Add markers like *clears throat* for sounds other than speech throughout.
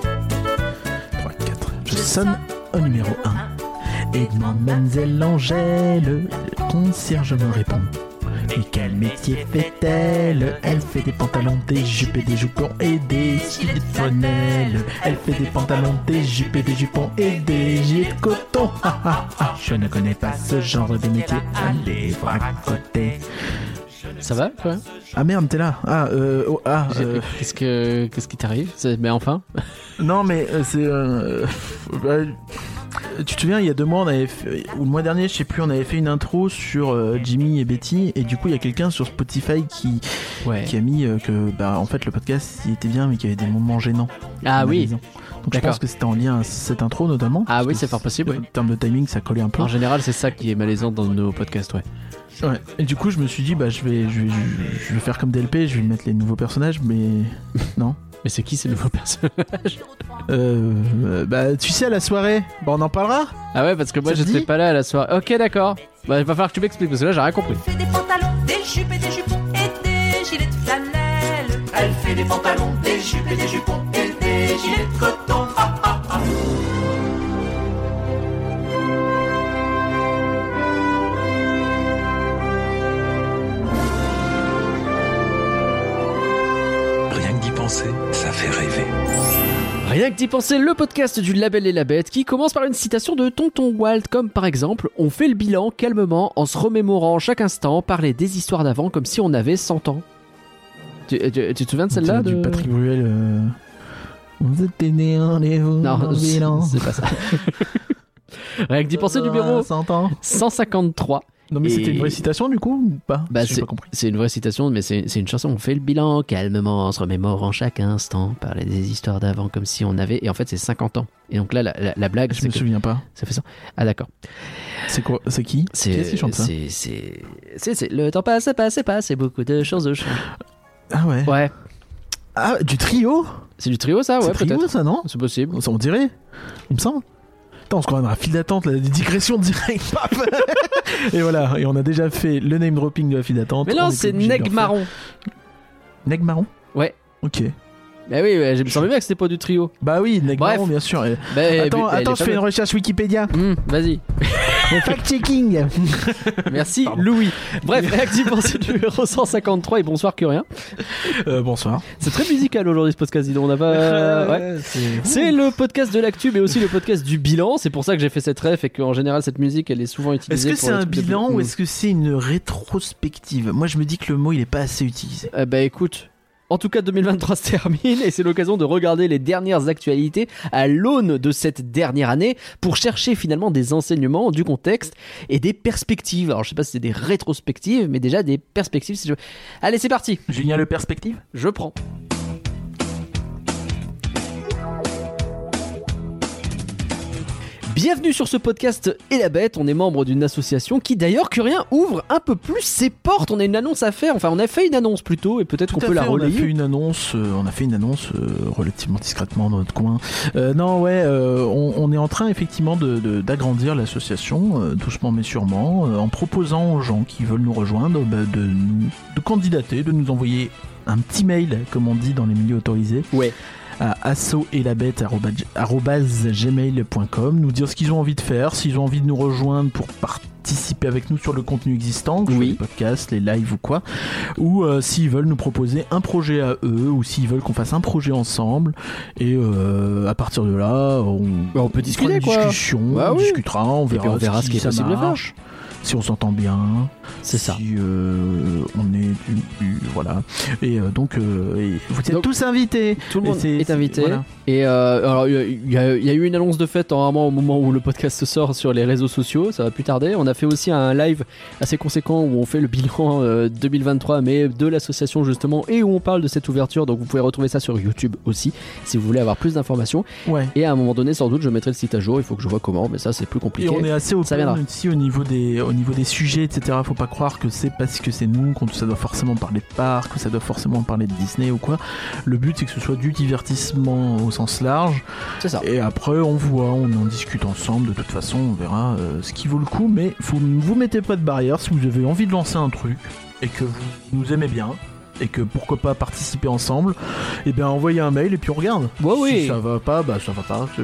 3, 4. Je sonne au numéro 1 et demande Mademoiselle Angèle. Le concierge me répond. Mais quel métier fait-elle Elle fait des pantalons, des jupes et des jupons et des gilets de flanelle. Elle fait des pantalons, des jupes et des jupons et des gilets de coton. Ah, ah, ah. Je ne connais pas ce genre de métier. Allez, voir à côté. Ça va quoi Ah merde, t'es là. Ah, euh, oh, ah, euh, Qu'est-ce que qu'est-ce qui t'arrive C'est- Mais enfin, Non, mais euh, c'est. euh, euh, tu te souviens, il y a deux mois, on avait fait- ou le mois dernier, je sais plus, on avait fait une intro sur euh, Jimmy et Betty, et du coup, il y a quelqu'un sur Spotify qui, ouais. *laughs* qui a mis euh, que, bah, en fait, le podcast, il était bien, mais qu'il y avait des moments gênants. Ah oui. malaisants. Donc je D'accord. pense que c'était en lien à cette intro notamment. Ah parce oui, que c'est fort possible, oui. En termes de timing, ça collait un peu. En général, c'est ça qui est malaisant dans nos podcasts, ouais. Ouais. Et du coup, je me suis dit, bah, je vais, je vais, je- je vais faire comme DLP, je vais mettre les nouveaux personnages, mais Mais c'est qui ces nouveaux personnes *laughs* euh, euh, bah, tu sais, à la soirée, bah, on en parlera. Ah ouais, parce que moi Ça te j'étais dit pas là à la soirée. Ok, d'accord. Bah, il va falloir que tu m'expliques parce que là j'ai rien compris. Elle fait des pantalons, des jupes et des jupons et des gilets de flanelle. Elle fait des pantalons, des jupes et des jupons et des gilets de coton. Ah, ah, ah. Rien que d'y penser, ça fait rêver. Rien que d'y penser, le podcast du Label et la Bête qui commence par une citation de Tonton Walt, comme par exemple On fait le bilan calmement en se remémorant chaque instant, parler des histoires d'avant comme si on avait 100 ans. Tu, euh, tu- tu te souviens de celle-là du de- Patrick Bruel. euh, Vous êtes des rendez-vous Non, dans le c'est bilan. c'est pas *laughs* ça. Rien que d'y penser, numéro 100 ans. 153. Non mais Et- c'était une vraie citation du coup ou pas Bah, J'ai pas compris. C'est une vraie citation, mais c'est c'est une chanson. On fait le bilan calmement, en se remémorant chaque instant, parler des histoires d'avant comme si on avait. Et en fait, c'est 50 ans. Et donc là, la, la- la blague, Ah, Je c'est me que souviens pas. ça fait ça. Ah d'accord. C'est quoi C'est qui Qui C'est est-ce qui chante ça c'est- c'est- c'est- c'est- le temps passe, passe, passe, et beaucoup de choses *laughs* changent. Ah ouais. Ouais. Ah du trio C'est du trio, ça, C'est ouais, trio peut-être. ça non C'est possible. Ça, On dirait. Il me semble. Putain, on se croirait dans la file d'attente, là, des digressions *laughs* directes. paf. et voilà, et on a déjà fait le name dropping de la file d'attente. Mais On non, était c'est obligé de le Neg refaire. Marron. Neg Marron Ouais. Ok. Bah oui, ouais, je me semblais bien que c'était pas du trio. Bah oui, Neg Bref. Marron, bien sûr. Et- Bah, attends, elle est attends je pas fais une bonne. recherche Wikipédia. Hum, Vas-y. Fact-checking Merci, Louis. *laughs* Bref, réactive pour ce numéro 153 et bonsoir, Curien. Euh, bonsoir. C'est très musical aujourd'hui ce podcast, dis donc, on a pas. euh, ouais. C'est le podcast de l'actu, mais aussi le podcast du bilan. C'est pour ça que j'ai fait cette ref et qu'en général, cette musique, elle est souvent Est-ce utilisée. que pour c'est les un trucs de bilan bilan. ou est-ce que c'est une rétrospective Moi, je me dis que le mot, il est pas assez utilisé. Euh, Bah écoute. En tout cas, 2023 se termine et c'est l'occasion de regarder les dernières actualités à l'aune de cette dernière année pour chercher finalement des enseignements, du contexte et des perspectives. Alors, je sais pas si c'est des rétrospectives, mais déjà des perspectives. Si je... Allez, c'est parti. Julien, le perspective Je prends. Bienvenue sur ce podcast Et la Bête. On est membre d'une association qui, d'ailleurs, Curien ouvre un peu plus ses portes. On a une annonce à faire. Enfin, on a fait une annonce plutôt et peut-être qu'on peut la on a fait relayer. une annonce, euh, on a fait une annonce euh, relativement discrètement dans notre coin. Euh, non, ouais, euh, on, on est en train effectivement de- de- d'agrandir l'association, euh, doucement mais sûrement, euh, en proposant aux gens qui veulent nous rejoindre bah, de, nous- de candidater, de nous envoyer un petit mail, comme on dit dans les milieux autorisés, Ouais. à assoetlabette.gmail.com, nous dire ce qu'ils ont envie de faire, s'ils ont envie de nous rejoindre pour participer avec nous sur le contenu existant, que ce soit Oui. les podcasts, les lives ou quoi, ou euh, s'ils veulent nous proposer un projet à eux, ou s'ils veulent qu'on fasse un projet ensemble, et euh, à partir de là, on, Bah, on on fera peut discuter, une quoi. discussion, Bah on oui. discutera, on puis verra, on verra ce qui est ça possible de faire. marche, si on s'entend bien, C'est ça. si euh, on est du, du- voilà. Et euh, donc, euh, et vous êtes Donc, tous invités. Tout le Et monde c'est- est, c'est- invité. voilà. Et euh, alors, il y a- il y, a il y a eu une annonce de fête normalement au moment où le podcast se sort sur les réseaux sociaux. Ça va plus tarder. On a fait aussi un live assez conséquent où on fait le bilan euh, 2023, mais de l'association justement, et où on parle de cette ouverture. Donc, vous pouvez retrouver ça sur YouTube aussi si vous voulez avoir plus d'informations. Ouais. Et à un moment donné, sans doute, je mettrai le site à jour. Il faut que je vois comment, mais ça, c'est plus Et compliqué. on est assez Ça viendra. open aussi au niveau des au niveau des sujets etc faut pas croire que c'est parce que c'est nous qu'on ça doit forcément parler de parcs, que ça doit forcément parler de Disney ou quoi. Le but c'est que ce soit du divertissement au sens large. C'est ça. Et après on voit, on en discute ensemble. De toute façon, on verra euh, ce qui vaut le coup. Mais vous ne vous mettez pas de barrière si vous avez envie de lancer un truc et que vous nous aimez bien. Et que pourquoi pas participer ensemble, et bien envoyez un mail et puis on regarde. Ouais, Oh oui. Si ça va pas, bah ça va pas. c'est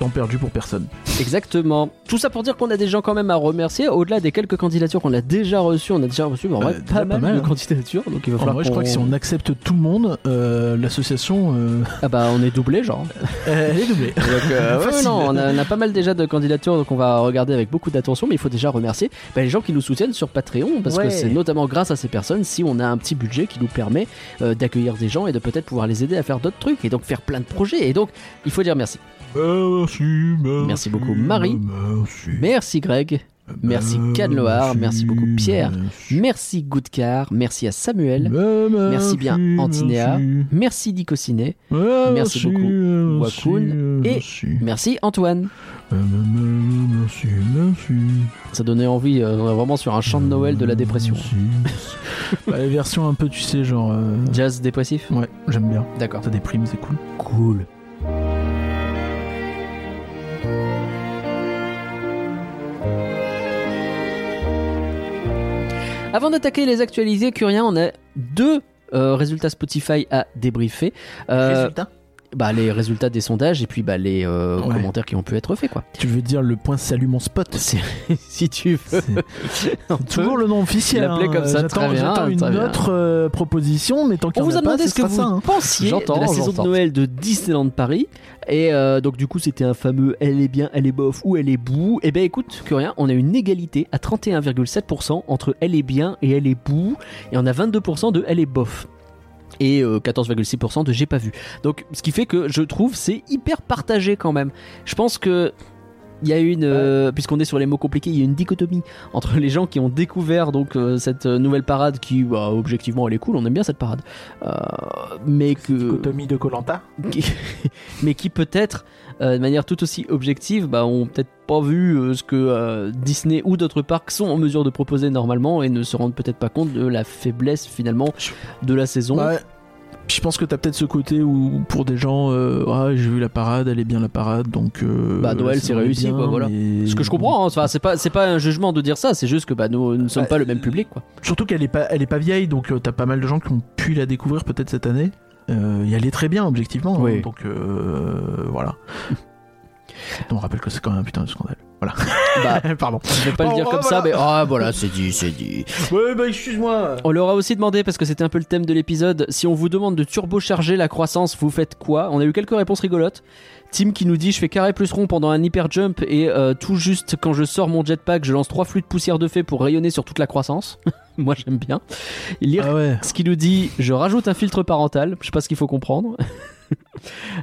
Temps perdu pour personne. Exactement. Tout ça pour dire qu'on a des gens quand même à remercier. Au-delà des quelques candidatures qu'on a déjà reçues, on a déjà reçu bah, en Euh, vrai, déjà pas, pas mal mal, de hein. candidatures. Donc il va En falloir. vrai, je crois qu'on- que si on accepte tout le monde, euh, l'association euh, *laughs* Ah bah on est doublé, genre. elle est doublée. Donc, euh, *laughs* ouais, Facile. non, on a, on a pas mal déjà de candidatures, donc on va regarder avec beaucoup d'attention. Mais il faut déjà remercier bah, les gens qui nous soutiennent sur Patreon, parce Ouais. que c'est notamment grâce à ces personnes si on a un petit budget qui nous permet euh, d'accueillir des gens et de peut-être pouvoir les aider à faire d'autres trucs et donc faire plein de projets. Et donc il faut dire merci. Merci, merci, Merci beaucoup, Marie. Merci, Merci Greg. merci, Cannes Loire. Merci beaucoup, Pierre. merci, Merci Goodcar, merci à Samuel, Euh, Merci bien, merci, Antinéa. merci. merci Dicociné, Euh, Merci beaucoup, euh, merci, Wakun. euh, Et- merci. merci Antoine. Euh, merci, merci. Ça donnait envie, euh, on est vraiment sur un chant de Noël de la dépression. Merci, merci. Bah, les versions un peu, tu sais, genre. euh, Jazz dépressif Ouais, j'aime bien. D'accord. Ça déprime, c'est cool. Cool. Avant d'attaquer les actualisés, Curien, on a deux euh, résultats Spotify à débriefer. Euh, bah, les résultats des sondages et puis bah, les euh, Ouais. commentaires qui ont pu être faits. Quoi. *laughs* Tu veux dire le point salut mon spot C'est- si tu veux. *laughs* C'est- Toujours le nom officiel. Il l'appelait hein. comme ça, J'attends- très bien, J'attends une très bien. autre euh, proposition, mais tant qu'il y On en vous a pas, demandé ce ce que sera vous ça, hein. pensiez de J'entends, la saison de j'entends. Noël de Disneyland Paris. Et euh, donc du coup c'était un fameux elle est bien, elle est bof ou elle est boue. Et ben écoute, que rien, on a une égalité à 31,7% entre elle est bien et elle est boue. Et on a 22% de elle est bof. Et euh, 14,6% de j'ai pas vu. Donc ce qui fait que je trouve c'est hyper partagé quand même. Je pense que... Il y a une, euh, puisqu'on est sur les mots compliqués, il y a une dichotomie entre les gens qui ont découvert donc euh, cette euh, nouvelle parade qui, bah, objectivement, elle est cool, on aime bien cette parade, Euh, mais que, Dichotomie de Colanta. *laughs* qui- mais qui peut-être, euh, de manière tout aussi objective, bah, ont peut-être pas vu euh, ce que euh, Disney ou d'autres parcs sont en mesure de proposer normalement et ne se rendent peut-être pas compte de la faiblesse finalement de la saison. Ouais. Je pense que t'as peut-être ce côté où pour des gens, euh, ah j'ai vu la parade, elle est bien la parade, donc. euh, Bah, la Noël, c'est saison est réussi, bien, quoi, voilà. mais- Ce que je comprends, hein. Enfin, c'est pas c'est pas un jugement de dire ça, c'est juste que bah, nous, nous ne sommes Bah, pas le même public quoi. Surtout qu'elle est pas, elle est pas vieille, donc euh, t'as pas mal de gens qui ont pu la découvrir peut-être cette année. Euh, et elle est très bien objectivement, hein, Oui. donc euh, voilà. *laughs* On rappelle que c'est quand même un putain de scandale. Bah, *laughs* Pardon. je vais pas Bon, le dire oh, comme ça, mais voilà. ah voilà, c'est dit, c'est dit. *laughs* Ouais, bah excuse-moi. On leur a aussi demandé, parce que c'était un peu le thème de l'épisode, si on vous demande de turbocharger la croissance, vous faites quoi On a eu quelques réponses rigolotes. Tim qui nous dit je fais carré plus rond pendant un hyper jump et euh, tout juste quand je sors mon jetpack, je lance trois flux de poussière de fée pour rayonner sur toute la croissance. *laughs* Moi j'aime bien. Lire Ah ouais. ce qui nous dit je rajoute un filtre parental, je sais pas ce qu'il faut comprendre. *laughs*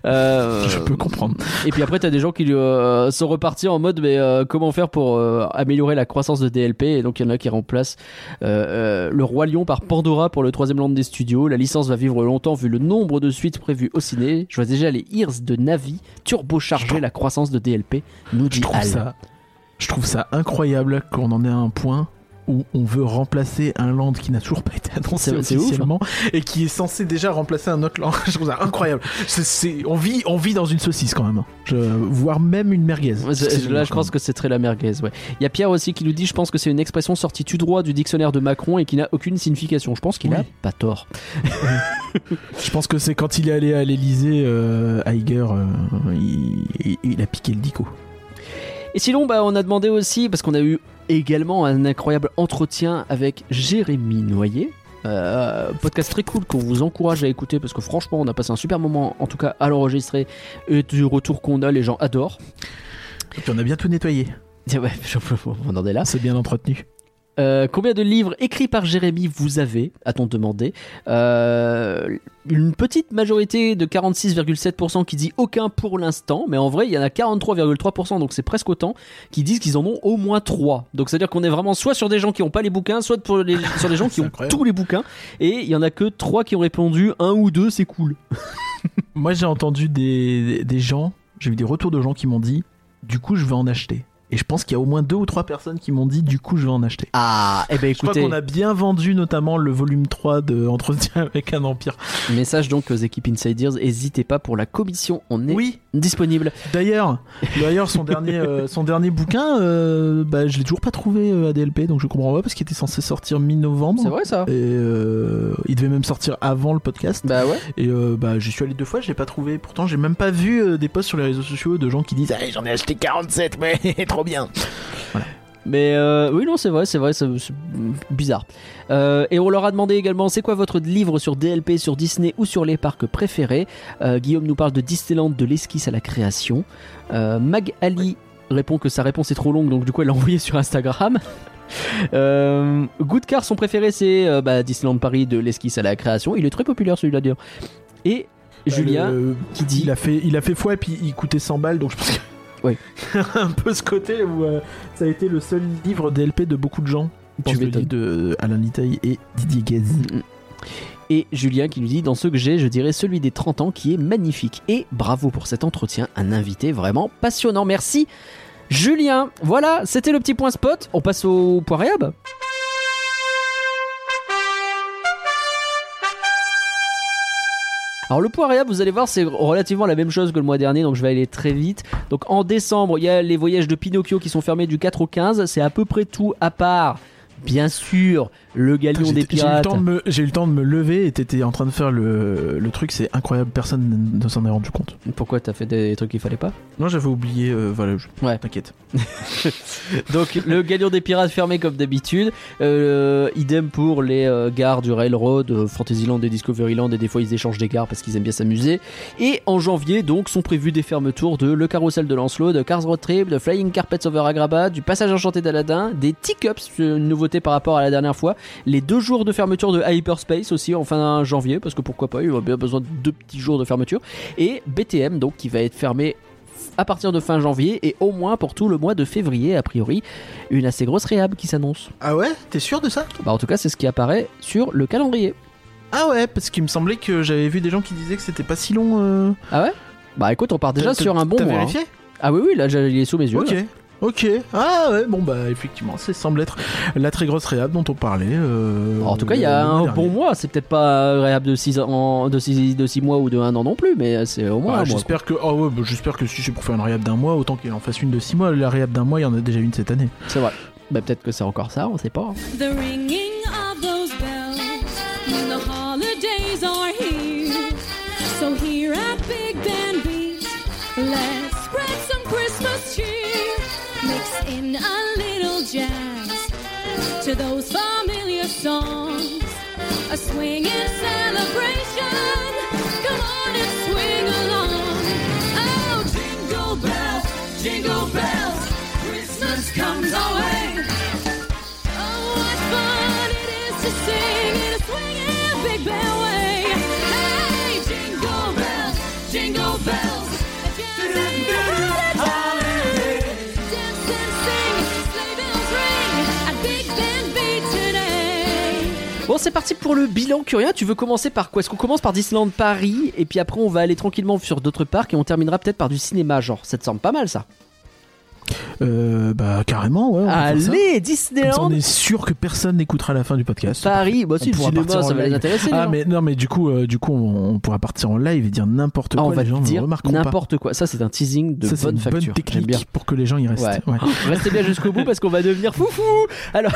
Euh, Je peux comprendre. et puis après, t'as des gens qui euh, sont repartis en mode mais euh, comment faire pour euh, améliorer la croissance de DLP Et donc il y en a qui remplacent euh, euh, le roi lion par Pandora pour le troisième land des studios. La licence va vivre longtemps vu le nombre de suites prévues au ciné. Je vois déjà les Ears de Navi turbocharger la croissance de DLP. Nous Je dit trouve Al. ça, je trouve ça incroyable qu'on en ait à un point où on veut remplacer un land qui n'a toujours pas été annoncé C'est- c'est ouf, officiellement et qui est censé déjà remplacer un autre land. *laughs* je trouve ça incroyable. C'est- c'est- on vit, on vit dans une saucisse quand même. hein. Je, voire même une merguez. Ouais, c'est- Excusez-moi, Là, je pense que c'est très la merguez. Ouais. Il y a Pierre aussi qui nous dit, je pense que c'est une expression sortie tout droit du dictionnaire de Macron et qui n'a aucune signification. Je pense qu'il Oui. a pas tort. Je pense que c'est quand il est allé à l'Elysée, euh, Iger, euh, il, il- il a piqué le dico. Et sinon, bah, on a demandé aussi, parce qu'on a eu également un incroyable entretien avec Jérémy Noyer. Euh, podcast très cool qu'on vous encourage à écouter parce que franchement on a passé un super moment en tout cas à l'enregistrer et du retour qu'on a les gens adorent *laughs* Et puis on a bien tout nettoyé. Tiens, ouais, on en est là Ah, C'est bien entretenu. Euh, combien de livres écrits par Jérémy vous avez a-t-on demandé Euh, Une petite majorité de 46,7% qui dit aucun pour l'instant, mais en vrai il y en a 43,3%, donc c'est presque autant, qui disent qu'ils en ont au moins 3. Donc c'est-à-dire qu'on est vraiment soit sur des gens qui n'ont pas les bouquins, soit *laughs* pour les- sur des gens qui C'est ont incroyable. tous les bouquins, et il y en a que 3 qui ont répondu un ou deux, c'est cool. Moi, j'ai entendu des, des gens, j'ai eu des retours de gens qui m'ont dit, du coup, je vais en acheter. Et je pense qu'il y a au moins deux ou trois personnes qui m'ont dit du coup je vais en acheter. Ah, eh ben Je crois écoutez, qu'on a bien vendu notamment le volume 3 de Entretien *laughs* avec un empire. message donc aux équipes Insiders, n'hésitez pas pour la commission, on est Oui, disponible. d'ailleurs, d'ailleurs son dernier *laughs* euh, son dernier bouquin, euh, bah, je l'ai toujours pas trouvé euh, à DLP, donc je comprends pas parce qu'il était censé sortir mi-novembre. C'est vrai ça Et euh, il devait même sortir avant le podcast. Bah ouais. Et euh, bah, j'y suis allé deux fois, j'ai pas trouvé. Pourtant, j'ai même pas vu euh, des posts sur les réseaux sociaux de gens qui disent Allez, j'en ai acheté 47, mais *laughs* trop bien. Mais euh, oui, non, c'est vrai, c'est vrai, c'est c'est bizarre. Euh, et on leur a demandé également c'est quoi votre livre sur DLP, sur Disney ou sur les parcs préférés. Euh, Guillaume nous parle de Disneyland, de l'esquisse à la création. Euh, Mag Ali répond que sa réponse est trop longue, donc du coup elle l'a envoyé sur Instagram. *laughs* Euh, Goodcar, son préféré, c'est euh, bah, Disneyland Paris de l'esquisse à la création. Il est très populaire celui-là d'ailleurs. Et Julien, Euh, qui dit il a fait, il a fait foi et puis il coûtait 100 balles, donc je pense que. *laughs* Ouais. *laughs* un peu ce côté où euh, ça a été le seul livre DLP de beaucoup de gens. Je pense le m'étonnes. livre de euh, Alain Litaille et Didier Guèze. Et Julien qui nous dit dans ce que j'ai, je dirais celui des 30 ans qui est magnifique. Et bravo pour cet entretien, un invité vraiment passionnant. Merci Julien. Voilà, c'était le petit point spot. On passe au point réhab. Alors le point réhab, vous allez voir, c'est relativement la même chose que le mois dernier, donc je vais aller très vite. Donc en décembre, il y a les voyages de Pinocchio qui sont fermés du 4 au 15. C'est à peu près tout à part, bien sûr, le Putain, galion J'ai des j'ai eu, le pirates. temps de me- j'ai eu le temps de me lever et t'étais en train de faire le, le truc, c'est incroyable, personne ne s'en est rendu compte. Pourquoi t'as fait des trucs qu'il fallait pas Non, j'avais oublié, euh, voilà, je- Ouais. t'inquiète. *laughs* Donc le galion des pirates fermé comme d'habitude. Euh, idem pour les euh, gares du Railroad, euh, Fantasyland et Discoveryland et des fois ils échangent des gares parce qu'ils aiment bien s'amuser. Et en janvier donc sont prévus des fermetures de Le Carrousel de Lancelot, de Cars Road Trip, de Flying Carpets Over Agrabah, du Passage Enchanté d'Aladin, des Teacups, euh, une nouveauté par rapport à la dernière fois. Les deux jours de fermeture de Hyperspace aussi en fin janvier parce que pourquoi pas, il y aura bien besoin de deux petits jours de fermeture. Et BTM donc qui va être fermé à partir de fin janvier et au moins pour tout le mois de février a priori une assez grosse réhab qui s'annonce. Ah ouais T'es sûr de ça Bah en tout cas c'est ce qui apparaît sur le calendrier. Ah ouais, parce qu'il me semblait que j'avais vu des gens qui disaient que c'était pas si long. euh, Ah ouais Bah écoute on part déjà t'as- sur un bon T'as mois. hein. vérifié Ah oui oui là j'ai- il est sous mes yeux. Ok. là. Ok, ah ouais, bon bah effectivement, ça semble être la très grosse réhab dont on parlait. euh, Alors, en tout cas il y a le un mois bon dernier. mois, c'est peut-être pas un réhab de 6 ans de six, de six mois ou de 1 an non plus mais c'est au moins Ah, un mois. j'espère que, oh ouais, bah, j'espère que si c'est pour faire une réhab d'un mois, autant qu'il en fasse une de six mois. La réhab d'un mois, il y en a déjà une cette année. quoi. C'est vrai. Bah peut-être que c'est encore ça, on sait pas. hein. The ringing of those bells when the holidays are here. So here at Big Band Beat, let's spread some Christmas cheer. Mix in a little jazz to those familiar songs. A swinging celebration. Come on and swing along. Oh, jingle bells, jingle bells, Christmas comes our way. Oh, what fun it is to sing in a swinging big band way. Hey, jingle bells, jingle bells. Dance and sing, sleigh bells ring, a big band beat today. Bon c'est parti pour le bilan curieux. Tu veux commencer par quoi Est-ce qu'on commence par Disneyland Paris et puis après on va aller tranquillement sur d'autres parcs et on terminera peut-être par du cinéma genre ça te semble pas mal ça Euh, bah carrément, ouais. on peut faire ça. Allez, Comme ça, Disneyland on est sûr que personne n'écoutera la fin du podcast. Paris, bah On si, le pourra cinéma, partir en ça va les live. intéresser. les Ah gens. mais non mais du coup euh, du coup on, on pourra partir en live et dire n'importe Ah, quoi on va les gens te ne dire remarqueront pas. n'importe quoi. Ça, c'est un teasing de Ça, c'est bonne une facture. bonne J'aime technique bien. pour que les gens y restent. Ouais. Ouais. *laughs* Restez bien jusqu'au bout parce qu'on va devenir foufou. Alors,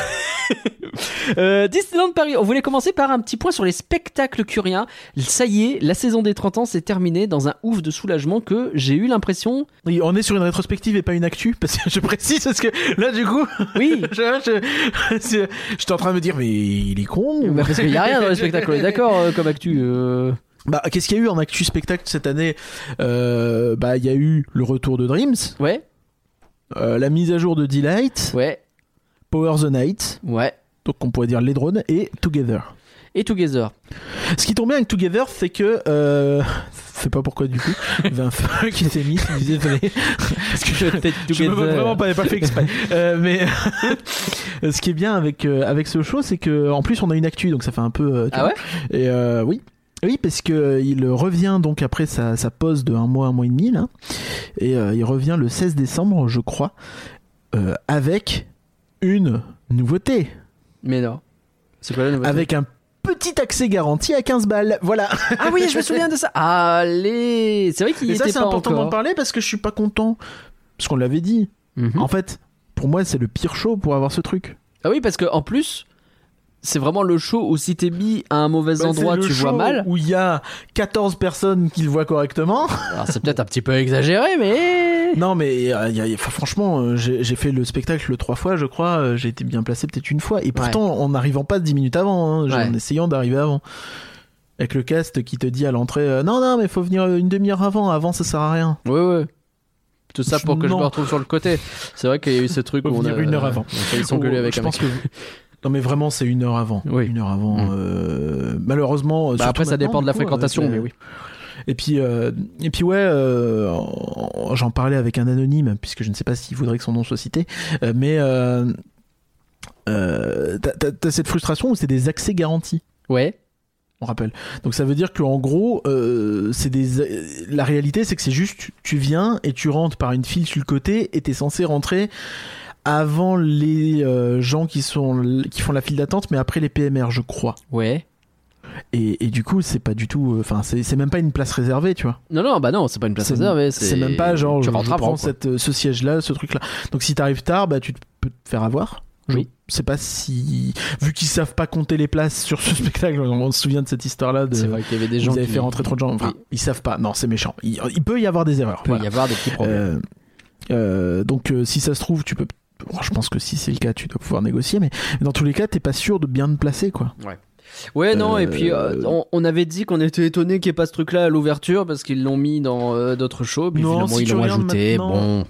*laughs* euh, Disneyland Paris, on voulait commencer par un petit point sur les spectacles curiens. Ça y est, la saison des 30 ans s'est terminée dans un ouf de soulagement que j'ai eu l'impression. Oui, Ah. on est sur une rétrospective et pas une actu parce que je précise parce que là du coup *laughs* Oui, je, je- c'est- j'étais en train de me dire mais il est con. ou- bah, parce qu'il n'y a rien dans les spectacles, on est d'accord, euh, comme actu. euh. *laughs* Bah qu'est-ce qu'il y a eu en actu spectacle cette année Euh, Bah il y a eu le retour de Dreams, Ouais, euh, la mise à jour de Delight, ouais, Power the Night, ouais. donc on pourrait dire les drones et Together. Et Together. Ce qui tombe bien avec Together, c'est que. Euh... *laughs* Je sais pas pourquoi du coup. *laughs* Il y avait un feu qui s'est mis, il disait fallait- Parce que peut-être *laughs* Je me vois vraiment pas, pas fait exprès. Euh, mais *laughs* ce qui est bien avec, euh, avec ce show, c'est que en plus on a une actu, donc ça fait un peu. euh, tu Ah ouais vois. Et euh, oui. Oui, parce que euh, il revient donc après sa, sa pause de un mois, un mois et demi là, et euh, il revient le 16 décembre, je crois, euh, avec une nouveauté. Mais non. C'est quoi la nouveauté Avec un petit accès garanti à 15 balles. Voilà. Ah oui, je me souviens de ça. Allez, c'est vrai qu'il Mais était ça, c'est pas important d'en encore. parler parce que je suis pas content. Parce qu'on l'avait dit. Mhm. En fait, pour moi, c'est le pire show pour avoir ce truc. Ah oui, parce que en plus, c'est vraiment le show où si t'es mis à un mauvais Bah, endroit, c'est le tu vois show mal. Où il y a 14 personnes qui le voient correctement. Alors c'est peut-être un petit peu exagéré, mais non, mais euh, y a- y a- enfin, franchement, euh, j'ai j'ai fait le spectacle trois fois, je crois. euh, J'ai été bien placé peut-être une fois. Et pourtant, en n'arrivant pas 10 minutes avant, hein, j'ai- Ouais. en essayant d'arriver avant. Avec le cast qui te dit à l'entrée euh, Non, non, mais faut venir euh, une demi-heure avant. Avant, ça sert à rien. ouais, ouais. Tout ça pour que je Non. me retrouve sur le côté. C'est vrai qu'il y a eu ce truc où Faut on a venir une heure avant. On a failli s'engueuler Oh, avec je un pense mec. Bah, que vous- Non, mais vraiment, c'est une heure avant. Oui. Une heure avant. Mm. euh, Malheureusement. Bah, surtout après, ça maintenant, dépend de du la coup, fréquentation, avec, mais euh, oui. Et puis, euh, et puis ouais, euh, en- j'en parlais avec un anonyme, puisque je ne sais pas s'il voudrait que son nom soit cité, euh, mais euh, euh, t'as- t'as t'as cette frustration où c'est des accès garantis. Ouais. On rappelle. Donc ça veut dire que en gros, euh, c'est des. euh, La réalité, c'est que c'est juste, tu viens et tu rentres par une file sur le côté, et t'es censé rentrer avant les euh, gens qui sont l- qui font la file d'attente, mais après les PMR, je crois. Ouais. Et, et du coup, c'est pas du tout. Enfin, c'est c'est même pas une place réservée, tu vois. Non, non, bah non, c'est pas une place C'est- réservée. C'est même pas genre tu je, rentres je avant. prends quoi. cette, euh, ce siège là, ce truc là. Donc si t'arrives tard, bah tu te- peux te faire avoir. Je Oui. sais pas si vu qu'ils savent pas compter les places sur ce *laughs* spectacle, on se souvient de cette histoire là de C'est vrai qu'il y avait des ils gens avaient qui fait rentrer trop de gens. Enfin, Oui. ils savent pas. Non, c'est méchant. Il, il peut y avoir des erreurs. Il peut voilà. y avoir des petits problèmes. Euh, euh, donc euh, si ça se trouve, tu peux bon, je pense que si c'est le cas, tu dois pouvoir négocier, mais dans tous les cas, t'es pas sûr de bien te placer, quoi. Ouais, non, et Euh, puis euh, on, on avait dit qu'on était étonné qu'il n'y ait pas ce truc-là à l'ouverture parce qu'ils l'ont mis dans euh, d'autres shows, mais Non, finalement si ils tu l'ont regardes ajouté. maintenant- Bon,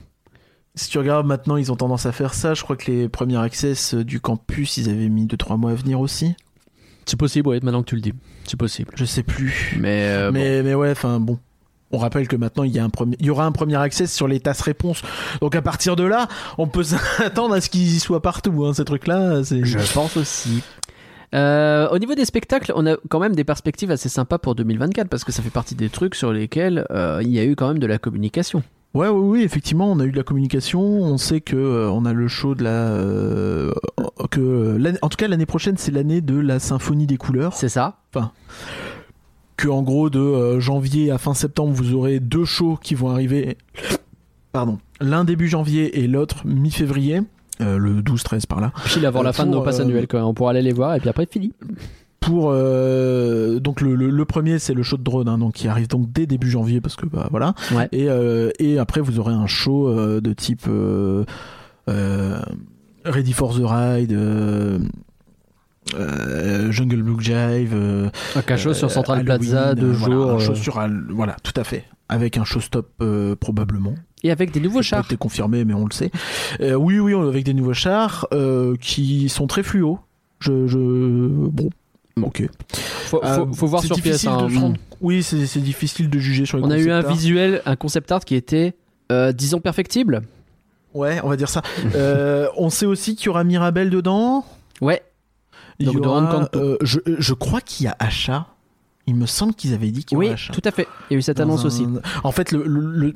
Si tu regardes maintenant, ils ont tendance à faire ça. Je crois que les premiers access euh, du campus, ils avaient mis 2-3 mois à venir aussi. c'est possible, ouais, maintenant que tu le dis, c'est possible. Je sais plus. Mais, euh, bon. mais, mais ouais, enfin bon. On rappelle que maintenant il y, a un premier, il y aura un premier accès sur les tasses réponses. Donc à partir de là, on peut *laughs* s'attendre à ce qu'ils y soient partout. Hein, ces trucs-là, c'est. je pense aussi. Euh, au niveau des spectacles, on a quand même des perspectives assez sympas pour 2024 parce que ça fait partie des trucs sur lesquels euh, il y a eu quand même de la communication. Ouais, ouais, oui, effectivement, on a eu de la communication. On sait que euh, on a le show de la. euh, que euh, l'année- en tout cas l'année prochaine, c'est l'année de la symphonie des couleurs. C'est ça Que en gros de euh, janvier à fin septembre, vous aurez deux shows qui vont arriver. Pardon, l'un début janvier et l'autre mi-février, Euh, le 12-13 par là. Pile avant Euh, la fin de nos pour, passes euh, annuelles, quoi. on pourra aller les voir et puis après fini. pour euh, donc le, le- le premier c'est le show de drone hein, donc qui arrive donc dès début janvier parce que bah voilà Ouais. et, euh, et après vous aurez un show euh, de type euh, euh, Ready for the Ride euh, euh, Jungle Book Jive euh, Un cachot sur euh, Central Halloween, Plaza deux euh, voilà, jours un show euh, sur Hall- voilà tout à fait avec un showstop euh, probablement et avec des nouveaux ça a chars. été confirmé mais on le sait Euh, oui oui avec des nouveaux chars euh, qui sont très fluo je, je... bon ok Faut, faut- euh, faut voir c'est sur PS. difficile de hein. se rendre- Oui, c'est c'est difficile de juger sur les On a eu un concept art. visuel, un concept art qui était, euh, disons, perfectible. Ouais, on va *laughs* dire ça. Euh, on sait aussi qu'il y aura Mirabel dedans. Ouais. Il Donc, y de aura, Renkanto. euh, je, je crois qu'il y a Achat. Il me semble qu'ils avaient dit qu'il y Oui, aurait Achat. tout à fait. Il y a eu cette hein. Dans annonce un- aussi. En fait, le, le- le-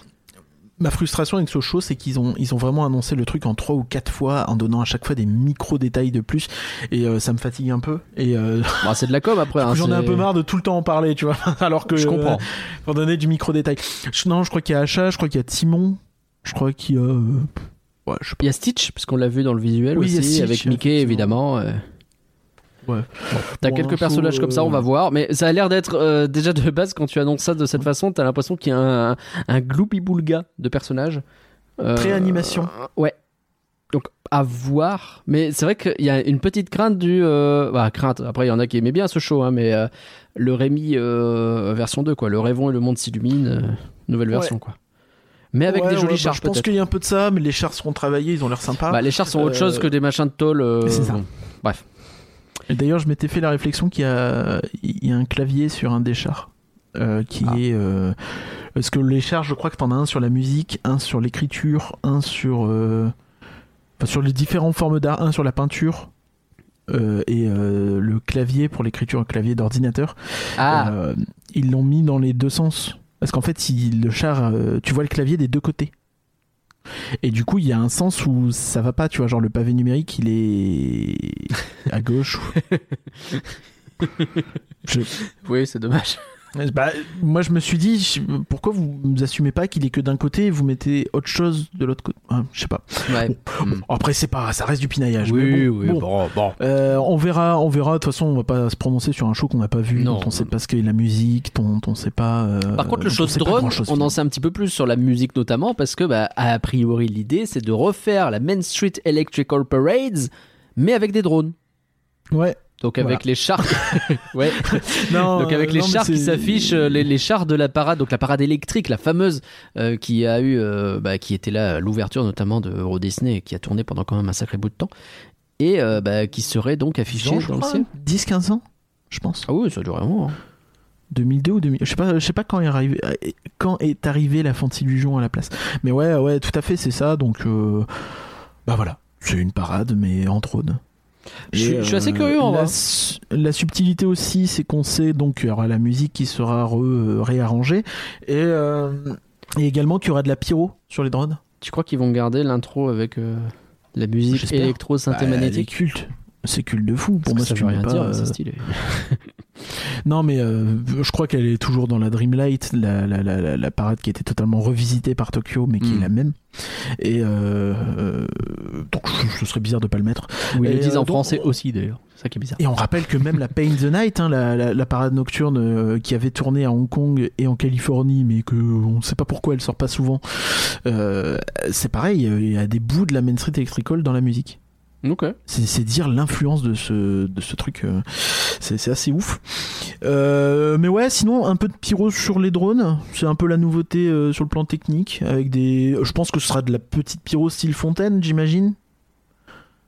ma frustration avec ce show, c'est qu'ils ont, ils ont vraiment annoncé le truc en trois ou quatre fois, en donnant à chaque fois des micro-détails de plus. Et euh, ça me fatigue un peu. Et euh, Bah, c'est de la com après. hein, j'en ai c'est- un peu marre de tout le temps en parler, tu vois. *laughs* Alors que Je euh, comprends. pour donner du micro détail. Je- Non, je crois qu'il y a Acha, je crois qu'il y a Timon, je crois qu'il y a. euh, Ouais, je sais Il y a Stitch, parce qu'on l'a vu dans le visuel Oui, il y aussi, a Stitch, avec Mickey effectivement. évidemment. euh. Ouais. Bon, t'as Bon, quelques un personnages show, comme ça, on euh, va voir. Mais ça a l'air d'être euh, déjà de base quand tu annonces ça de cette façon, t'as l'impression qu'il y a un, un gloubi-boulga de personnages. pas. Euh, Pré-animation. Ouais. Donc à voir, mais c'est vrai qu'il y a une petite crainte du, euh, bah crainte. Après il y en a qui aimaient bien ce show, hein, mais euh, le Rémi euh, version 2 quoi, le Révon et le monde s'illumine, euh, nouvelle Ouais. version quoi. Mais avec Ouais, des ouais, jolis bah, chars Je pense peut-être. qu'il y a un peu de ça, mais les chars seront travaillés, ils ont l'air sympas. Bah, les chars sont autre Euh, chose que des machins de tôle. euh, c'est ça. bon. Bref. Et D'ailleurs, je m'étais fait la réflexion qu'il y a, il y a un clavier sur un des chars. euh, qui Ah. est. euh, parce que les chars, je crois que t'en as un sur la musique, un sur l'écriture, un sur. euh, enfin, sur les différentes formes d'art, un sur la peinture. euh, et euh, le clavier pour l'écriture, un clavier d'ordinateur. Ah, Euh, ils l'ont mis dans les deux sens. Parce qu'en fait, il- le char, euh, tu vois le clavier des deux côtés. Et du coup, il y a un sens où ça va pas, tu vois, genre le pavé numérique, il est à gauche. ou- Je- Oui, c'est dommage. bah, moi, je me suis dit, je- pourquoi vous vous assumez pas qu'il est que d'un côté et vous mettez autre chose de l'autre côté Ah, Je sais pas. *laughs* Ouais. Mm. Après, c'est pas, ça reste du pinaillage. mais Oui, bon, oui, bon. bon, bon. Euh, on verra, on verra. De toute façon, on va pas se prononcer sur un show qu'on n'a pas vu, Non, dont on sait non. pas ce qu'est la musique, dont on sait pas. euh, Par contre, dont le on show sait pas drone, grand-chose, on en sait un petit peu plus sur la musique notamment parce que, bah, a priori, l'idée c'est de refaire la Main Street Electrical Parades, mais avec des drones. Ouais. Donc avec les chars, *laughs* ouais. Non, Donc avec les non, mais chars qui c'est- s'affichent, euh, les, les chars de la parade, donc la parade électrique, la fameuse euh, qui a eu, euh, bah, qui était là à l'ouverture notamment de Euro Disney, qui a tourné pendant quand même un sacré bout de temps, et euh, bah, qui serait donc affichée Genre, je dans le crois, ciel. 10-15 ans, je pense. Ah oui, ça dure vraiment. hein. 2002 ou 2000, je sais pas, je sais pas quand est arrivé, quand est arrivée la Fancy Lujon à la place. Mais ouais, ouais, tout à fait, c'est ça. Donc, euh, bah voilà, c'est une parade, mais en trône. Je suis- Et, je suis assez curieux, en la, vrai. su- la subtilité aussi, c'est qu'on sait donc qu'il y aura la musique qui sera re- euh, réarrangée et, euh, et également qu'il y aura de la pyro sur les drones. Tu crois qu'ils vont garder l'intro avec euh, la musique J'espère. électro Bah, les synthé-magnétique cultes. C'est culte de fou. Pour Parce moi, que ça si veut tu mets rien pas, dire, euh, c'est stylé. Non, mais euh, je crois qu'elle est toujours dans la Dreamlight, la, la, la, la- la parade qui était totalement revisitée par Tokyo, mais qui Mm. est la même. Et euh, euh, donc, je- ce serait bizarre de pas le mettre. Ou ils Et, le disent euh, en donc- français aussi d'ailleurs. C'est ça qui est bizarre. Et on rappelle que même la Pain the Night, hein, la, la- la parade nocturne euh, qui avait tourné à Hong Kong et en Californie, mais que on ne sait pas pourquoi elle sort pas souvent, euh, c'est pareil. Il y a des bouts de la Main Street Electrical dans la musique. Ok. C'est c'est dire l'influence de ce, de ce truc. euh, C'est c'est assez ouf. Euh, mais ouais, sinon, un peu de pyro sur les drones. C'est un peu la nouveauté euh, sur le plan technique. Avec des... Je pense que ce sera de la petite pyro style fontaine, j'imagine.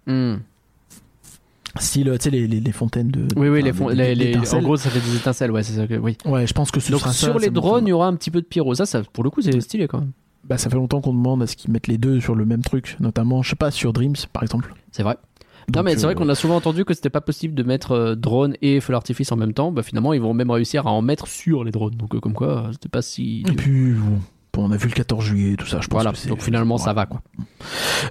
Hmm. Style, euh, tu sais, les, les, les fontaines de. Oui, oui, enfin, les, fon- des- les- des- les- en d'étincelles. gros, ça fait des étincelles, ouais, c'est ça que, oui. Ouais, je pense que ce Donc sera ça, sur ça les me drones, semble. il y aura un petit peu de pyro. Ça, ça pour le coup, c'est stylé quand même. Bah, ça fait longtemps qu'on demande à ce qu'ils mettent les deux sur le même truc. Notamment, je sais pas, sur Dreams, par exemple. C'est vrai. non, Donc, mais c'est vrai euh, qu'on a souvent entendu que c'était pas possible de mettre euh, drone et feu d'artifice en même temps. Bah, finalement, ils vont même réussir à en mettre sur les drones. Donc, euh, comme quoi, euh, c'était *laughs* pas si. Et puis, bon, bon, on a vu le 14 juillet et tout ça, je pense. Voilà. que c'est- Donc, finalement, ça Ouais. va, quoi.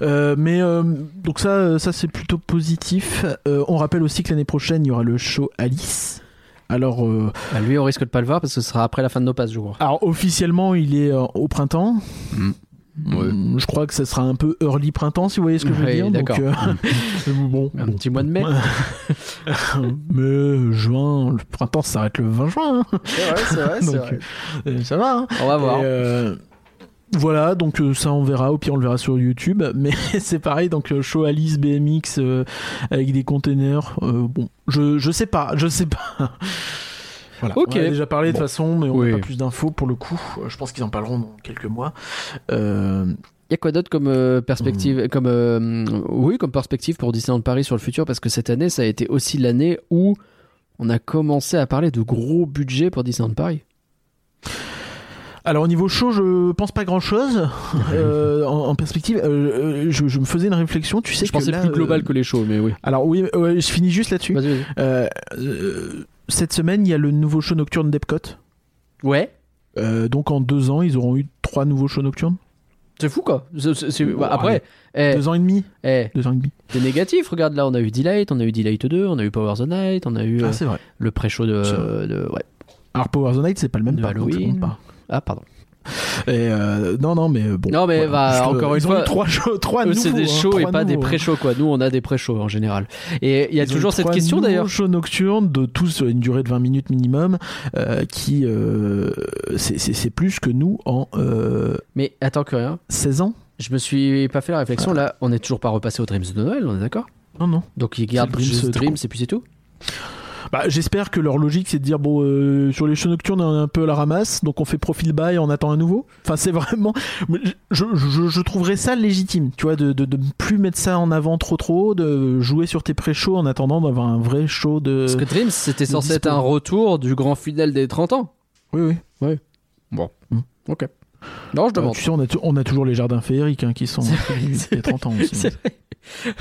Euh, mais euh, donc ça, euh, ça c'est plutôt positif. Euh, on rappelle aussi que l'année prochaine, il y aura le show Alice. Alors, euh, Bah, lui, on risque de pas le voir parce que ce sera après la fin de nos passes, je crois. alors officiellement, il est euh, au printemps. Mm. Ouais. Mm, Je crois que ça sera un peu early printemps, si vous voyez ce que je veux Ouais, dire. d'accord. Donc, euh, *laughs* bon, *laughs* Un bon. petit mois de mai. mais euh, juin, le printemps ça s'arrête le 20 juin. hein. C'est vrai, c'est vrai, *laughs* Donc, euh, ça va. hein. On va voir. Et, euh, voilà, donc euh, ça on verra, au pire on le verra sur YouTube, *laughs* mais c'est pareil, donc euh, show Alice BMX euh, avec des containers, euh, bon, je, je sais pas, je sais pas. Voilà, Ok. on en a déjà parlé de Bon. toute façon, mais on n'a Oui. pas plus d'infos pour le coup, Euh, je pense qu'ils en parleront dans quelques mois. Euh, Il y a quoi d'autre comme euh, perspective, Hmm. comme euh, oui, comme perspective pour Disneyland Paris sur le futur Parce que cette année, ça a été aussi l'année où on a commencé à parler de gros budgets pour Disneyland Paris. Alors au niveau show, je pense pas grand chose *laughs* en, en perspective. euh, euh, je, je me faisais une réflexion, tu sais Je que pensais là, plus global euh, que les shows, mais oui. Alors oui, ouais, je finis juste là-dessus. Vas-y, vas-y. Euh, euh, cette semaine, il y a le nouveau show nocturne d'Epcot. Ouais. Euh, donc en deux ans, ils auront eu trois nouveaux shows nocturnes. C'est fou quoi. C'est- c'est- c'est- bah, Ouais. après, eh, Deux ans et demi. eh, Deux ans et demi. c'est négatif. Regarde là, on a eu Delight, on a eu Delight 2, on a eu Power the Night, on a eu euh, Ah, c'est vrai. le pré-show de, C'est de- ouais. Alors Power the Night, c'est pas le même De par contre, ça Halloween. compte pas. Ah pardon. Et, euh, non, non, mais euh, bon. Non, mais bah, Juste, euh, encore une ils ont fois, eu trois shows, trois Eux, c'est nouveaux, des hein, shows et trois pas des nouveaux, hein. pré-shows quoi. Nous, on a des pré-shows en général. Et il y a Ils ont toujours eu cette trois question nouveaux d'ailleurs. shows nocturnes de tous euh, une durée de 20 minutes minimum, euh, qui euh, c'est- c'est c'est plus que nous en euh, Mais attends que rien. 16 ans. Je me suis pas fait la réflexion. Là, on est toujours pas repassé au Dreams de Noël, on est d'accord Non, non. Donc ils gardent le Dreams, juste euh, Dreams et puis c'est tout. Bah, J'espère que leur logique, c'est de dire bon, euh, sur les shows nocturnes, on est un peu à la ramasse, donc on fait profil bas et on attend un nouveau. Enfin, c'est *laughs* vraiment. mais Je, je, je trouverais ça légitime, tu vois, de, de, de plus mettre ça en avant trop trop, de jouer sur tes pré-shows en attendant d'avoir un vrai show de. Parce que Dreams, c'était le censé être dispo. un retour du grand fidèle des 30 ans. Oui, oui. Ok. Non, je Euh, demande. tu sais, on a, tu- on a toujours les jardins féeriques hein, qui sont. C'est Il y a 30 ans aussi. *laughs* C'est vrai.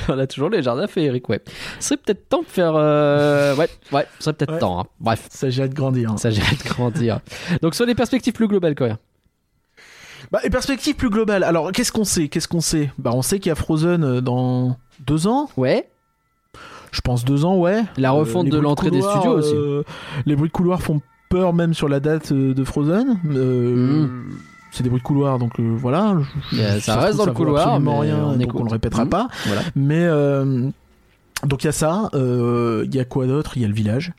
On a toujours les jardins féeriques, ouais. Ce serait peut-être temps de faire. euh, Ouais, ouais, ce serait peut-être Ouais. temps. hein. Bref, Ça j'ai hâte de grandir. hein. ça j'ai hâte de grandir. Donc, sur les perspectives plus globales, quoi. Bah, et perspective plus globale. Alors, qu'est-ce qu'on sait Qu'est-ce qu'on sait Bah, on sait qu'il y a Frozen euh, dans deux ans. Ouais. Je pense deux ans, ouais. La refonte Euh, les Euh, de bruits l'entrée des couloir, studios aussi. euh, les bruits de couloir font peur même sur la date euh, de Frozen. Euh, C'est des bruits de couloir, donc euh, voilà. Je- Mais, euh, je- Mm. ça se reste dans trouve, le vaut couloir, absolument mais rien, on donc écoute. on le répétera Mhm. pas. Voilà. Mais euh, donc il y a ça. euh, Il y a quoi d'autre Il y a le village.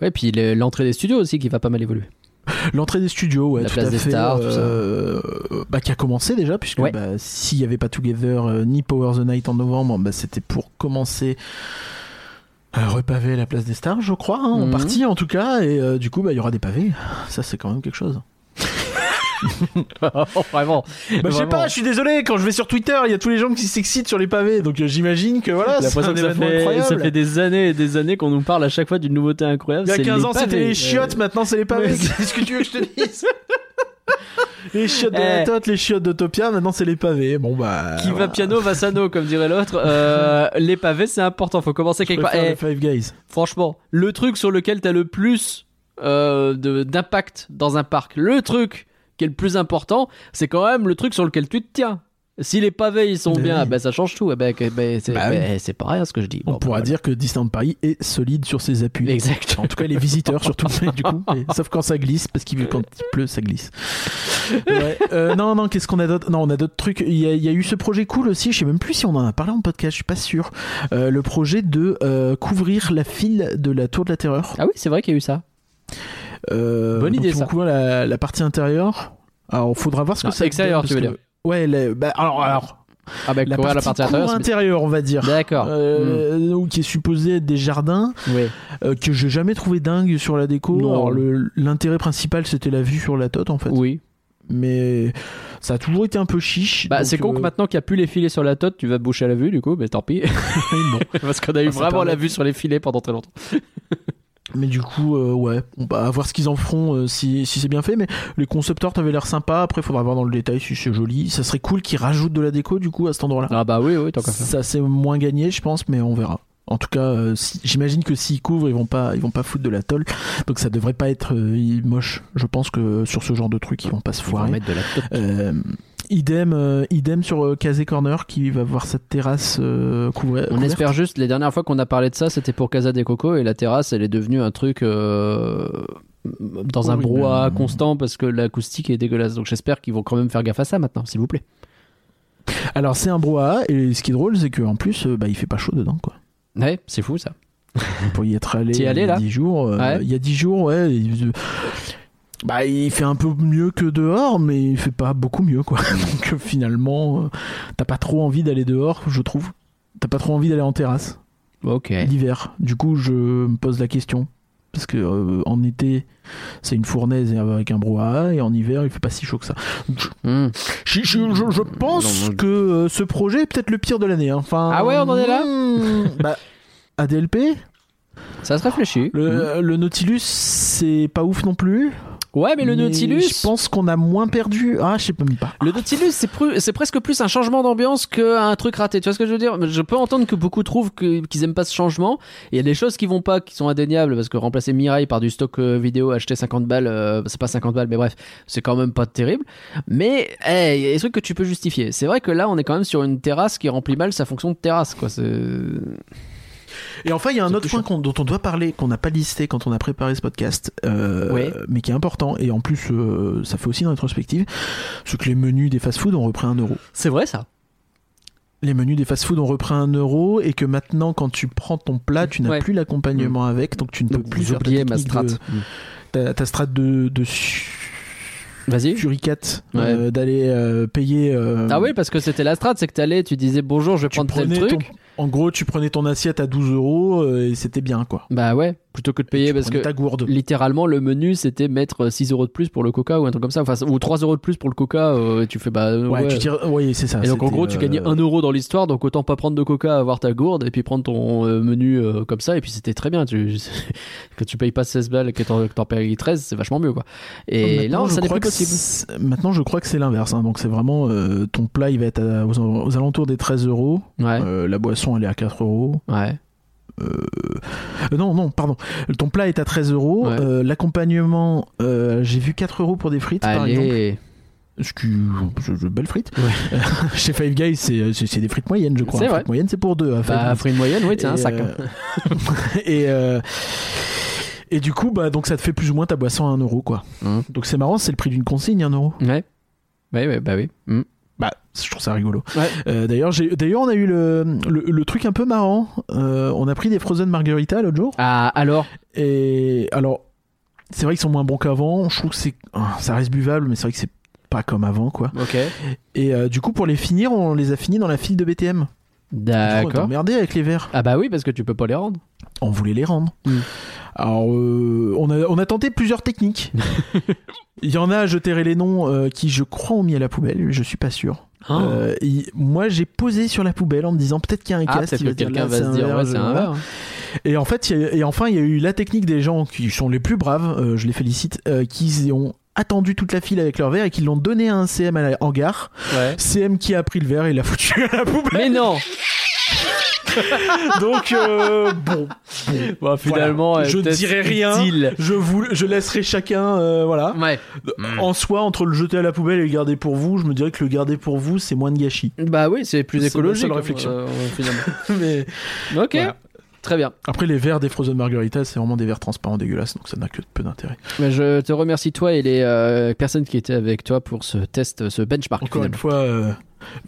Ouais, puis le- l'entrée des studios aussi qui va pas mal *laughs* évoluer. L'entrée des studios, ouais, La tout place à des fait, stars, euh, bah, qui a commencé déjà, puisque Ouais. bah, s'il n'y avait pas Together euh, ni Power the Night en novembre, bah, c'était pour commencer à repaver la place des stars, je crois, hein, en Mhm. partie en tout cas, et euh, du coup, bah, il y aura des pavés. Ça, c'est quand même quelque *laughs* chose. Bah, Vraiment. je sais Vraiment. pas, je suis désolé, quand je vais sur Twitter, il y a tous les gens qui s'excitent sur les pavés, donc euh, j'imagine que voilà, J'ai c'est l'impression un que ça événement fait, incroyable. ça fait des années et des années qu'on nous parle à chaque fois d'une nouveauté incroyable. Il y a c'est 15 les ans, c'était pavés. les chiottes, Euh, maintenant c'est les pavés. Ouais. Qu'est-ce que tu veux que je te dise *laughs* Les chiottes de la Eh. tote, les chiottes d'Autopia, maintenant c'est les pavés. Bon bah. Qui va voilà. piano, va sano, comme dirait l'autre. Euh, les pavés, c'est important, faut commencer Je quelque part. préfère Eh, les Five Guys. franchement, le truc sur lequel t'as le plus euh, de- d'impact dans un parc, le truc qui est le plus important, c'est quand même le truc sur lequel tu te tiens. Si les pavés ils sont Mais bien, oui. ah bah, ça change tout. Eh ben, que- ben, c'est Bah ben, oui. eh, c'est pas rien ce que je dis. On Bon, pourra bah, dire que Disneyland Paris est solide sur ses appuis. voilà. Exact. En tout cas, les visiteurs surtout, mais du coup, mais- sauf quand ça glisse, parce qu'il quand il pleut, ça glisse. Ouais. Euh, non, non, qu'est-ce qu'on a d'autre Non, on a d'autres trucs. Il y, a, il y a eu ce projet cool aussi. Je sais même plus si on en a parlé en podcast. Je suis pas sûr. Euh, le projet de euh, couvrir la file de la Tour de la Terreur. Ah oui, c'est vrai qu'il y a eu ça. Euh, Bonne donc, idée, ils vont ça. couvrir la, la partie intérieure. Alors, faudra voir ce que Non, ça donne, extérieure, parce Ah, tu veux que- dire. Ouais. la- bah, alors, alors, Ah bah, la courir partie, la partie intérieure. cour c'est- intérieure, on va dire. D'accord. Hmm. Euh, ou qui est supposé être des jardins Mm. Oui. euh, que j'ai jamais trouvé dingue sur la déco. Non. Alors, le- l'intérêt principal c'était la vue sur la tote en fait, Oui. mais ça a toujours été un peu chiche. Bah, donc, c'est con que euh, maintenant qu'il n'y a plus les filets sur la tote, tu vas te boucher à la vue, du coup, mais *laughs* tant pis. non. *laughs* Parce qu'on a eu Ah, ça vraiment permet. la vue sur les filets pendant très longtemps. Mais du coup, euh, ouais, on va voir ce qu'ils en feront euh, si, si c'est bien fait. Mais les concept art avaient l'air sympa. Après, faudra voir dans le détail si c'est joli. Ça serait cool qu'ils rajoutent de la déco du coup à cet endroit-là. Ah bah oui, oui, tant qu'à faire. Ça c'est moins gagné, je pense, mais on verra. En tout cas, euh, si- j'imagine que s'ils couvrent, ils vont pas, ils vont pas foutre de la tôle, donc ça devrait pas être euh, moche. Je pense que sur ce genre de truc, ils vont pas se On va foirer. mettre de la tote. Euh, idem, euh, idem sur euh, Casé Corner qui va voir cette terrasse euh, couvrir- On couverte. espère juste, les dernières fois qu'on a parlé de ça, c'était pour Casa des Cocos et la terrasse, elle est devenue un truc euh, dans un Oui, brouhaha mais- constant parce que l'acoustique est dégueulasse. Donc j'espère qu'ils vont quand même faire gaffe à ça maintenant, s'il vous plaît. Alors c'est un brouhaha et ce qui est drôle, c'est que en plus, euh, bah, il fait pas chaud dedans, quoi. Ouais, c'est fou ça. Pour y être allé, T'y es allé, il y a là 10 jours. euh, Ouais. Il y a 10 jours, ouais. il- euh, bah, il fait un peu mieux que dehors, mais il fait pas beaucoup mieux, quoi. *laughs* Donc euh, finalement, euh, t'as pas trop envie d'aller dehors, je trouve. T'as pas trop envie d'aller en terrasse Ok. l'hiver. Du coup, je me pose la question. Parce que euh, en été, c'est une fournaise avec un brouhaha, et en hiver, il fait pas si chaud que ça. Hmm. Je, je- je- je pense Non, non, je- que euh, ce projet est peut-être le pire de l'année. hein. Enfin, Ah ouais, on en est là hmm, bah, ADLP, Ça se réfléchit. Hmm. le, le Nautilus, c'est pas ouf non plus. Ouais, mais le Nautilus. Je pense qu'on a moins perdu. Ah, je sais même pas. Le Nautilus, c'est pru- c'est presque plus un changement d'ambiance qu'un truc raté. Tu vois ce que je veux dire Je peux entendre que beaucoup trouvent que- qu'ils aiment pas ce changement. Et Il y a des choses qui vont pas, qui sont indéniables, parce que remplacer Mirai par du stock euh, vidéo acheté 50 balles, euh, c'est pas 50 balles, mais bref, c'est quand même pas terrible. Mais hey, il y a des trucs que tu peux justifier. C'est vrai que là, on est quand même sur une terrasse qui remplit mal sa fonction de terrasse, quoi. C'est- Et enfin, il y a un C'est autre point plus qu'on- dont on doit parler, qu'on n'a pas listé quand on a préparé ce podcast, euh, Ouais. mais qui est important. Et en plus, euh, ça fait aussi une rétrospective c'est que les menus des fast-food ont repris un euro. C'est vrai ça. Les menus des fast-food ont repris un euro et que maintenant, quand tu prends ton plat, tu n'as Ouais. plus l'accompagnement avec, donc tu ne Donc peux plus vous faire ta oubliez ma technique strat. Hmm. de- ta, ta strat de, de su- Vas-y. suricate, Ouais. euh, d'aller euh, payer. euh, Ah oui, parce que c'était la strat, c'est que t'allais, tu disais bonjour, je vais tu prendre tel prenais truc. ton- en gros, tu prenais ton assiette à 12 euros euh, et c'était bien quoi. Bah ouais, plutôt que de payer Tu parce prenais que ta gourde. littéralement le menu c'était mettre 6 euros de plus pour le coca ou un truc comme ça enfin ou 3 euros de plus pour le coca euh, et tu fais bah euh, Ouais, ouais. tu tires- ouais, c'est ça. et donc en c'était, gros tu euh, gagnais 1 euro dans l'histoire donc autant pas prendre de coca avoir ta gourde et puis prendre ton euh, menu euh, comme ça et puis c'était très bien tu *laughs* que tu payes pas 16 balles et que t'en que t'en payes 13 c'est vachement mieux quoi et Maintenant, là je ça n'est crois plus que possible c'est- Maintenant, je crois que c'est l'inverse. hein. Donc, c'est vraiment euh, ton plat, il va être à- aux, aux alentours des 13 euros. ouais Euh, La boisson, elle est à 4 euros. ouais Euh, non, non, pardon. Ton plat est à 13 euros. Ouais. Euh, L'accompagnement, euh, j'ai vu 4 euros pour des frites, par exemple. allez Ce qui- je- je- belle frite. *laughs* Chez Five Guys, c'est euh, c'est- c'est des frites moyennes, je crois. C'est Une vrai. frite moyenne, c'est pour deux. à Five Bah, Guys. fruit de moyenne, oui, t'as un Et, sac. hein. euh, *laughs* et, euh, et du coup, bah, donc ça te fait plus ou moins ta boisson à 1 euro, quoi. Mhm. Donc c'est marrant, c'est le prix d'une consigne, 1 euro. Ouais. Ouais, ouais, bah oui. Mm. Bah, je trouve ça rigolo. Ouais. Euh, D'ailleurs, j'ai- d'ailleurs, on a eu le, le, le truc un peu marrant. Euh, on a pris des Frozen Margarita l'autre jour. Ah, alors, Et alors, c'est vrai qu'ils sont moins bons qu'avant. Je trouve que c'est, ah, ça reste buvable, mais c'est vrai que c'est pas comme avant, quoi. ok. Et euh, du coup, pour les finir, on les a finis dans la file de BTM. Du coup, on D'accord. emmerdé avec les verres. Ah bah oui, parce que tu peux pas les rendre. On voulait les rendre. Mm. Alors, euh, on, a, on a tenté plusieurs *laughs* techniques. Il y en a, je tairai les noms, euh, qui je crois ont mis à la poubelle, mais je suis pas sûr. Ah. Euh, il- moi, j'ai posé sur la poubelle en me disant peut-être qu'il y a un ah, casque. peut-être qui que va dire, quelqu'un là, va se dire, verre, ouais, je- c'est un voilà. verre. Et en fait, il y a- et enfin, il y a eu la technique des gens qui sont les plus braves, euh, je les félicite, euh, qui ont attendu toute la file avec leur verre et qui l'ont donné à un CM à la- en gare. Ouais. CM qui a pris le verre et l'a foutu à la poubelle. *laughs* Mais non Donc euh, bon, Bon, finalement, Voilà. euh, je ne peut-être dirai rien. utile. Je vous, je laisserai chacun, euh, voilà. Ouais. En soi, entre le jeter à la poubelle et le garder pour vous, je me dirais que le garder pour vous, c'est moins de gâchis. Bah oui, c'est plus C'est ma écologique. seule hein, réflexion. euh, *laughs* finalement. Mais ok. Voilà. Très bien. après, les verres des Frozen Margarita, c'est vraiment des verres transparents dégueulasses, donc ça n'a que peu d'intérêt. Mais je te remercie toi et les euh, personnes qui étaient avec toi pour ce test, ce benchmark. Encore une finalement. fois, euh,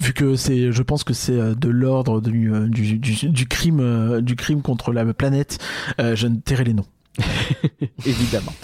vu que c'est, je pense que c'est euh, de l'ordre du, euh, du, du- du crime, euh, du crime contre la planète, euh, je ne tairai les noms. évidemment.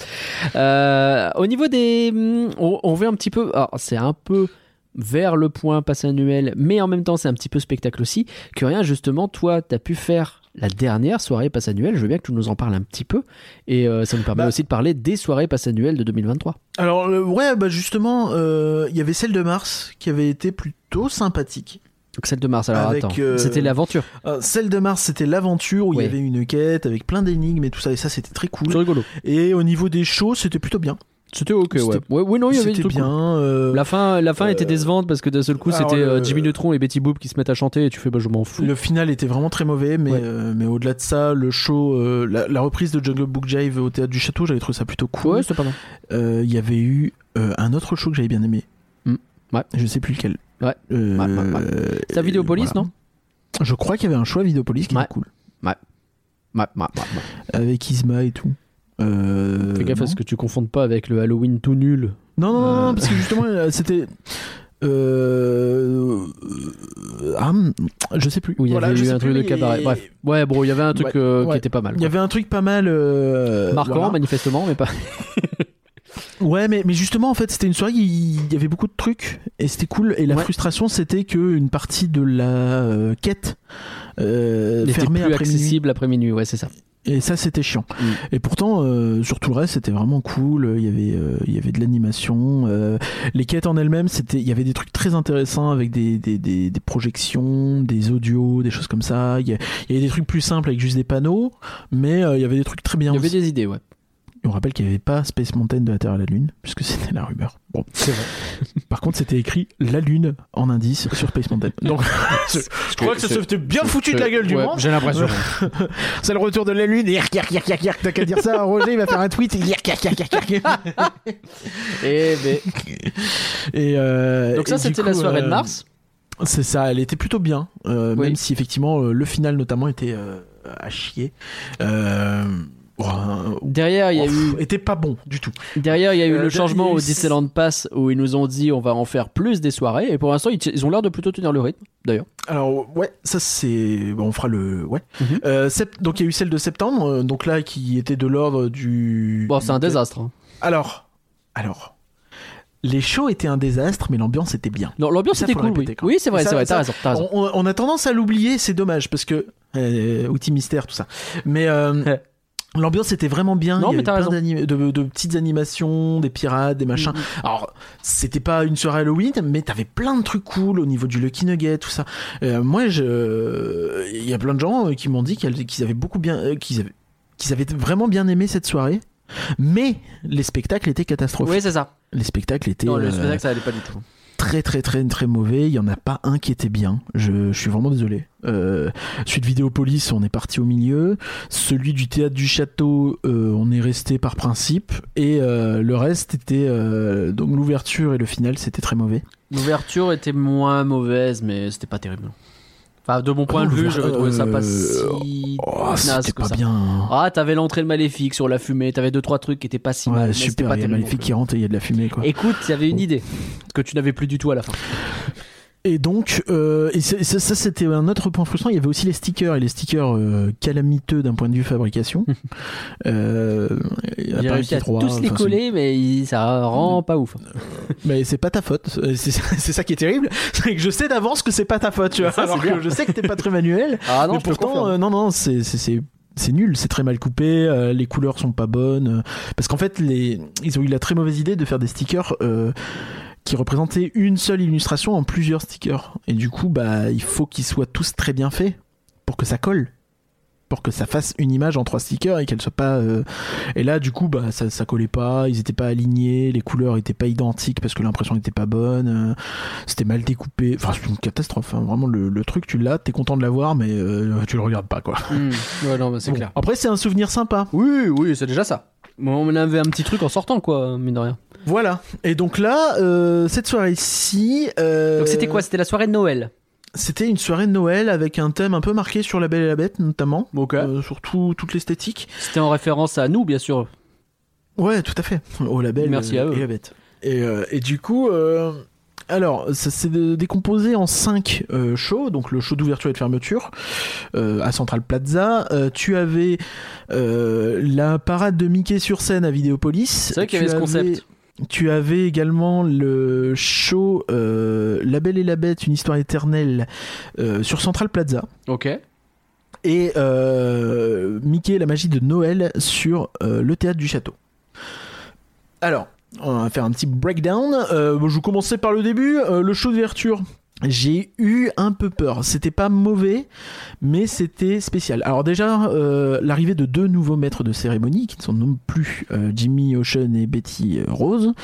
Euh, au niveau des, hum, on, on veut un petit peu, alors, c'est un peu vers le point passe annuel, mais en même temps c'est un petit peu spectacle aussi. Que rien justement, toi, t'as pu faire la dernière soirée passe annuelle. Je veux bien que tu nous en parles un petit peu, et euh, ça nous permet Bah- aussi de parler des soirées passe annuelles de 2023. Alors euh, ouais, bah justement, euh, il y avait celle de mars qui avait été plutôt sympathique. Donc celle de mars. Alors Avec, attends, euh, c'était l'aventure. Euh, celle de mars, c'était l'aventure où il Ouais. y avait une quête avec plein d'énigmes et tout ça, et ça c'était très cool. C'est rigolo. Et au niveau des shows, c'était plutôt bien. C'était ok. Ouais. C'était- ouais. ouais, non, il y avait des C'était trucs bien. cool. euh, La fin, la fin Euh, ah, était décevante parce que d'un seul coup alors, c'était euh, le- Jimmy Neutron et Betty Boop qui se mettent à chanter et tu fais bah je m'en fous. Le final était vraiment très mauvais, mais, Ouais. euh, mais au-delà de ça, le show, euh, la, la reprise de Jungle Book Jive au théâtre du château, j'avais trouvé ça plutôt cool. Ouais, c'était pas mal. Euh, il y avait eu euh, un autre show que j'avais bien aimé. Hmm. Ouais. Je ne sais plus lequel. Ouais. Euh, Ouais, ouais, C'était à Vidéopolis, voilà. non Je crois qu'il y avait un show à Vidéopolis qui Ouais. était cool. Ouais, ouais, ouais, ouais. Avec Isma et tout. Euh, Fais gaffe non. à ce que tu confondes pas avec le Halloween tout nul. Non, non, non, Euh. parce que justement, euh, c'était. Euh... euh, Ah, hum, je sais plus. Où il y Voilà, avait je eu sais un plus, truc de mais- cabaret. Bref. Ouais, bon, il y avait un truc Ouais, euh, qui ouais. était pas mal. Il y quoi. avait un truc pas mal. euh, Marquant, voilà. manifestement, mais pas. Ouais, mais, mais justement, en fait, c'était une soirée, il y avait beaucoup de trucs, et c'était cool. Et la Ouais. frustration, c'était que une partie de la euh, quête euh, n'était fermée plus après minuit. accessible après minuit, ouais, c'est ça. Et ça, c'était chiant. Mm. Et pourtant, euh, sur tout le reste, c'était vraiment cool. Il y avait, euh, il y avait de l'animation. euh, les quêtes en elles-mêmes, c'était, il y avait des trucs très intéressants avec des, des, des, des projections, des audios, des choses comme ça. Il y, a- il y avait des trucs plus simples avec juste des panneaux, mais euh, il y avait des trucs très bien. Il y avait aussi. des idées, ouais. Et On rappelle qu'il n'y avait pas Space Mountain de la Terre à la Lune, puisque c'était la rumeur. Bon. C'est vrai. *laughs* Par contre, c'était écrit la Lune en indice sur Space *laughs* Mountain. Donc, je, je crois que ça se fait bien foutu de la gueule du Ouais, monde. *laughs* J'ai l'impression. C'est le retour de la Lune. Yerk, yerk, yerk, yerk, yerk. T'as qu'à dire ça à Roger, il va faire un tweet. *laughs* Yerk, yerk, yerk, yerk, yerk. Et ben, *laughs* Et, euh, Donc, et ça, du c'était la coup, soirée de euh, mars. C'est ça, elle était plutôt bien. euh, Oui. Même si, effectivement, euh, le final, notamment, était euh, à chier. Euh, ouais, Derrière, Ah, il y a eu pff, était pas bon du tout. Derrière, il y a eu Euh, le derrière, il changement y a eu au six- Disneyland Pass où ils nous ont dit on va en faire plus des soirées et pour l'instant ils, ils ont l'air de plutôt tenir le rythme d'ailleurs. Alors ouais, ça c'est bon, on fera le ouais. Mhm. Euh, sept- Donc il y a eu celle de septembre, euh, donc là qui était de l'ordre du. Bon, c'est un désastre. hein. Alors, alors, les shows étaient un désastre, mais l'ambiance était bien. Non, l'ambiance Ça, était faut cool. le Oui, répéter, quand oui même. c'est vrai, Ça, c'est vrai. T'as ça, raison, t'as raison. On, on- on a tendance à l'oublier, c'est dommage parce que euh, outil mystère tout ça. Mais euh, *laughs* Ouais. L'ambiance était vraiment bien, il y Non, mais avait t'as plein raison. Mm, d'ani- de, de petites animations, des pirates, des machins. Alors, c'était pas une soirée Halloween, mais t'avais plein de trucs cool au niveau du Lucky Nugget, tout ça. Euh, moi, je, il y a plein de gens euh, qui m'ont dit qu'elles- qu'ils avaient beaucoup bien, euh, qu'ils avaient, qu'ils avaient vraiment bien aimé cette soirée, mais les spectacles étaient catastrophiques. Oui, c'est ça. Les spectacles étaient, Non, le euh, spectacle ça allait pas du tout. très très très très mauvais. Il y en a pas un qui était bien. Je, je suis vraiment désolé. Euh, celui de Vidéopolis, on est parti au milieu. Celui du théâtre du château, euh, on est resté par principe. Et euh, le reste était euh, donc l'ouverture et le final, c'était très mauvais. L'ouverture était moins mauvaise, mais c'était pas terrible. Enfin, de mon Oh, point de vue, l'ouver- j'avais trouvé ça pas euh, si Oh, naze c'était que pas ça. bien. Ah, t'avais l'entrée de Maléfique sur la fumée, t'avais deux trois trucs qui étaient pas si mal, ouais, mais c'était super. pas Il y a terrible Maléfique non qui rentre et il y a de la fumée quoi. plus. Écoute, il y avait une idée que tu n'avais plus du tout à la fin. Et donc, euh, et ça, ça- ça, c'était un autre point frustrant. Il y avait aussi les stickers et les stickers euh, calamiteux d'un point de vue *laughs* fabrication. euh, à J'ai part réussi à P3, tous les enfin, c'est- coller, mais il- ça rend pas ouf. Mais c'est pas ta faute. Euh, C'est c'est ça *laughs* qui est terrible. C'est que je sais d'avance que c'est pas ta faute. Tu vois, Ça, c'est alors bien. que je sais que t'es pas très manuel. Ah non, mais je peux pourtant, euh, non, non, c'est c'est- c'est- c'est nul, c'est très mal coupé, euh, les couleurs sont pas bonnes. euh, parce qu'en fait, les, ils ont eu la très mauvaise idée de faire des stickers euh, qui représentaient une seule illustration en plusieurs stickers. Et du coup, bah, il faut qu'ils soient tous très bien faits pour que ça colle. Pour que ça fasse une image en trois stickers et qu'elle soit pas. euh, Et là, du coup, bah, ça, ça collait pas, ils étaient pas alignés, les couleurs étaient pas identiques parce que l'impression n'était pas bonne. euh, c'était mal découpé. Enfin, c'est une catastrophe. hein. Vraiment, le, le truc, tu l'as, t'es content de l'avoir, mais euh, tu le regardes pas, quoi. Hmm. Ouais, non, mais c'est euh, Bon. clair. Après, c'est un souvenir sympa. Oui, oui, c'est déjà ça. Bon, on avait un petit truc en sortant, quoi, mine de rien. Voilà. Et donc là, euh, cette soirée-ci. euh, Donc c'était quoi C'était la soirée de Noël. C'était une soirée de Noël avec un thème un peu marqué sur La Belle et la Bête, notamment. Ok. Euh, surtout toute l'esthétique. C'était en référence à nous, bien sûr. Ouais, tout à fait. Au label Merci à euh, eux. et la bête. Et, euh, et du coup, euh, alors, ça s'est dé- décomposé en cinq euh, shows. Donc, le show d'ouverture et de fermeture euh, à Central Plaza. Euh, tu avais euh, la parade de Mickey sur scène à Vidéopolis. C'est vrai qu'il y avait ce concept. Tu avais également le show euh, La Belle et la Bête, une histoire éternelle euh, sur Central Plaza Ok. *laughs* et euh, Mickey et la magie de Noël sur euh, le théâtre du château. Alors, on va faire un petit breakdown. Euh, bon, je vais commencer par le début, euh, le show d'ouverture. J'ai eu un peu peur. C'était pas mauvais, mais c'était spécial. Alors déjà, euh, l'arrivée de deux nouveaux maîtres de cérémonie, qui ne sont non plus euh, Jimmy Ocean et Betty euh, Rose,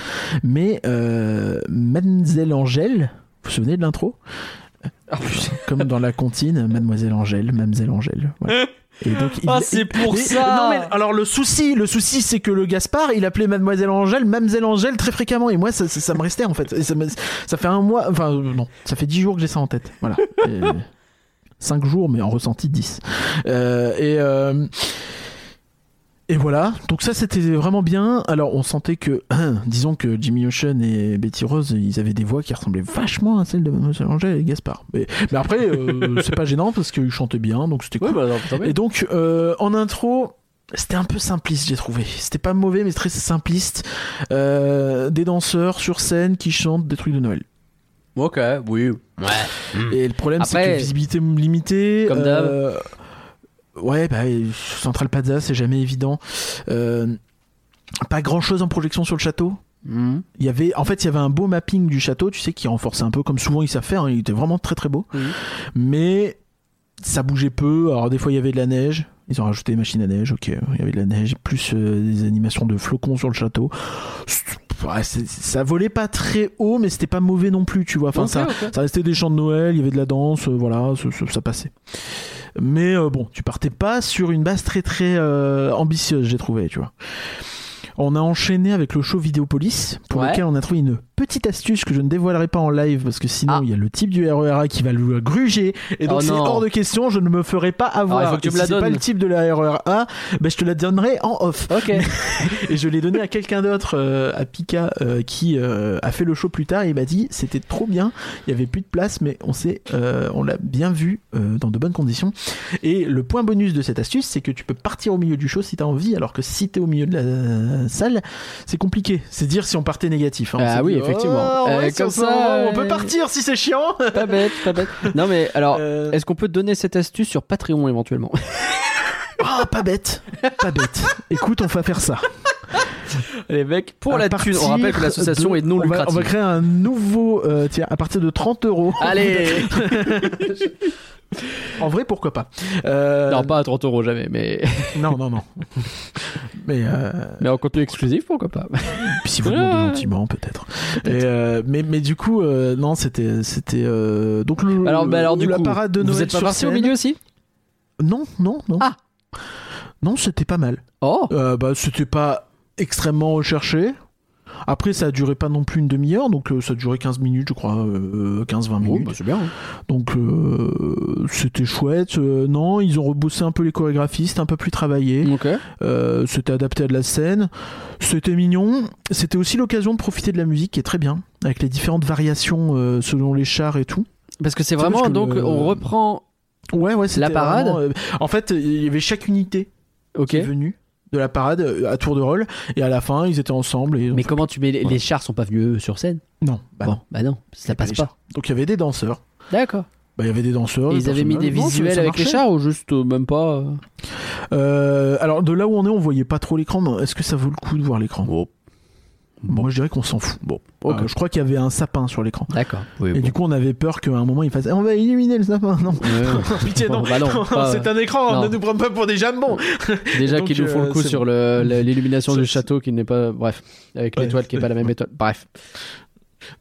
mais euh, Mademoiselle Angèle. Vous vous souvenez de l'intro Comme dans la comptine, Mademoiselle Angèle, Mademoiselle Angèle. *laughs* voilà. Et donc, il- Ah, c'est pour mais- ça Non mais alors le souci, le souci c'est que le Gaspard, il appelait Mademoiselle Angèle, Mademoiselle Angèle très fréquemment et moi ça, ça- ça me restait en fait. Et ça, me- ça fait un mois, enfin euh, non, ça fait dix jours que j'ai ça en tête. Voilà. Et- *laughs* Cinq jours mais en ressenti 10. Euh, et euh, et voilà, donc ça c'était vraiment bien. Alors on sentait que, *clears throat* disons que Jimmy Ocean et Betty Rose, ils avaient des voix qui ressemblaient vachement à celles de Mademoiselle Angèle et Gaspard. Mais, mais après, euh, c'est pas gênant parce qu'ils chantaient bien, donc c'était cool. Ouais, bah, non, tant Et mieux. donc, euh, en intro, c'était un peu simpliste, j'ai trouvé. C'était pas mauvais, mais très simpliste. Euh, des danseurs sur scène qui chantent des trucs de Noël. Ok, oui. Et le problème, c'est Après- que visibilité limitée. Comme euh, Ouais, bah, Central Plaza, c'est jamais évident. Euh, pas grand chose en projection sur le château. Mhm. Il y avait, en fait, il y avait un beau mapping du château, tu sais, qui renforçait un peu, comme souvent ils savent faire. hein, il était vraiment très très beau, Mhm. mais ça bougeait peu. Alors des fois il y avait de la neige. Ils ont rajouté des machines à neige, ok. Il y avait de la neige, plus euh, des animations de flocons sur le château. C'est- ouais, c'est- ça volait pas très haut, mais c'était pas mauvais non plus, tu vois. Enfin, Ok, ça, ok. ça restait des chants de Noël, il y avait de la danse, euh, voilà, ça, ça- ça passait. Mais euh, bon, tu partais pas sur une base très très euh, ambitieuse, j'ai trouvé, tu vois. On a enchaîné avec le show Vidéopolis, pour Ouais. lequel on a trouvé une petite astuce que je ne dévoilerai pas en live, parce que sinon Ah. il y a le type du RERA qui va le gruger, et donc Oh c'est non. hors de question, je ne me ferai pas avoir. Ah, il faut que tu Et me la si c'est pas donnes. le type de la RERA, ben, je te la donnerai en off. Ok. Et je l'ai donné à quelqu'un d'autre, euh, à Pika, euh, qui euh, a fait le show plus tard. Et il m'a dit c'était trop bien, il y avait plus de place, mais on s'est, euh, on l'a bien vu euh, dans de bonnes conditions. Et le point bonus de cette astuce, c'est que tu peux partir au milieu du show si t'as envie, alors que si t'es au milieu de la euh, salle, c'est compliqué. C'est dire si on partait négatif. hein. On Ah s'est oui, dit, effectivement. Oh, en vrai, Euh, si comme on se met ça, au moment où euh, on peut partir si c'est chiant. pas bête, pas bête. Non mais alors, Euh, est-ce qu'on peut donner cette astuce sur Patreon éventuellement Ah, pas bête, pas bête. Écoute, on va faire ça. *laughs* Les mecs, pour À la partir thune, on rappelle que l'association de- est non on va- lucrative. On va créer un nouveau, euh, tiers à partir de 30 euros. *laughs* Allez En vrai, pourquoi pas Euh, Non, pas à 30 euros jamais, mais *laughs* Non, non, non. Mais, euh, Mais en contenu exclusif, pourquoi pas puis si vous demandez Ah. gentiment, peut-être. Et, euh, mais, mais du coup, euh, non, c'était. c'était euh, donc, le, Alors, bah alors du la coup, parade de Noël. vous êtes pas sur parti au scène- milieu aussi Non, non, non. Ah. Non, c'était pas mal. Oh Euh, bah, c'était pas extrêmement recherché. Après, ça a duré pas non plus une demi-heure, donc euh, ça a duré 15 minutes, je crois, euh, 15-20 minutes. Bah, c'est bien. hein. Donc euh, c'était chouette. Euh, non, ils ont rebossé un peu les chorégraphies, c'était un peu plus travaillé. Ok. Euh, c'était adapté à de la scène. C'était mignon. C'était aussi l'occasion de profiter de la musique qui est très bien, avec les différentes variations euh, selon les chars et tout. Parce que c'est Tu sais, vraiment, parce que donc, le- on reprend. Ouais, ouais, c'était La parade vraiment, euh, En fait, il y avait chaque unité Ok. qui est venue de la parade euh, à tour de rôle, et à la fin, ils étaient ensemble. Et Mais comment tu mets. Les, Voilà. les chars sont pas venus eux, sur scène Non, bah Bon, non. bah non, ça passe les pas. chars. Donc il y avait des danseurs. D'accord. Bah, il y avait des danseurs. Et des ils avaient mis des personnages. Non, ça- visuels ça avec les marchait. chars ou juste euh, même pas euh Euh, alors de là où on est, on voyait pas trop l'écran. mais Est-ce que ça vaut le coup de voir l'écran Moi, je dirais qu'on s'en fout. Bon, Ok. je crois qu'il y avait un sapin sur l'écran. D'accord. Oui, Et bon. du coup, on avait peur qu'à un moment, il fasse Eh, On va éliminer le sapin. *laughs* Non, Ouais, ouais. *laughs* pitié, non. Bah non, pas- c'est un écran, non. ne nous prends pas pour des jambons. Déjà Donc, qu'ils nous font le euh, coup c'est sur le- le- l'illumination Ça, du c'est- château qui n'est pas. Bref. Avec Ouais. l'étoile qui n'est pas la même étoile. Bref.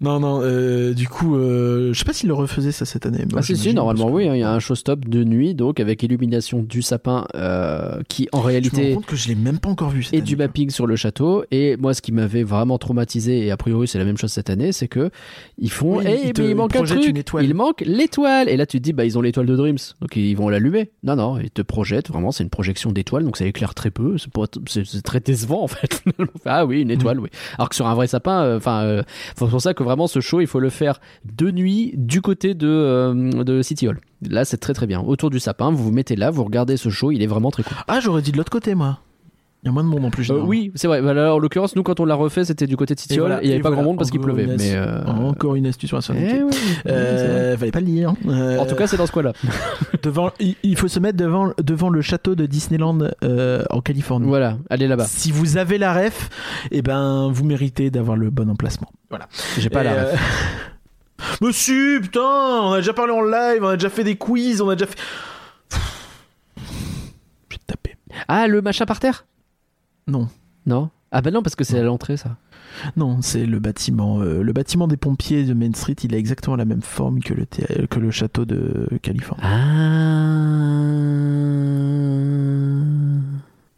Non, non, euh, du coup, euh, je sais pas s'il le refaisait ça cette année. Moi, Ah si, si, j'imagine, normalement parce que oui, hein, il y a un showstop de nuit, donc avec illumination du sapin euh, qui en Je me réalité rends compte que je l'ai même pas encore vu cette et année. du mapping sur le château. Et moi, ce qui m'avait vraiment traumatisé, et a priori c'est la même chose cette année, c'est que ils font, Oui, Eh, ils te- mais il manque ils un projettent une truc, étoile. il manque l'étoile. Et là, tu te dis, bah ils ont l'étoile de Dreams, donc ils vont l'allumer. Non, non, ils te projettent vraiment, c'est une projection d'étoile, donc ça éclaire très peu. C'est pas- c'est- c'est très décevant en fait. *laughs* finalement. ah oui, une Mm. étoile, oui. Alors que sur un vrai sapin, euh, enfin, euh, c'est pour ça que vraiment ce show, il faut le faire de nuit du côté de euh, de City Hall. Là, c'est très très bien. Autour du sapin, vous vous mettez là, vous regardez ce show, il est vraiment très cool. Ah, j'aurais dit de l'autre côté, moi. Il y a moins de monde en plus. Euh, généralement. oui, c'est vrai. Bah, alors, en l'occurrence, nous, quand on l'a refait, c'était du côté de City Et Hall, voilà, et il n'y avait et pas voilà, grand monde parce qu'il encore pleuvait. une Mais, astuce. euh, hein. Encore une astuce sur la eh sonorité. ouais, c'est Euh, fallait pas le dire. vrai. Euh, En tout cas, c'est dans ce coin-là. devant, il il faut se mettre devant, devant le château de Disneyland euh, en Californie. *laughs* voilà, allez là-bas. Si vous avez la ref, eh ben, vous méritez d'avoir le bon emplacement. Voilà. *laughs* J'ai pas la ref. euh, *laughs* Monsieur, putain, on a déjà parlé en live, on a déjà fait des quiz, on a déjà fait. J'ai tapé. Ah, le machin par terre Non, Non. Ah, bah non, parce que c'est à l'entrée, ça. non, c'est le bâtiment, euh, le bâtiment des pompiers de Main Street. Il a exactement la même forme que le thé- euh, que le château de Californie. Ah.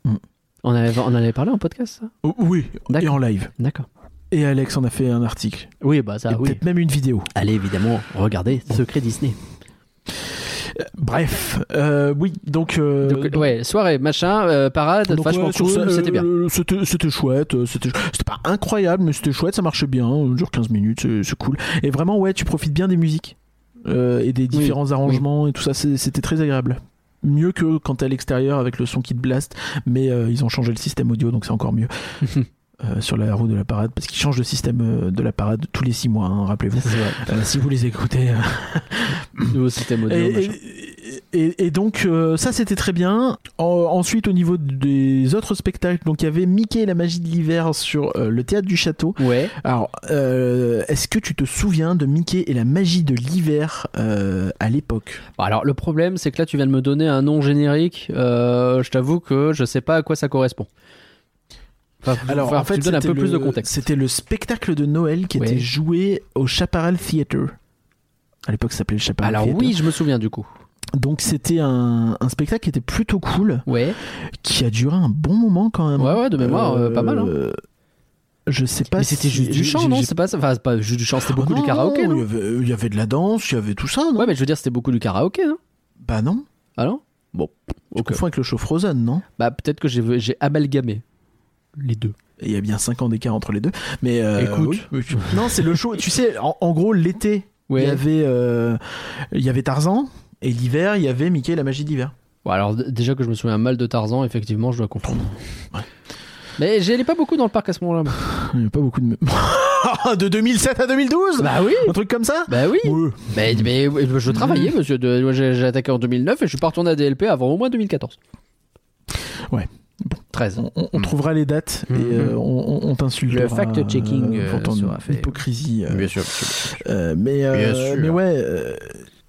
Hmm. On, avait, on en avait parlé en podcast, ça Oh, oui, et D'accord. en live. D'accord. Et Alex en a fait un article, Oui, bah et ça, oui. peut-être même une vidéo. Allez, évidemment, regardez Secret Disney. Bref, euh, oui, donc, euh, Donc, donc- ouais, soirée, machin, euh, parade, donc, vachement ouais, sur cool, ça, euh, c'était bien. C'était c'était chouette, euh, c'était c'était pas incroyable, mais c'était chouette, ça marchait bien, on dure 15 minutes, c'est- c'est cool. Et vraiment, ouais, tu profites bien des musiques euh, et des différents arrangements et tout ça, c'est- c'était très agréable. Mieux que quand t'es à l'extérieur avec le son qui te blaste, mais euh, ils ont changé le système audio, donc c'est encore *laughs* mieux. Euh, sur la roue de la parade, parce qu'ils changent le système euh, de la parade tous les 6 mois, hein, rappelez-vous. Euh, si vous les écoutez, euh, Nouveau système audio, et, euh, machin. et- et- et donc euh, ça c'était très bien. En- ensuite au niveau des autres spectacles, donc il y avait Mickey et la magie de l'hiver sur euh, le théâtre du château. Ouais. Alors euh, est-ce que tu te souviens de Mickey et la magie de l'hiver euh, à l'époque Bon, Bah, Alors le problème, c'est que là, tu viens de me donner un nom générique. Euh, je t'avoue que je sais pas à quoi ça correspond. Enfin, faut- faut- tu me donnes un peu c'était plus de le- contexte. C'était le spectacle de Noël qui Ouais. était joué au Chaparral Theater. À l'époque, ça s'appelait le Chaparral Alors Theater. oui, je me souviens du coup. Donc, c'était un, un spectacle qui était plutôt cool. Ouais. qui a duré un bon moment quand même. Ouais, ouais, de mémoire, euh, pas mal, hein. Euh, Je sais pas. Mais c'était si- juste j'ai- du chant, j'ai- non j'ai- C'est pas ça. Enfin, c'est pas juste du chant, c'était beaucoup Oh non, du karaoké, il y, non avait, il y avait de la danse, il y avait tout ça, non Ouais, mais je veux dire, c'était beaucoup du karaoké, non Bah non. Ah non Bon. Tu Ok. confonds avec le show Frozen, non Bah peut-être que j'ai j'ai amalgamé les deux. Il y a bien 5 ans d'écart entre les deux. Mais euh, Écoute. oui. non, c'est le show. Tu sais, en, en gros, l'été, il y Ouais. avait, euh, il y avait Tarzan. Et l'hiver, il y avait Mickey et la magie *laughs* d'hiver. Bon, alors d- déjà que je me souviens mal de Tarzan, effectivement, je dois confondre. Ouais. Mais j'allais pas beaucoup dans le parc à ce moment-là. moi. Il n'y a pas beaucoup de. de 2007 à 2012 bah oui. Un truc comme ça Bah oui. Ouais. Mais, mais je travaillais, monsieur. de- moi, J'ai j'ai attaqué en 2009 et je suis pas retourné à DLP avant au moins 2014. Ouais. Bon, 13. On, on- on Mm. trouvera les dates et Mm. euh, on, on- on t'insultera. Le fact-checking, euh, euh, pour ton sera fait. hypocrisie. euh, sûr. euh, mais, euh, Bien sûr. mais ouais, euh,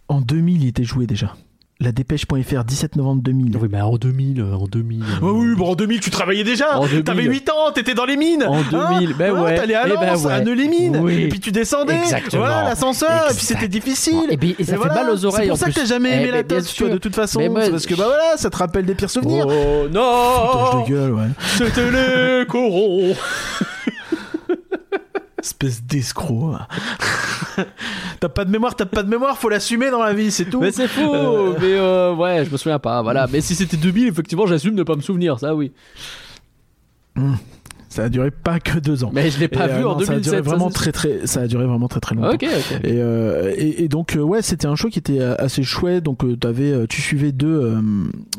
en 2000, il était joué déjà. La dépêche.fr, 17 novembre 2000. Oui, mais en 2000, euh, en 2000. euh, Ah oui, bon, en 2000, tu travaillais déjà. En 2000. T'avais 8 ans, t'étais dans les mines. En Hein 2000, ben Hein, ouais. T'allais à eh Lens, ben ouais. à Neulé-Mines. Oui. Et puis tu descendais. Exactement. Voilà, l'ascenseur. Et puis Exact. c'était difficile. Et, puis, et ça fait voilà, mal aux oreilles. C'est pour en ça que plus. t'as jamais aimé Eh la ben, bien tête, tu vois, sûr. de toute façon. Mais moi, c'est parce que, bah voilà, ça te rappelle des pires souvenirs. Oh Foutage non de gueule, ouais. C'était les corons. Espèce d'escroc. hein. *laughs* T'as pas de mémoire, t'as pas de mémoire, faut l'assumer dans la vie, c'est tout. Mais c'est faux Euh. Mais euh, ouais, je me souviens pas. Voilà. Mais si c'était 2000, effectivement, j'assume ne pas me souvenir. Ça, oui. Ça a duré pas que deux ans. Mais je l'ai pas Et, euh, vu en non, ça a 2007. duré ça, vraiment c'est- très très ça a duré vraiment très très longtemps. Ok, ok. Et, euh, et, et donc euh, ouais c'était un show qui était euh, assez chouette donc euh, t'avais, euh, tu suivais deux euh,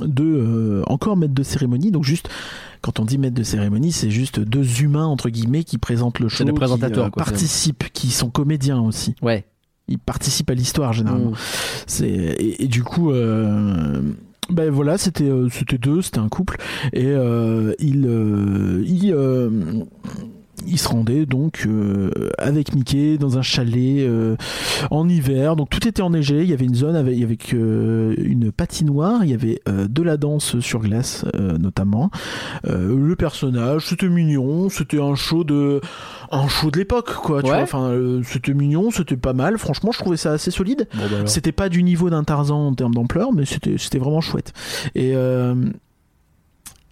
deux euh, encore maîtres de cérémonie donc juste quand on dit maître de cérémonie c'est juste deux humains entre guillemets qui présentent le show des qui, présentateurs, euh, quoi, participent qui sont comédiens aussi Ouais. ils participent à l'histoire généralement Mm. c'est et, et du coup euh, ben voilà c'était euh, c'était deux c'était un couple et euh, il euh, il euh, il se rendait donc euh, avec Mickey dans un chalet euh, en hiver. Donc tout était enneigé. Il y avait une zone avec, avec euh, une patinoire. Il y avait euh, de la danse sur glace euh, notamment. Euh, le personnage, c'était mignon. C'était un show de un show de l'époque quoi. Tu Ouais. vois. Enfin, euh, c'était mignon, c'était pas mal. Franchement, je trouvais ça assez solide. Bon, bah alors. C'était pas du niveau d'un Tarzan en termes d'ampleur, mais c'était c'était vraiment chouette. Et euh,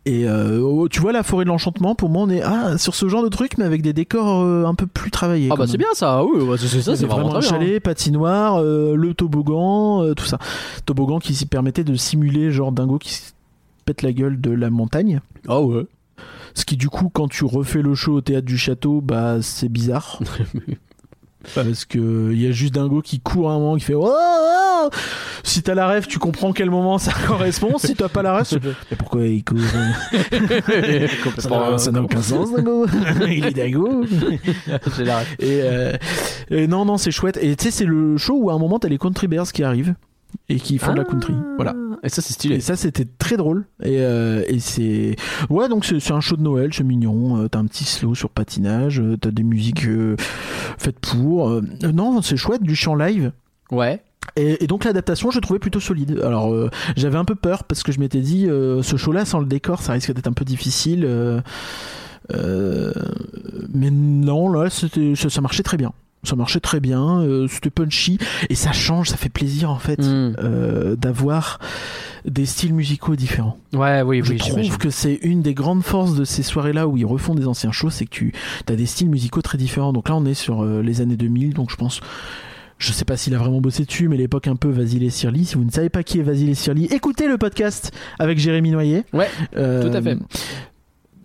et euh, oh, tu vois la forêt de l'enchantement, pour moi on est ah, sur ce genre de truc, mais avec des décors euh, un peu plus travaillés. Ah quand bah même. c'est bien ça. Oui, bah, c'est- c'est Il ça, y c'est avait vraiment, un très bien. hein. chalet, patinoire, euh, le toboggan, euh, tout ça. Toboggan qui s'y permettait de simuler genre dingo qui se pète la gueule de la montagne. Ah ouais. Ce qui du coup quand tu refais le show au théâtre du château, bah c'est *laughs* bizarre. Parce que il y a juste Dingo qui court à un moment qui fait oh, oh Si t'as la ref, tu comprends quel moment ça *laughs* correspond. Si t'as pas la ref, *laughs* tu- mais pourquoi il court hein. Ça n'a- Ça n'a aucun sens, Dingo. il est *laughs* Dingo. *laughs* J'ai la- Et, euh, et non, non, c'est chouette. Et tu sais, c'est le show où à un moment t'as les Country Bears qui arrivent et qui font de la country. Voilà. Et ça c'est Et stylé. ça, c'était très drôle. Et, euh, et c'est. Ouais, donc c'est c'est un show de Noël, c'est mignon. Euh, t'as un petit slow sur patinage, euh, t'as des musiques euh, faites pour. Euh, non, c'est chouette, du chant live. Ouais. Et, et donc l'adaptation, je trouvais plutôt solide. Alors euh, j'avais un peu peur parce que je m'étais dit, euh, ce show-là sans le décor, ça risque d'être un peu difficile. euh, euh, mais non, là, c'était, ça, ça marchait très bien. Ça marchait très bien. euh, c'était punchy et ça change, ça fait plaisir en fait Mm. euh, d'avoir des styles musicaux différents. Ouais, oui, je oui, j'imagine. trouve que c'est une des grandes forces de ces soirées-là où ils refont des anciens shows, c'est que tu as des styles musicaux très différents. Donc là, on est sur euh, les années 2000, donc je pense. Je sais pas s'il a vraiment bossé dessus, mais l'époque un peu Vasile Sirli. Si vous ne savez pas qui est Vasile Sirli, écoutez le podcast avec Jérémy Noyer. Ouais, Euh, tout à fait.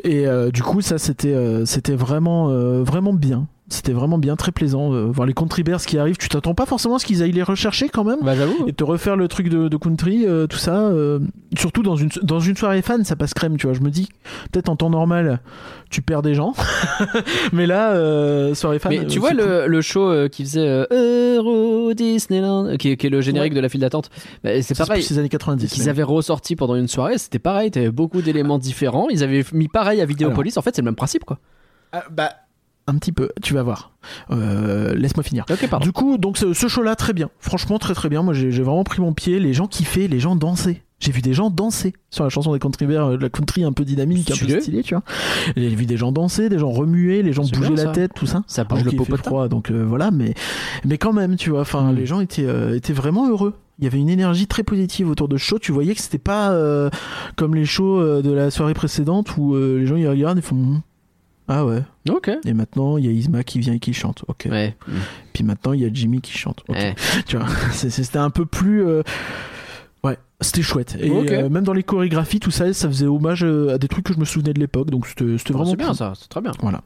Et euh, du coup, ça, c'était euh, c'était vraiment, euh, vraiment bien. C'était vraiment bien, très plaisant. euh, voir les contribers qui arrivent, tu t'attends pas forcément à ce qu'ils aillent les rechercher quand même Bah j'avoue. et te refaire le truc de, de country, euh, tout ça, euh, surtout dans une, dans une soirée fan, ça passe crème, tu vois. Je me dis, peut-être en temps normal, tu perds des gens, *laughs* mais là, euh, soirée fan. Mais tu euh, vois c'est cool. le, le show euh, qui faisait euh, Euro Disneyland, euh, qui, qui est le générique de la file d'attente, bah, c'est Ça, pareil. plus les années 90. Qu'ils mais- avaient ressorti pendant une soirée, c'était pareil, t'avais beaucoup d'éléments différents. Ils avaient mis pareil à Vidéopolis, en fait, c'est le même principe quoi. Ah, bah, Un petit peu, tu vas voir. Euh, Laisse-moi finir. Ok, pardon. Du coup, donc ce, ce show-là, très bien. Franchement, très très bien. Moi, j'ai j'ai vraiment pris mon pied. Les gens kiffaient, les gens dansaient. J'ai vu des gens danser sur la chanson des country Bears, euh, de la country un peu dynamique, un Stylé. peu stylée, tu vois. J'ai vu des gens danser, des gens remuer, les gens C'est bouger bien, la ça. tête, tout ça. Ça Ah, bouge ok, il le fait popotin. froid, donc euh, voilà, mais, mais quand même, tu vois, enfin, Mm. les gens étaient, euh, étaient vraiment heureux. Il y avait une énergie très positive autour de ce show. Tu voyais que c'était pas euh, comme les shows euh, de la soirée précédente où euh, les gens ils regardent et font Hum. Ah ouais. Ok. Et maintenant il y a Isma qui vient et qui chante. Ok. Ouais. Eh. Puis maintenant il y a Jimmy qui chante. Ok. Ouais. Tu vois, *laughs* c'est- c'est- c'était un peu plus. euh, Ouais, c'était chouette. Et Ok. euh, même dans les chorégraphies, tout ça, ça faisait hommage euh, à des trucs que je me souvenais de l'époque. Donc c'était c'était vraiment Oh, C'est bien cool. ça, c'est très bien. Voilà.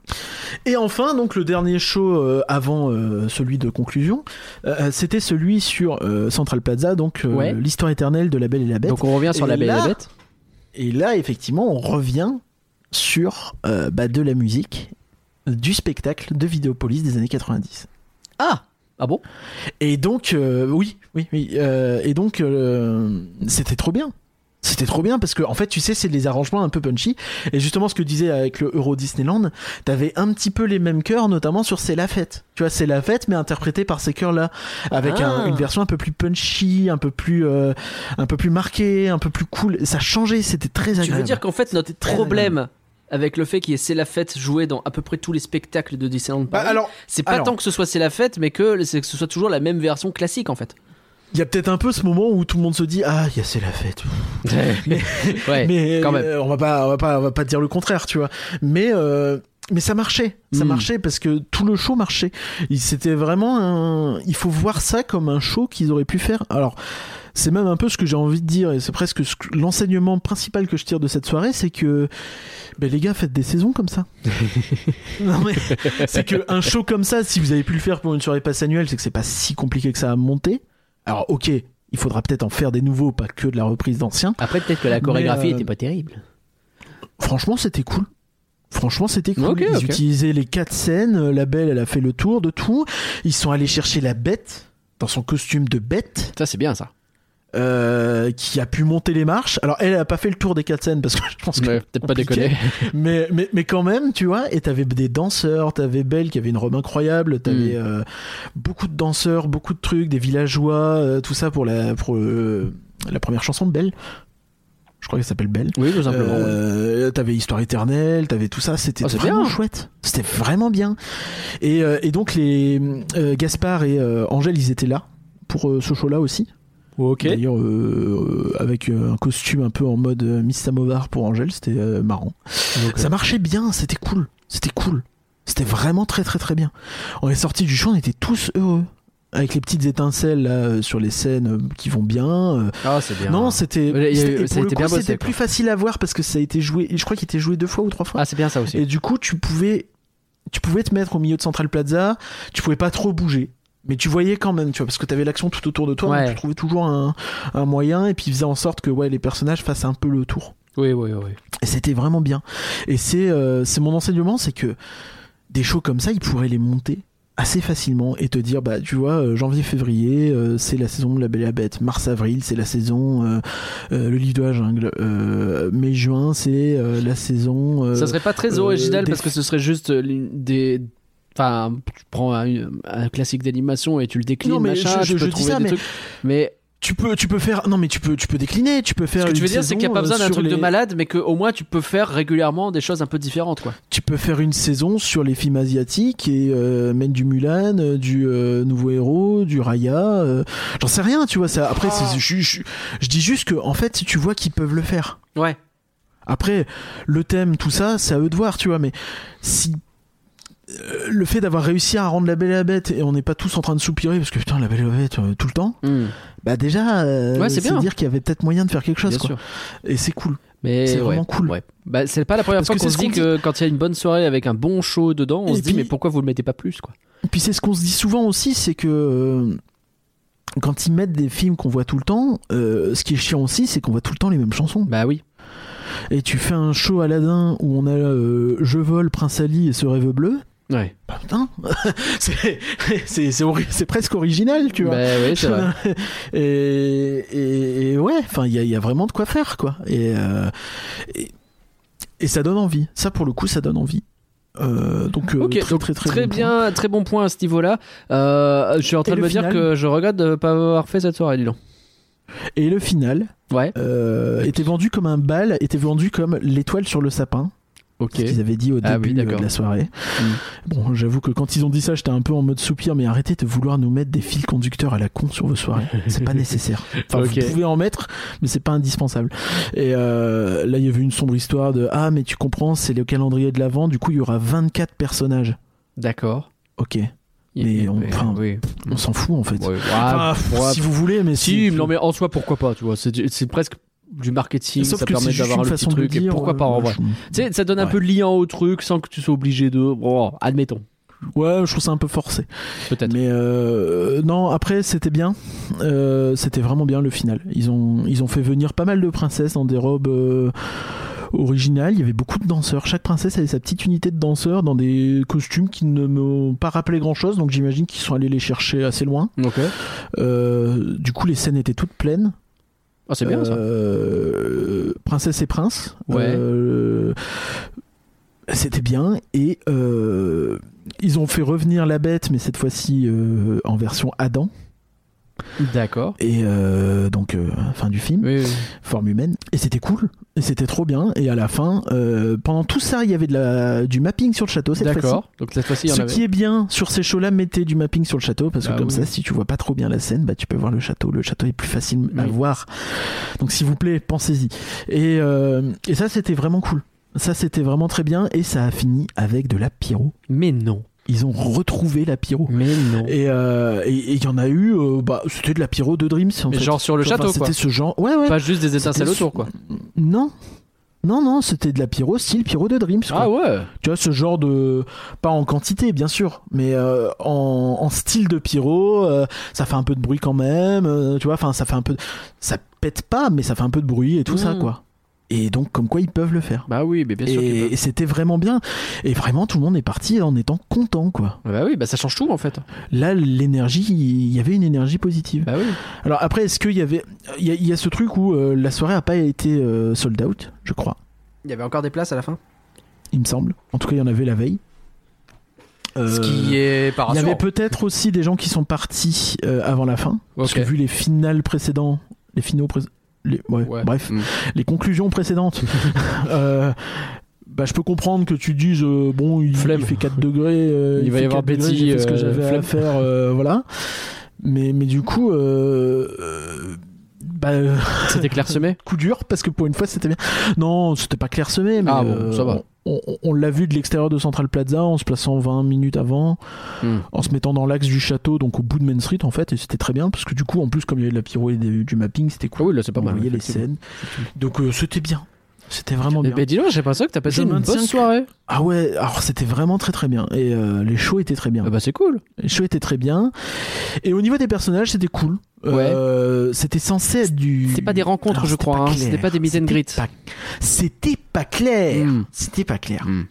Et enfin, donc le dernier show euh, avant euh, celui de conclusion, euh, c'était celui sur euh, Central Plaza, donc euh, Ouais. l'histoire éternelle de La Belle et la Bête. Donc on revient sur Et la Belle et là- la Bête. Et là, effectivement, on revient sur euh, bah, de la musique, du spectacle de Vidéopolis des années 90. Ah Ah bon Et donc, euh, oui, oui, oui. euh, et donc, euh, c'était trop bien. C'était trop bien parce que, en fait, tu sais, c'est des arrangements un peu punchy. Et justement, ce que disait avec le Euro Disneyland, t'avais un petit peu les mêmes chœurs, notamment sur C'est la fête. Tu vois, C'est la fête, mais interprété par ces chœurs-là. Avec Ah. un- une version un peu plus punchy, un peu plus, euh, un peu plus marquée, un peu plus cool. Ça changeait, c'était très agréable. Tu veux dire qu'en fait, notre très problème avec le fait qu'il y ait C'est la fête joué dans à peu près tous les spectacles de Disneyland Bah, Paris, alors, c'est pas alors. tant que ce soit C'est la fête, mais que, c'est que ce soit toujours la même version classique en fait. il y a peut-être un peu ce moment où tout le monde se dit Ah, il y a C'est la fête. *laughs* ouais, mais quand même. euh, on va pas on va pas on va pas dire le contraire tu vois mais euh, mais ça marchait ça Mm. marchait parce que tout le show marchait Il- c'était vraiment un il faut voir ça comme un show qu'ils auraient pu faire alors c'est même un peu ce que j'ai envie de dire et c'est presque ce que- l'enseignement principal que je tire de cette soirée c'est que ben, les gars faites des saisons comme *laughs* ça non mais c'est que un show comme ça si vous avez pu le faire pour une soirée passe annuelle c'est que c'est pas si compliqué que ça à monter alors ok il faudra peut-être en faire des nouveaux pas que de la reprise d'anciens Après, peut-être que la chorégraphie Mais, chorégraphie euh, était était pas terrible. Franchement, c'était cool. Franchement, c'était cool. Ok, ils ok. utilisaient les quatre scènes. euh, La belle, elle a fait le tour de tout. Ils sont allés chercher la bête dans son costume de bête Ça, c'est bien ça. euh, qui a pu monter les marches. Alors, elle, elle a pas fait le tour des quatre scènes parce que *laughs* je pense que Peut-être pas compliqué. déconner. mais, mais, mais quand même, tu vois, et t'avais des danseurs, t'avais Belle qui avait une robe incroyable, t'avais Mm. euh, beaucoup de danseurs, beaucoup de trucs, des villageois, euh, tout ça pour la, pour, euh, la première chanson de Belle. Je crois qu'elle s'appelle Belle. *laughs* Oui, tout simplement. ouais. Euh, T'avais Histoire éternelle, t'avais tout ça, c'était Ah, c'est vraiment bien. chouette. C'était vraiment bien. Et, euh, et donc, les euh, Gaspard et euh, Angèle, ils étaient là pour euh, ce show-là aussi. Bah Ok. D'ailleurs, euh, euh, avec euh, un costume un peu en mode euh, Miss Samovar pour Angèle, c'était euh, marrant. Ça marchait bien, c'était cool. C'était cool. C'était vraiment très très très bien. On est sortis du show, on était tous heureux. Avec les petites étincelles là, euh, sur les scènes euh, qui vont bien. euh, Ah, c'est bien. non, c'était Ouais, il y a eu- c'était- et ça a pour le été bien coup, bossé, c'était quoi. plus facile à voir parce que ça a été joué. Je crois qu'il était joué deux fois ou trois fois. Ah, c'est bien ça aussi. et du coup, tu pouvais, tu pouvais te mettre au milieu de Central Plaza. Tu pouvais pas trop bouger, mais tu voyais quand même, tu vois, parce que t'avais l'action tout autour de toi. Ouais. donc tu trouvais toujours un, un moyen et puis il faisait en sorte que ouais, les personnages fassent un peu le tour. Oui, oui, oui. Et c'était vraiment bien. Et c'est, euh, c'est mon enseignement, c'est que des shows comme ça, ils pourraient les monter assez facilement et te dire bah tu vois euh, janvier février euh, c'est la saison de la belle et la bête mars avril c'est la saison euh, euh, le livre de la jungle euh, mai juin c'est euh, la saison euh, ça serait pas très euh, original des- parce que ce serait juste euh, l'une des. Enfin, tu prends un, un classique d'animation et tu le déclines, Non, mais machin, je- je- tu peux je dis trouver ça, des mais- trucs. Mais tu peux tu peux faire non mais tu peux tu peux décliner tu peux faire ce que tu une veux dire, c'est qu'il n'y a saison, pas besoin euh, d'un sur truc de les- malade, mais qu'au moins tu peux faire régulièrement des choses un peu différentes, quoi. tu peux faire une saison sur les films asiatiques et euh, mettre du Mulan, euh, du euh, Nouveau Héros, du Raya. euh, J'en sais rien, tu vois. Ça. Après, Ah. c'est- je, je- je dis juste que, en fait, tu vois qu'ils peuvent le faire. Ouais. Après, le thème, tout ça, c'est à eux de voir, tu vois. Mais si. euh, Le fait d'avoir réussi à rendre la belle et la bête et on n'est pas tous en train de soupirer parce que putain la belle et la bête euh, tout le temps, Mmh, bah déjà euh, Ouais, c'est c'est bien. dire qu'il y avait peut-être moyen de faire quelque chose Bien quoi. sûr. Et c'est cool. Mais C'est ouais, vraiment cool. ouais. Bah, c'est pas la première Parce fois que qu'on c'est se ce dit qu'on que quand il y a une bonne soirée avec un bon show dedans, on Et se dit puis- mais pourquoi vous le mettez pas plus quoi Puis c'est ce qu'on se dit souvent aussi, c'est que euh, quand ils mettent des films qu'on voit tout le temps, euh, ce qui est chiant aussi, c'est qu'on voit tout le temps les mêmes chansons. Bah oui. Et tu fais un show Aladdin où on a euh, Je vole, Prince Ali et ce rêve bleu. Ouais. Bah putain, *laughs* c'est- c'est c'est ori- c'est presque original, tu vois. Bah oui, c'est vrai. et, et- et ouais, enfin, il y a, il y a vraiment de quoi faire, quoi. Et, euh, et, et ça donne envie. Ça, pour le coup, ça donne envie. Euh, donc, euh, Ok, très, donc très, *laughs* très, bon point. bien, très bon point à ce niveau-là. Euh, je suis en train Et de le me dire final que je regrette de pas avoir fait cette soirée, dis donc. Et le final, Ouais. euh, était vendu comme un bal, était vendu comme l'étoile sur le sapin, Ok. ce qu'ils avaient dit au Ah oui, début euh, d'accord. Hmm. de la soirée. Bon, j'avoue que quand ils ont dit ça, j'étais un peu en mode soupir, mais arrêtez de vouloir nous mettre des fils conducteurs à la con sur vos *laughs* soirées. C'est pas nécessaire. Enfin, Ok. vous pouvez en mettre, mais c'est pas indispensable. Et euh, là, il y avait une sombre histoire de Ah, mais tu comprends, c'est le calendrier de l'avant, du coup, il y aura 24 personnages. D'accord. Ok, Mais on- enfin, oui. on s'en fout en fait. Ouais, ouais. Enfin, Ouais. si vous voulez, mais si. Si, non mais en soi pourquoi pas, tu vois, c'est du- c'est presque du marketing, Sauf ça que c'est permet juste d'avoir une le petit façon de le truc et dire, pourquoi pas en euh, vrai. je- Tu sais, ça donne un Ouais. peu de lien au truc sans que tu sois obligé de. Bon, admettons, Ouais, je trouve ça un peu forcé. peut-être. Mais euh, non, après c'était bien, Euh, c'était vraiment bien le final. Ils ont ils ont fait venir pas mal de princesses dans des robes euh, originales. Il y avait beaucoup de danseurs. Chaque princesse avait sa petite unité de danseurs dans des costumes qui ne m'ont pas rappelé grand chose. Donc j'imagine qu'ils sont allés les chercher assez loin. Ok. Euh, du coup, les scènes étaient toutes pleines. Ah, c'est bien ça. Euh, Princesse et Prince. Ouais. Euh, c'était bien. Et euh, ils ont fait revenir la bête, mais cette fois-ci euh, en version Adam. D'accord. Et euh, donc, euh, fin du film, Oui, oui. forme humaine. Et c'était cool. Et c'était trop bien. Et à la fin, euh, pendant tout ça, il y avait de la, du mapping sur le château cette fois-ci. D'accord. Donc cette fois-ci, il y en Ce avait. qui est bien sur ces shows-là, mettez du mapping sur le château parce que Bah comme oui. ça, si tu vois pas trop bien la scène, bah tu peux voir le château. Le château est plus facile à Bah Oui. voir. Donc s'il vous plaît, pensez-y. Et, euh, et ça, c'était vraiment cool. Ça, c'était vraiment très bien et ça a fini avec de la pyro. Mais non. Ils ont retrouvé la pyro. Mais non. Et euh, et- et il y en a eu, euh, bah, c'était de la pyro de Dreams. En Mais fait. genre sur le Enfin, château, quoi. C'était ce genre. Ouais, ouais. Pas juste des étincelles C'était- autour, quoi. Non. Non, non, c'était de la pyro style pyro de Dreams. quoi. Ah ouais. Tu vois, ce genre de. Pas en quantité, bien sûr, mais euh, en, en style de pyro, euh, ça fait un peu de bruit quand même, euh, tu vois, enfin, ça fait un peu. de- Ça pète pas, mais ça fait un peu de bruit et tout ça, Mm. quoi. Et donc, comme quoi, ils peuvent le faire. Bah oui, mais bien sûr. qu'ils Et, peuvent. et c'était vraiment bien. Et vraiment, tout le monde est parti en étant content, quoi. Bah oui, bah ça change tout en fait. Là, l'énergie, il y avait une énergie positive. Bah oui. Alors, après, est-ce qu'il y avait. Il y, a- il y a ce truc où euh, la soirée a pas été euh, sold out, je crois. Il y avait encore des places à la fin. Il me semble. En tout cas, il y en avait la veille. Ce Euh, qui est par Il y rapport. avait peut-être aussi des gens qui sont partis euh, avant la fin. Parce Ok. que vu les finales précédents, les finaux pré- les- ouais, Ouais. bref, Mm. les conclusions *laughs* précédentes, euh, bah, je peux comprendre que tu dises euh, bon, il, Flemme. il fait 4 degrés, euh, Il va fait y avoir 4 degrés, Betty, j'ai fait ce que euh, j'avais à flemme. faire, euh, voilà. Mais, mais du coup, euh, euh, bah, euh, C'était clairsemé. coup dur parce que pour une fois c'était bien. Non, c'était pas clairsemé, mais Ah bon, euh, ça va. On, on- on l'a vu de l'extérieur de Central Plaza en se plaçant 20 minutes avant, Hmm. en se mettant dans l'axe du château, donc au bout de Main Street en fait, et c'était très bien parce que du coup, en plus, comme il y avait de la pyro et des- du mapping, c'était Ah cool. oui, là c'est pas on mal. voyait les effectivement. scènes. Donc euh, c'était bien. C'était vraiment Mais bien. bah, dis donc, j'ai pas ça que t'as Je passé une maintiens bonne que- soirée. Ah ouais, alors c'était vraiment très très bien. Et euh, les shows étaient très bien. Ah bah c'est cool. Les shows étaient très bien. Et au niveau des personnages, c'était cool. Euh, C'était censé être du. C'était pas des rencontres, Alors, je c'était crois, pas hein. clair. C'était pas des meet and greet. C'était pas- C'était pas clair. Mm. C'était pas clair. Mm.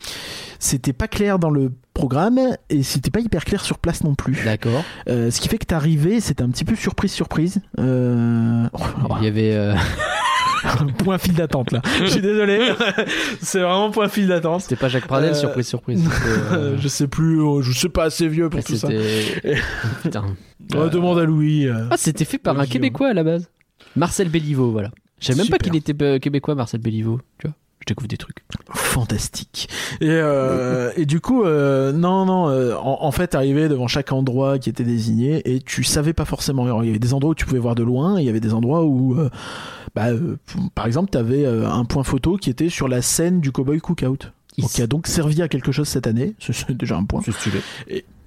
C'était pas clair dans le programme et c'était pas hyper clair sur place non plus. D'accord. Euh, ce qui fait que t'arrivais, c'était un petit peu surprise surprise. Euh... Il y avait. euh, point fil d'attente là. Je suis *laughs* désolé. C'est vraiment point fil d'attente. C'était pas Jacques Pradel, Euh, surprise, *laughs* surprise. C'était, euh, bah, Euh, Je sais plus, euh, je suis pas assez vieux pour tout ça. c'était- *laughs* Putain. Euh, demande à Louis. euh. Ah, c'était fait par Le un vieux. Québécois à la base. Marcel Béliveau, voilà. Je savais même pas Super. qu'il était euh, Québécois, Marcel Béliveau. Tu vois, je découvre des trucs. fantastique. Et, euh, et du coup, euh, non, non, euh, en, en fait, arrivé devant chaque endroit qui était désigné, et tu savais pas forcément. Alors, il y avait des endroits où tu pouvais voir de loin, et il y avait des endroits où, euh, bah, euh, par exemple, tu avais un point photo qui était sur la scène du Cowboy Cookout, Il- qui a donc servi à quelque chose cette année. Ce- C'est déjà un point. C'est stylé.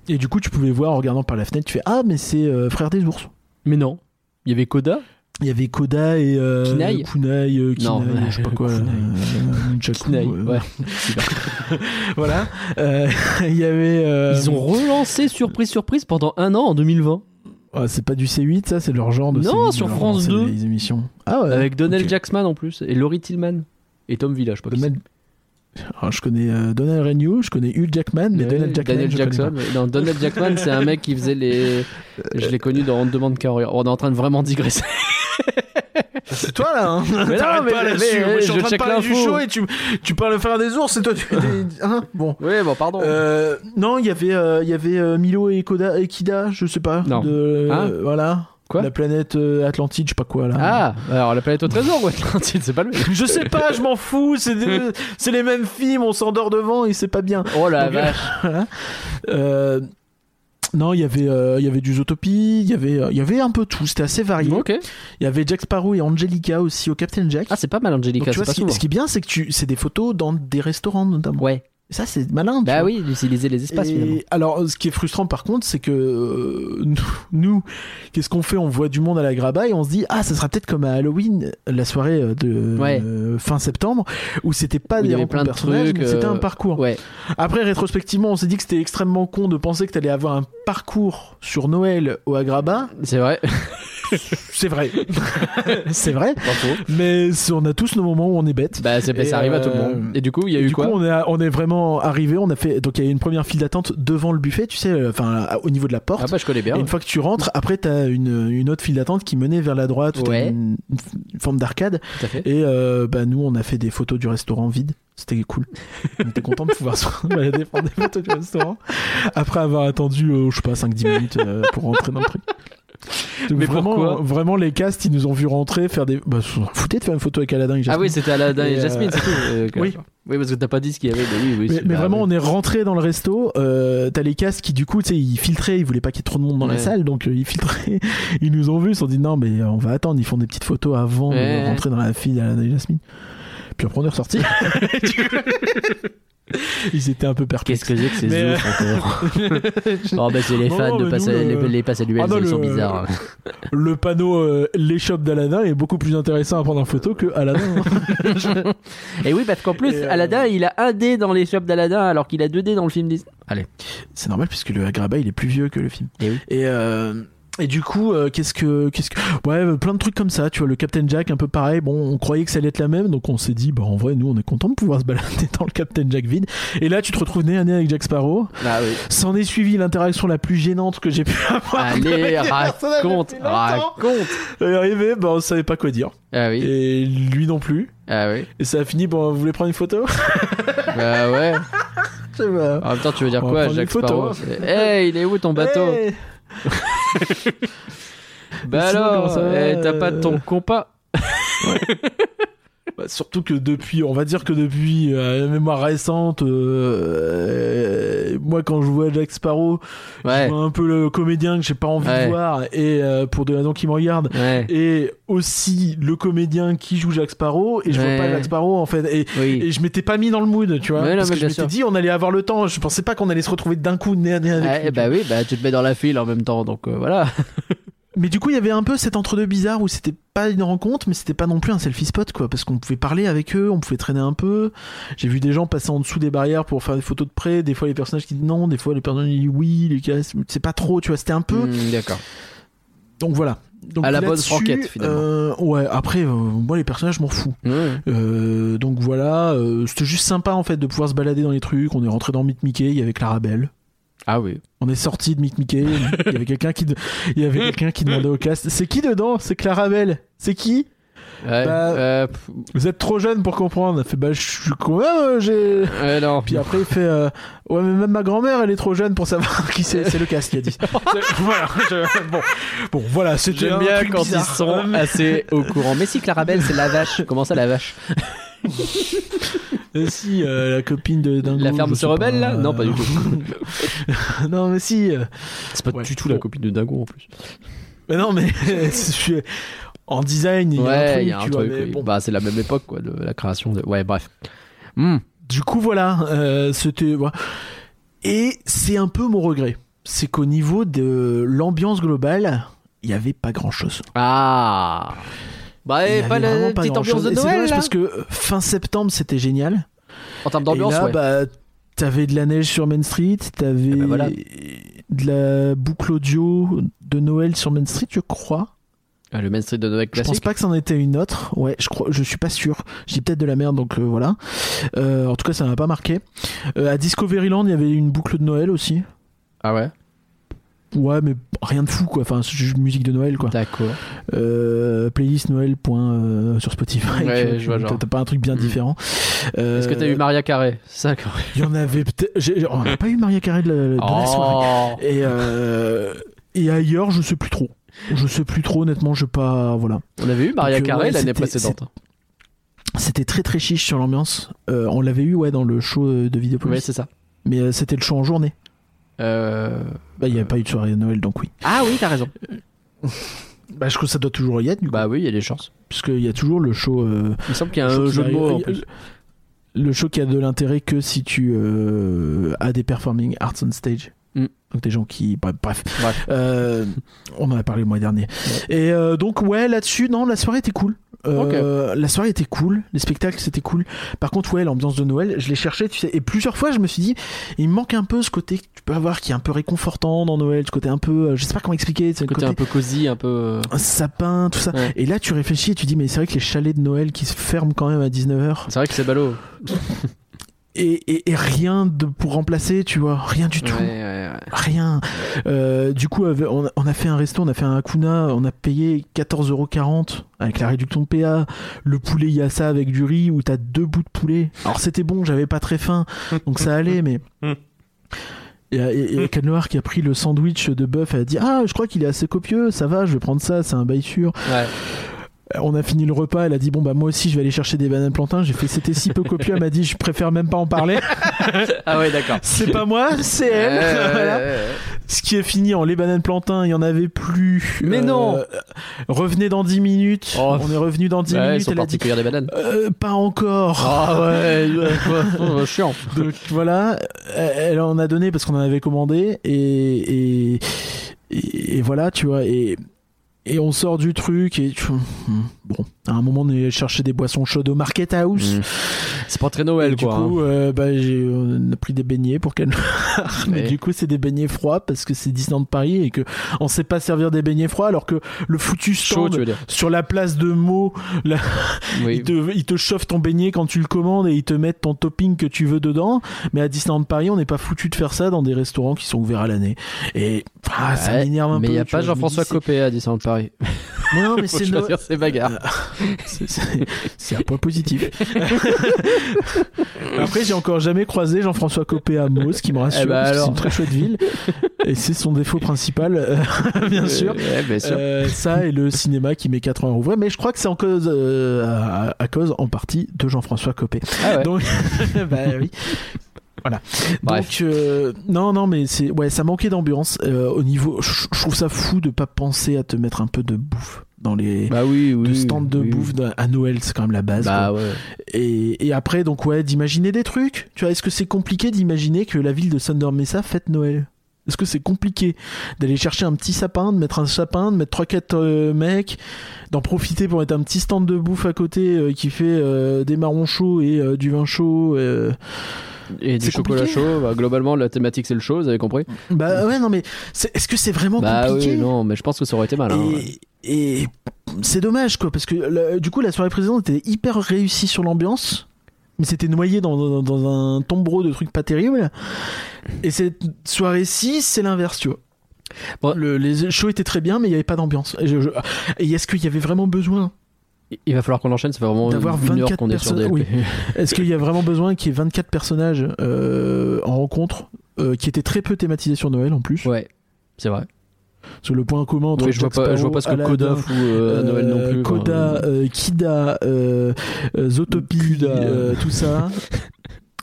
Et du coup, tu pouvais voir en regardant par la fenêtre, tu fais ah, mais c'est euh, Frère des ours. Mais non. Il y avait Coda. Il y avait Koda et euh, Kinaï Kunai, euh, Kinaï, Non, je sais pas quoi, Kunai. euh, Nunchaku, Kinaï, euh, ouais. voilà. Euh, *laughs* il y avait. euh, Ils ont relancé Surprise Surprise pendant un an en 2020 ah, c'est pas du C8, ça, c'est leur genre de. Non, C8, sur alors, France c'est 2. Les émissions. Ah ouais. avec Donald ok. Jacksman en plus et Laurie Tillman et Tom Villa, je sais pas qui Donald- Alors, je connais euh, Donald Renew, je connais Hugh Jackman, mais Ouais, Donald Jackman. je connais Euh, Jackson. ouais. Non, Donald Jackman, c'est un mec qui faisait les. Je l'ai connu dans On demande carrière. On est en train de *laughs* vraiment digresser. pas. C'est toi là, *laughs* hein Mais non, T'arrêtes mais- pas mais- là-dessus. mais- Moi, je suis en je train de check parler du l'info. show et tu, tu parles de faire des ours et toi tu. hein bon. Oui, bon, pardon. Euh, non, il y avait, euh, il y avait euh, Milo et, Koda, et Kida, je sais pas. Non. De, Hein voilà. Quoi La planète euh, Atlantide, je sais pas quoi là. Ah, alors la planète *laughs* au trésor ou Atlantide, c'est pas le même. Je sais pas, je m'en fous. C'est *laughs* des- c'est les mêmes films, on s'endort devant et c'est pas bien. Oh la Donc, euh, vache. Euh, non, il y avait, euh, il y avait du Zootopie, il y avait, euh, il y avait un peu tout. C'était assez varié. Ok. Il y avait Jack Sparrow et Angelica aussi au Captain Jack. Ah, c'est pas mal, Donc, Angelica, tu vois, c'est pas ce qui, souvent. ce qui est bien, c'est que tu, c'est des photos dans des restaurants notamment. Ouais. Ça, c'est malin. tu *laughs* Bah vois. oui, d'utiliser les espaces Et finalement. alors, ce qui est frustrant par contre, c'est que euh, nous, nous, qu'est-ce qu'on fait On voit du monde à la Graba et on se dit ah, ça sera peut-être comme à Halloween, la soirée euh, de Ouais. euh, fin septembre, où c'était pas Où il y des avait rencontres plein de personnages, trucs, mais c'était euh, un parcours. Ouais. Après, rétrospectivement, on s'est dit que c'était extrêmement con de penser que t'allais avoir un parcours sur Noël au Agraba. C'est vrai. c'est vrai. *laughs* c'est vrai. Mais c'est- on a tous nos moments où on est bête. *laughs* Bah, c'est- bah, Et, ça arrive à tout le euh, monde. Et du coup, il y a eu du quoi coup, on est, à- on est vraiment arrivé. On a fait donc il y a eu une première file d'attente devant le buffet, tu sais, euh, enfin à- au niveau de la porte. Ah bah je connais bien. Et une fois que tu rentres, après t'as une, une autre file d'attente qui menait vers la droite, où t'as Ouais. une, une forme d'arcade. Tout à fait. Et euh, bah nous, on a fait des photos du restaurant vide. C'était cool. *laughs* On était content de pouvoir *laughs* se balader prendre des photos du restaurant après avoir attendu, euh, je sais pas, 5-10 minutes euh, pour rentrer dans le truc. Donc Mais vraiment, pourquoi vraiment, les castes, ils nous ont vu rentrer, faire des. Bah, ils s'en foutaient de faire une photo avec Aladdin et Ah oui, Jasmine. c'était Aladdin et, Et, euh, Jasmine, c'est tout. euh, que- oui. *laughs* Oui, parce que t'as pas dit ce qu'il y avait. mais oui, oui, Mais, c'est- mais bah, vraiment, oui. on est rentré dans le resto. euh, T'as les castes qui, du coup, tu sais, ils filtraient. Ils voulaient pas qu'il y ait trop de monde dans Ouais. la salle, donc euh, ils filtraient. *laughs* Ils nous ont vus. Ils se sont dit non, mais euh, on va attendre. Ils font des petites photos avant Ouais. de rentrer dans la file à la Jasmine. Puis après, on est *laughs* ressorti. ils étaient un peu perplexe. Qu'est-ce que c'est que ces Mais, euh, ouf encore *laughs* Oh bah c'est les Non, fans non, de mais passer, nous, le- les, les passes annuelles, Ah non, ils sont le- bizarres. Le panneau euh, l'échoppe d'Aladin est beaucoup plus intéressant à prendre en photo que hein. Aladin. Et oui, parce qu'en plus, Et, euh, Aladdin, il a un dé dans les shops d'Aladdin, alors qu'il a deux dés dans le film Disney. Allez. C'est normal puisque le Agrabah il est plus vieux que le film. Et oui. Et, euh, et du coup, euh, qu'est-ce que, qu'est-ce que, ouais, euh, plein de trucs comme ça. Tu vois, le Captain Jack un peu pareil. Bon, on croyait que ça allait être la même, donc on s'est dit, bah en vrai, nous, on est content de pouvoir se balader *laughs* dans le Captain Jack vide. Et là, tu te retrouves nez à nez avec Jack Sparrow. Ah oui. S'en est suivi l'interaction la plus gênante que j'ai pu *laughs* avoir. Allez, avec les personnages raconte, depuis longtemps. raconte. Et arrivé, bah on savait pas quoi dire. Ah oui, Et lui non plus. ah oui, Et ça a fini, bon, vous voulez prendre une photo bah ouais. Je sais pas. En même temps, tu veux dire On va quoi, prendre Jacques une photo, Sparrow hein. C'est- Hey, il est où ton bateau Hey Bah Sinon, alors, comment ça va, eh, t'as pas ton euh compas Bah, surtout que depuis, on va dire que depuis euh, la mémoire récente, euh, euh, moi quand je vois Jack Sparrow, Ouais, je vois un peu le comédien que j'ai pas envie Ouais. de voir et euh, pour des raisons qui me regardent. ouais, Et aussi le comédien qui joue Jack Sparrow et je Ouais. vois pas Jack Sparrow en fait. Et, oui. et je m'étais pas mis dans le mood, tu vois, Ouais, non, parce mais que je bien m'étais sûr. dit on allait avoir le temps. Je pensais pas qu'on allait se retrouver d'un coup nez à nez avec. Ah, lui, eh tu bah oui, bah tu te mets dans la file en même temps, donc euh, voilà. Mais du coup, il y avait un peu cet entre-deux bizarre où c'était pas une rencontre, mais c'était pas non plus un selfie spot, quoi, parce qu'on pouvait parler avec eux, on pouvait traîner un peu. J'ai vu des gens passer en dessous des barrières pour faire des photos de près, des fois les personnages qui disent non, des fois les personnages qui disent oui, les gars, c'est pas trop, tu vois, c'était un peu. Hmm, D'accord. Donc voilà. Donc À la bonne là-dessus, franquette, finalement. euh, ouais, après, euh, moi les personnages, je m'en fous. Ouais. Euh, donc voilà, euh, c'était juste sympa en fait de pouvoir se balader dans les trucs. On est rentré dans Meet Mickey, il y avait Clarabelle. Ah oui. On est sorti de Mick Mickey. Il y avait quelqu'un qui, de- il y avait quelqu'un qui demandait au cast C'est qui dedans C'est Clarabelle. C'est qui Ouais, Bah, euh, pff, Vous êtes trop jeune pour comprendre. Elle fait Bah, je suis quand même. euh, j'ai. euh, non. Puis après, il fait euh, Ouais, mais même ma grand-mère, elle est trop jeune pour savoir *laughs* qui c'est. C'est le cast qui a *laughs* dit. C'est- voilà. je- Bon. bon, voilà, c'était J'aime un bien truc quand bizarre. ils sont assez au courant. Mais si Clarabelle, c'est la *laughs* vache. Comment ça, la vache Euh, si, euh, la copine de Dingo, La ferme je se sais rebelle, là euh, Non, pas du *laughs* tout. non, mais si. euh, C'est pas Ouais. du tout la copine de Dingo en plus. Mais non, mais. *laughs* je suis- En design, il y a un Ouais, truc. il y a un tu vois, truc. mais oui. bon. Bah, c'est la même époque, quoi, de la création de. Ouais, bref. Hmm. Du coup, voilà, euh, c'était. voilà. Et c'est un peu mon regret. C'est qu'au niveau de l'ambiance globale, il n'y avait pas grand chose. Ah. Bah, et pas la petite ambiance de Et c'est Noël dommage là parce que euh, fin septembre, c'était génial. En termes d'ambiance, Et là, ouais. bah, t'avais de la neige sur Main Street, t'avais Ah bah voilà. de la boucle audio de Noël sur Main Street, je crois. Ah, le mainstream de Noël Je pense classique. pas que c'en était une autre. Ouais, je crois, je suis pas sûr. Je dis peut-être de la merde, donc euh, voilà. Euh, en tout cas, ça m'a pas marqué. Euh, à Discoveryland, il y avait une boucle de Noël aussi. Ah ouais. Ouais, mais rien de fou quoi. Enfin, c'est juste musique de Noël quoi. D'accord. Euh, playlist Noël. point, euh, sur Spotify. tu Ouais, vois, je vois, t'as- genre. T'as pas un truc bien Mm. différent. Euh, Est-ce que t'as eu Maria Carré C'est ça. quand- Il y en avait peut-être. j'ai- j'ai- On n'a pas eu Maria Carré de la, de la soirée. Oh. Et, euh, et ailleurs, je sais plus trop. Je sais plus trop, honnêtement, je pas. Voilà. On avait eu Maria Donc, euh, Carré ouais, l'année c'était- précédente. C'était très très chiche sur l'ambiance. Euh, on l'avait eu ouais dans le show de Vidéopolis. Ouais, c'est ça. Mais euh, c'était le show en journée. Euh, Bah, il n'y avait pas eu de soirée de Noël, donc oui. Ah oui, t'as raison. Bah, je trouve que ça doit toujours y être, du coup. Bah oui, il y a des chances. Parce qu'il y a toujours le show. euh, Il me semble qu'il y a Le un show jeu de qui mots en arrive- plus. Le show qui a de l'intérêt que si tu euh, as des performing arts on stage. Mm. Donc des gens qui bref, bref. Bref. Euh, on en a parlé le mois dernier et euh, donc ouais là-dessus non la soirée était cool Euh, la soirée était cool les spectacles c'était cool par contre ouais l'ambiance de Noël je l'ai cherché tu sais et plusieurs fois je me suis dit il me manque un peu ce côté que tu peux avoir qui est un peu réconfortant dans Noël ce côté un peu euh, je sais pas comment expliquer ce côté, un peu cosy, un peu. euh, un sapin tout ça Ouais. et là tu réfléchis et tu dis mais c'est vrai que les chalets de Noël qui se ferment quand même à 19h C'est vrai que *laughs* c'est ballot. et, et- et rien de pour remplacer tu vois rien du tout Ouais, ouais, ouais. Rien. Euh, du coup, ave- on a- on a fait un resto, on a fait un hakuna, on a payé 14,40€ avec la réduction de PA. Le poulet yassa avec du riz où t'as deux bouts de poulet. Alors c'était bon, j'avais pas très faim, donc ça allait, *laughs* mais. Il y a- il y a Ken Loar qui a pris le sandwich de bœuf et a dit Ah, je crois qu'il est assez copieux, ça va, je vais prendre ça, c'est un bail sûr. Ouais. Euh, On a fini le repas, elle a dit Bon, bah moi aussi, je vais aller chercher des bananes plantains. J'ai fait C'était si peu copieux, elle m'a dit Je préfère même pas en *laughs* parler. Ah ouais, *laughs* d'accord. c'est pas moi, c'est elle. Euh, *laughs* Voilà. euh, Ce qui est fini en les bananes plantains, il y en avait plus. euh, Mais non. Revenez dans 10 minutes. Oh. On est revenu dans 10 ouais, ils minutes. sont Elle a dit partis cueillir des bananes. euh, pas encore. Ah *laughs* ouais, chiant. Donc *laughs* voilà, Euh, elle en a donné parce qu'on en avait commandé et et, et- et voilà, tu vois et et on sort du truc et tu- bon, à un moment on est allé chercher des boissons chaudes au Market House. C'est pas très Noël, Mm. Et du quoi. hein. coup, euh, bah, j'ai- on a pris des beignets pour qu'elle. Mais *laughs* Ouais. du coup, c'est des beignets froids parce que c'est Disneyland Paris et que on sait pas servir des beignets froids alors que le foutu Chaud, stand tu veux dire. sur la place de Meaux, là, Oui. il, te, il te chauffe ton beignet quand tu le commandes et ils te mettent ton topping que tu veux dedans. Mais à Disneyland Paris, on n'est pas foutu de faire ça dans des restaurants qui sont ouverts à l'année. Et ah, ça Ouais, m'énerve un mais peu. il n'y a tu pas vois, je me Jean-François dis, Copé à Disneyland Paris. *laughs* c'est- Non, mais Faut c'est Noël. choisir ses bagarres. C'est- c'est- C'est un point positif. *laughs* Après, j'ai encore jamais croisé Jean-François Copé à Meaux, ce qui me rassure. Eh ben parce que C'est alors. une très chouette ville. Et c'est son défaut principal, euh, *laughs* bien sûr. Euh, ouais, bien sûr. Euh, ça et le cinéma qui met 80 euros. Ouais, mais je crois que c'est en cause, euh, à, à cause en partie de Jean-François Copé. Ah ouais. Donc, *laughs* bah oui. Voilà. Donc, Bref. euh, non, non, mais c'est, ouais, ça manquait d'ambiance. euh, au niveau, je je trouve ça fou de pas penser à te mettre un peu de bouffe dans les, bah oui, oui. de stand de oui. bouffe d'un- à Noël, c'est quand même la base. Bah quoi. ouais. Et, et après, donc ouais, d'imaginer des trucs. Tu vois, est-ce que c'est compliqué d'imaginer que la ville de Thunder Mesa fête Noël Est-ce que c'est compliqué d'aller chercher un petit sapin, de mettre un sapin, de mettre trois quatre euh, mecs, d'en profiter pour mettre un petit stand de bouffe à côté euh, qui fait euh, des marrons chauds et euh, du vin chaud euh, Et du C'est chocolat compliqué. chaud. bah, globalement, la thématique, c'est le chaud, vous avez compris Bah ouais, non mais c'est- est-ce que c'est vraiment Bah compliqué oui, non, mais je pense que ça aurait été mal. hein. Et, et c'est dommage, quoi, parce que le- du coup, la soirée précédente était hyper réussie sur l'ambiance, mais c'était noyé dans, dans- dans un tombereau de trucs pas terribles. Et cette soirée-ci, c'est l'inverse, tu vois. Bon. Le, les shows étaient très bien, mais il n'y avait pas d'ambiance. Et, je- je- et est-ce qu'il y avait vraiment besoin Il va falloir qu'on enchaîne, ça fait vraiment D'avoir une heure 24 qu'on est sur DLP. personnes, Est-ce qu'il y a vraiment besoin qu'il y ait 24 personnages euh, en rencontre euh, qui étaient très peu thématisés sur Noël en plus *laughs* ouais, c'est vrai. Sur le point commun entre Oui, je, vois Jack pas, je vois Sparrow, pas ce que Aladdin, Coda fout euh, à Noël non Euh, plus. enfin, Coda, euh, euh, Kida, euh, euh, Zootopie, Kuda. euh, tout *laughs* ça.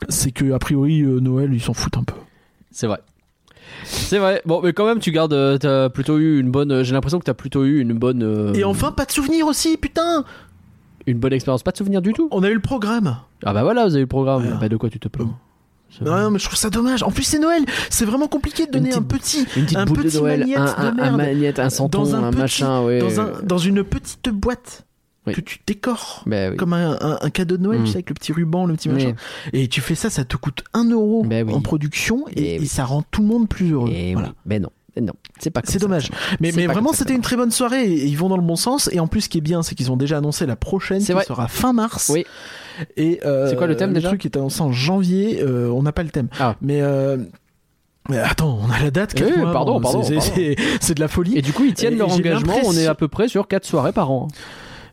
C'est que a priori euh, Noël ils s'en foutent un peu. C'est vrai. C'est vrai. Bon, mais quand même, tu gardes. euh, T'as plutôt eu une bonne. euh, J'ai l'impression que t'as plutôt eu une bonne. euh, Et enfin pas de souvenirs aussi putain. Une bonne expérience. Pas de souvenir du tout. On a eu le programme. Ah bah voilà, vous avez le programme. Voilà. Bah de quoi tu te plains C'est Non, vrai. non, mais je trouve ça dommage. En plus c'est Noël. C'est vraiment compliqué de Une donner un petit Une petite un boule petit de Noël, magnette un, de un, un merde. magnette, un Dans santon, un un, petit- machin, ouais. dans un dans une petite boîte Oui. que tu décores. Bah oui. Comme un, un- un cadeau de Noël, Mm. tu sais, avec le petit ruban, le petit Mais- machin. Et tu fais ça, ça te coûte 1 euro Ben oui. en production et, Eh et oui. ça rend tout le monde plus heureux. Eh oui. Voilà. Mais non, mais non, c'est pas. comme C'est ça. dommage. Mais, C'est mais pas vraiment, comme ça. c'était une très bonne soirée et ils vont dans le bon sens. Et en plus, ce qui est bien, c'est qu'ils ont déjà annoncé la prochaine C'est qui vrai. sera fin mars. Oui. Et euh, C'est quoi le thème déjà Le truc est annoncé en janvier. euh, on n'a pas le thème. Ah. Mais, euh, mais attends, on a la date. quatre Oui, mois pardon, avant. pardon, C'est- pardon. C'est c'est de la folie. Et du coup, ils tiennent Et leur Euh, j'ai engagement. On est l'impression- à peu près sur 4 soirées par an. hein.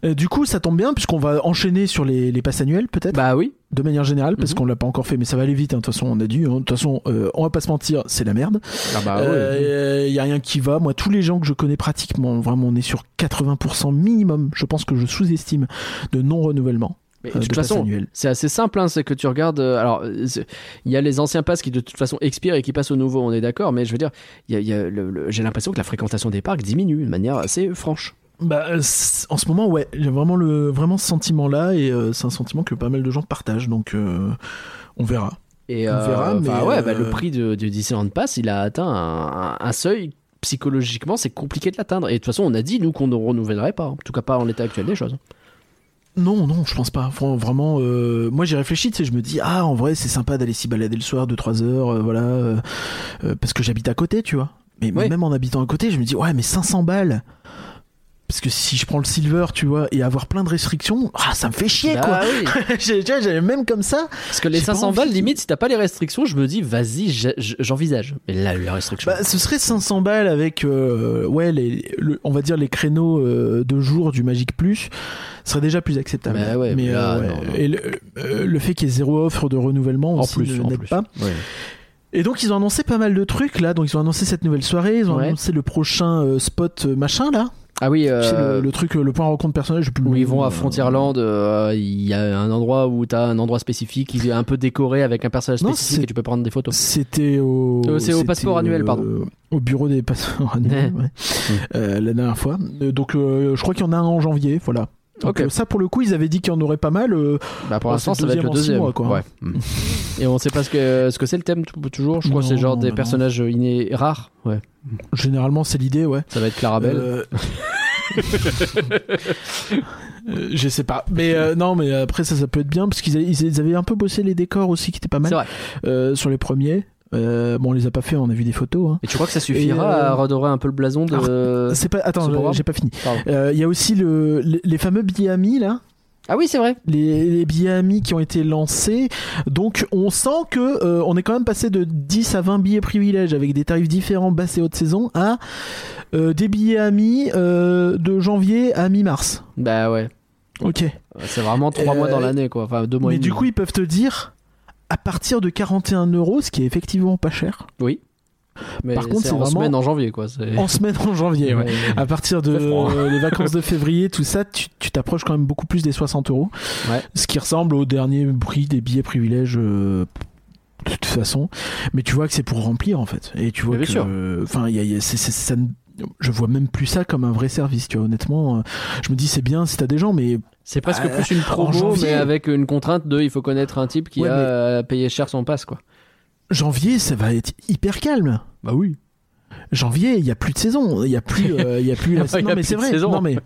Euh, du coup, ça tombe bien puisqu'on va enchaîner sur les, les passes annuelles peut-être. Bah oui. de manière générale, parce Mhm. qu'on l'a pas encore fait, mais ça va aller vite. hein. De toute façon, on a dû. hein. De toute façon, euh, on va pas se mentir, c'est la merde. Ah bah Euh, y a rien qui va. Moi, tous les gens que je connais pratiquement, vraiment, on est sur 80% minimum. Je pense que je sous-estime de non-renouvellement. Mais euh, de toute passe façon, annuelle. c'est assez simple, hein, c'est que tu regardes. euh, alors, euh, c'est- il y a les anciens passes qui de toute façon expirent et qui passent au nouveau, on est d'accord, mais je veux dire, il y a- il y a le- le- j'ai l'impression que la fréquentation des parcs diminue de manière assez franche. Bah, euh, c- en ce moment, ouais, j'ai vraiment, le, vraiment ce sentiment-là, et euh, c'est un sentiment que pas mal de gens partagent, donc euh, on verra. Et On euh, verra, mais, enfin, ouais, bah, euh, le prix de, de Disneyland Pass, il a atteint un, un- un seuil psychologiquement, c'est compliqué de l'atteindre. Et de toute façon, on a dit nous qu'on ne renouvellerait pas, en tout cas pas en l'état actuel des choses. Non, non, je pense pas. Vra- Vraiment, euh, moi j'ai réfléchi, tu sais, je me dis, ah, en vrai, c'est sympa d'aller s'y balader le soir, 2-3 heures, euh, voilà, euh, euh, parce que j'habite à côté, tu vois. Mais Ouais. même en habitant à côté, je me dis, ouais, mais 500 balles. Parce que si je prends le silver, tu vois, et avoir plein de restrictions, ah, ça me fait chier, Bah quoi. *laughs* oui. J'ai- j'ai- J'avais même comme ça. Parce que les J'ai pas 500 envie. balles, limite, si t'as pas les restrictions, je me dis, vas-y, j'ai- j'envisage. Mais là, la restriction. Bah, ce serait 500 balles avec, euh, ouais, les, le- on va dire les créneaux euh, de jour du Magic Plus, ce serait déjà plus acceptable. Bah ouais, mais là, euh, ouais. non, non. Et le, euh, le fait qu'il y ait zéro offre de renouvellement en aussi plus, ne- en n'aide plus. pas. Ouais. Et donc ils ont annoncé pas mal de trucs là, donc ils ont annoncé cette nouvelle soirée, ils ont Ouais. annoncé le prochain euh, spot euh, machin là, Ah oui, Tu sais, euh, le, le truc, euh, le point de rencontre personnel, je sais plus le où nom, ils vont à euh, Frontierland, euh, il y a un endroit où t'as un endroit spécifique, il est un peu décoré avec un personnage Non, spécifique c'est- et tu peux prendre des photos. C'était au. Euh, c'est au c'était, passeport annuel, euh, pardon. Au bureau des *laughs* passeports annuels, ouais. Euh, la dernière fois. Euh, donc euh, je crois qu'il y en a un en janvier, voilà. Donc Ok. euh, ça pour le coup, ils avaient dit qu'il y en aurait pas mal. euh, Bah, pour Oh, l'instant, c'est ça va être deuxième le en six deuxième. mois, quoi. Ouais. Mm. et on sait pas ce que ce que c'est le thème t- toujours. Je crois que c'est Non, genre bah des non. personnages innés rares. Ouais. généralement, c'est l'idée, ouais. Ça va être Clarabelle. Euh, *laughs* euh, je sais pas. Mais euh, non, mais après, ça, ça peut être bien parce qu'ils a- ils avaient un peu bossé les décors aussi qui étaient pas c'est mal vrai. euh, sur les premiers. Euh, bon, on les a pas fait, on a vu des photos. hein. Et tu crois que ça suffira Et, euh, à redorer un peu le blason de. C'est pas. Attends, ce j'ai- programme j'ai pas fini. *laughs* Pardon. Euh, Il y a aussi le, les, les fameux billets amis là, Ah oui, c'est vrai. les, les billets amis qui ont été lancés. Donc, on sent que euh, on est quand même passé de 10 à 20 billets privilèges avec des tarifs différents basse et haute saison à euh, des billets amis euh, de janvier à mi-mars. Bah ouais. Ok. C'est vraiment trois Euh, mois dans l'année, quoi. Enfin, deux mois. et Mais demi. du coup, ils peuvent te dire à partir de 41 euros, ce qui est effectivement pas cher, oui. Mais par contre, c'est en vraiment- semaine en janvier, quoi. c'est- en semaine en janvier. ouais. Ouais. À partir de Très froid. euh, *laughs* les vacances de février, tout ça, tu tu t'approches quand même beaucoup plus des 60 euros. Ouais. Ce qui ressemble au dernier prix des billets privilèges. euh, de toute façon, mais tu vois que c'est pour remplir en fait, et tu vois Mais bien que, sûr. euh, enfin, il y a- il y a- c'est- c'est- ça ne- je vois même plus ça comme un vrai service. Tu vois, honnêtement, euh, je me dis c'est bien si t'as des gens, mais *laughs* C'est presque Euh, plus une promo, janvier. mais avec une contrainte de il faut connaître un type qui Ouais, a mais- euh, payé cher son passe, quoi. janvier, ça va être hyper calme. Bah oui. janvier, il y a plus de saison, il y a plus, euh, il y a plus. Il y a *laughs* non mais plus c'est de vrai, saison. non mais,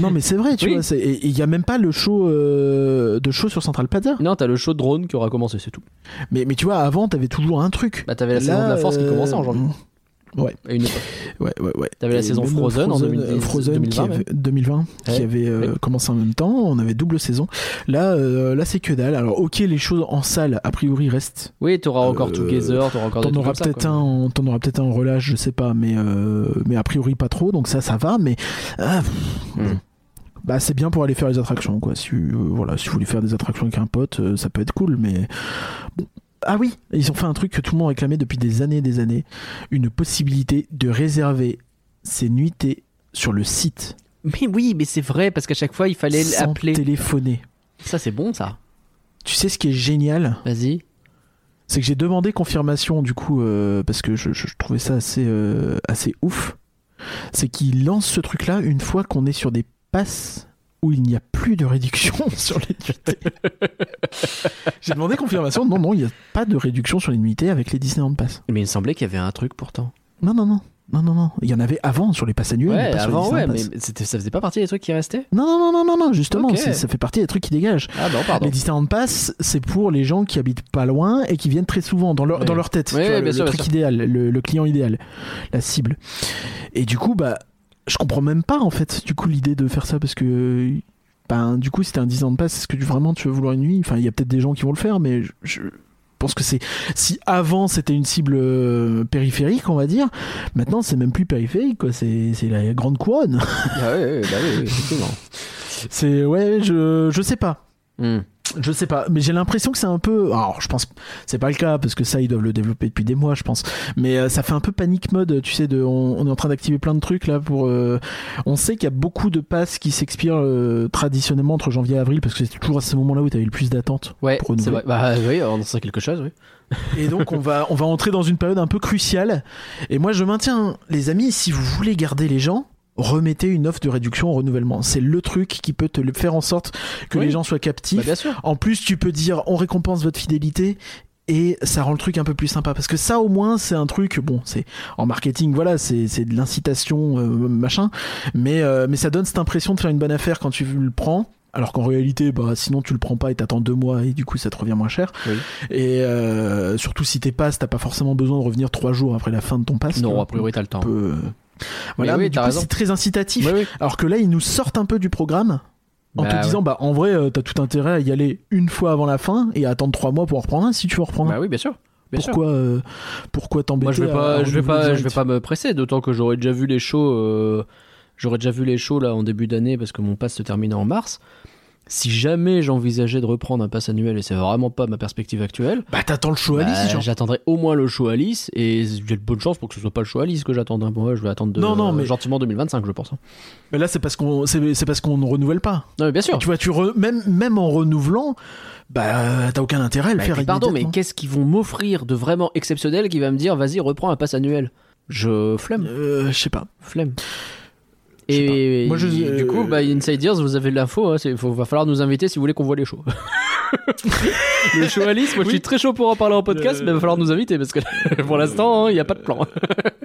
non mais c'est vrai, tu Oui. vois, c'est- et et il y a même pas le show euh, de show sur Central Plaza. Non, t'as le show de drone qui aura commencé, c'est tout. Mais mais tu vois, avant t'avais toujours un truc. Bah t'avais la saison de la force qui euh, commençait en janvier. À une époque. Ouais ouais ouais. T'avais la Et saison même Frozen en 2010, Frozen 2020, qui même. avait, 2020, Ouais. qui avait euh, Ouais. commencé en même temps. On avait double saison. Là euh, là c'est que dalle. Alors ok, les choses en salle a priori restent. Oui, t'auras encore Euh, Together, t'auras encore des T'en trucs auras comme ça, peut-être quoi. un, en- t'en auras peut-être un en relâche, je sais pas, mais euh, mais a priori pas trop. Donc ça ça va, mais. ah, pff, Hmm. Bah, c'est bien pour aller faire les attractions, quoi. Si, euh, voilà, si vous voulez faire des attractions avec un pote, euh, ça peut être cool, mais. Bon. Ah oui, ils ont fait un truc que tout le monde réclamait depuis des années et des années une possibilité de réserver ses nuitées sur le site Mais oui, mais c'est vrai, parce qu'à chaque fois, il fallait sans l'appeler. téléphoner. Ça, c'est bon, ça. Tu sais ce qui est génial Vas-y. C'est que j'ai demandé confirmation, du coup, euh, parce que je, je- je trouvais ça assez, euh, assez ouf. C'est qu'ils lancent ce truc-là une fois qu'on est sur des passes où il n'y a plus de réduction *laughs* sur les *laughs* nuitées. j'ai demandé confirmation. Non, non, il n'y a pas de réduction sur les nuitées avec les Disneyland Pass. Mais il me semblait qu'il y avait un truc pourtant. Non, non, non. Non, non, non. Il y en avait avant sur les passes annuelles. mais ouais, pas sur les avant, ouais, Disneyland mais Pass. c'était- ça faisait pas partie des trucs qui restaient Non, non, non, non, non, non, justement, Ok. c'est- ça fait partie des trucs qui dégagent. Ah non, pardon. Les Disneyland Pass, c'est pour les gens qui habitent pas loin et qui viennent très souvent dans leur, Ouais. dans leur tête. Ouais, tu vois, ouais, le, bien sûr, le bien truc sûr. idéal, le, le client idéal, la cible. Et du coup, bah, je comprends même pas en fait, du coup, l'idée de faire ça parce que. Ben, du coup, si t'as un Disneyland Pass, est-ce que tu- vraiment tu veux vouloir une nuit Enfin, il y a peut-être des gens qui vont le faire, mais je, je pense que c'est. Si avant c'était une cible euh, périphérique, on va dire, maintenant c'est même plus périphérique, quoi. C'est c'est la grande couronne. *laughs* Ah ouais, ouais, bah oui, oui, effectivement. C'est. Ouais, je, je sais pas. *laughs* Hmm. Je sais pas, mais j'ai l'impression que c'est un peu. Alors, je pense, c'est pas le cas parce que ça, ils doivent le développer depuis des mois, je pense. Mais euh, ça fait un peu panique mode, tu sais. De, on, on est en train d'activer plein de trucs là pour. euh, on sait qu'il y a beaucoup de passes qui s'expirent euh, traditionnellement entre janvier et avril parce que c'est toujours à ce moment-là où t'avais le plus d'attentes. Ouais, Pour c'est renouveler. vrai. Bah oui, on en sait quelque chose, oui. Et donc, on va, on va entrer dans une période un peu cruciale. Et moi, je maintiens, les amis, si vous voulez garder les gens, remettez une offre de réduction au renouvellement. C'est le truc qui peut te le- faire en sorte que Oui. les gens soient Bah captifs. bien sûr. En plus, tu peux dire on récompense votre fidélité et ça rend le truc un peu plus sympa parce que ça au moins c'est un truc bon c'est en marketing voilà c'est c'est de l'incitation euh, machin mais euh, mais ça donne cette impression de faire une bonne affaire quand tu le prends alors qu'en réalité bah sinon tu le prends pas et t'attends deux mois et du coup ça te revient moins cher Oui. et euh, surtout si t'es pass t'as pas forcément besoin de revenir trois jours après la fin de ton pass tu Non, vois. a priori, t'as le temps. Un peu, euh, voilà oui, mais du t'as coup, raison. c'est très incitatif Oui, oui. alors que là, ils nous sortent un peu du programme en Bah te ouais. disant, bah en vrai, euh, t'as tout intérêt à y aller une fois avant la fin et à attendre trois mois pour en reprendre un si tu veux en reprendre un. Bah oui, bien sûr. Bien sûr. pourquoi euh, pourquoi t'embêter Moi, je vais à- pas, à je vais renouveler pas, je direct vais pas me presser, d'autant que j'aurais déjà vu les shows, euh, j'aurais déjà vu les shows là en début d'année parce que mon pass se terminait en mars. Si jamais j'envisageais de reprendre un pass annuel, et c'est vraiment pas ma perspective actuelle, Bah t'attends le show à bah, Alice, genre. j'attendrai au moins le show Alice, et j'ai de bonnes chances pour que ce soit pas le show Alice que j'attends. hein. Moi, je vais attendre de, Non, non, mais- gentiment 2025, je pense. hein. Mais là, c'est parce qu'on c'est c'est parce qu'on ne renouvelle pas. Non, mais bien sûr. Tu vois, tu re- même même en renouvelant, bah t'as aucun intérêt à le Bah, et faire. puis, pardon, mais immédiatement. qu'est-ce qu'ils vont m'offrir de vraiment exceptionnel qui va me dire, vas-y, reprends un pass annuel Je flemme. Euh, je sais pas. Flemme. Je sais Et pas. Moi, je- du euh, coup, bah, Insiders, vous avez de l'info. Hein, il va falloir nous inviter si vous voulez qu'on voit les *laughs* shows. le show Alice, moi je suis très chaud pour en parler en podcast, Le- mais il va falloir nous inviter parce que *laughs* pour l'instant, hein, il n'y a pas de plan.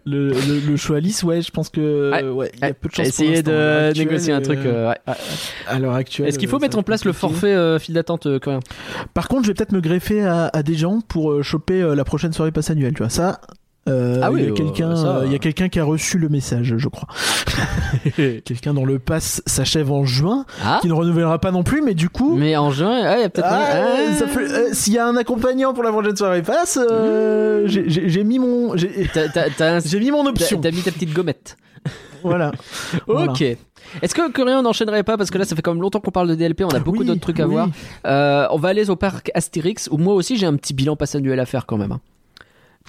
Le, le, le show Alice, ouais, je pense que Ouais. ouais, il y a peu de J'ai chances. pour essayé l'instant. À l'heure de actuelle, négocier un truc. euh, euh, ouais. À l'heure actuelle. Est-ce qu'il faut euh, ça mettre va en être place le compliqué. forfait euh, file d'attente euh, coréen Par contre, je vais peut-être me greffer à, à des gens pour euh, choper euh, la prochaine soirée passe annuelle, tu vois. Ça, euh, Ah oui, il y a euh, quelqu'un ça, euh, il y euh. a quelqu'un qui a reçu le message, je crois. quelqu'un dont le pass s'achève en juin, Ah qui ne renouvellera pas non plus, mais du coup. Mais en juin, ah, il y a peut-être. ah, moyen- ah. ça fait- euh, S'il y a un accompagnant pour la prochaine soirée passe, euh, j'ai- j'ai j'ai mis mon j'ai *laughs* T'as- t'as- T'as un- j'ai mis mon t'as- option. Mmh. t'as mis ta petite gommette. *laughs* Voilà. Voilà. Ok. Est-ce que Coréen on n'enchaînerait pas parce que là ça fait quand même longtemps qu'on parle de DLP, on a Ah beaucoup Oui, d'autres trucs à oui. voir. Euh, on va aller au parc Astérix où moi aussi j'ai un petit bilan pass annuel à faire quand même. hein.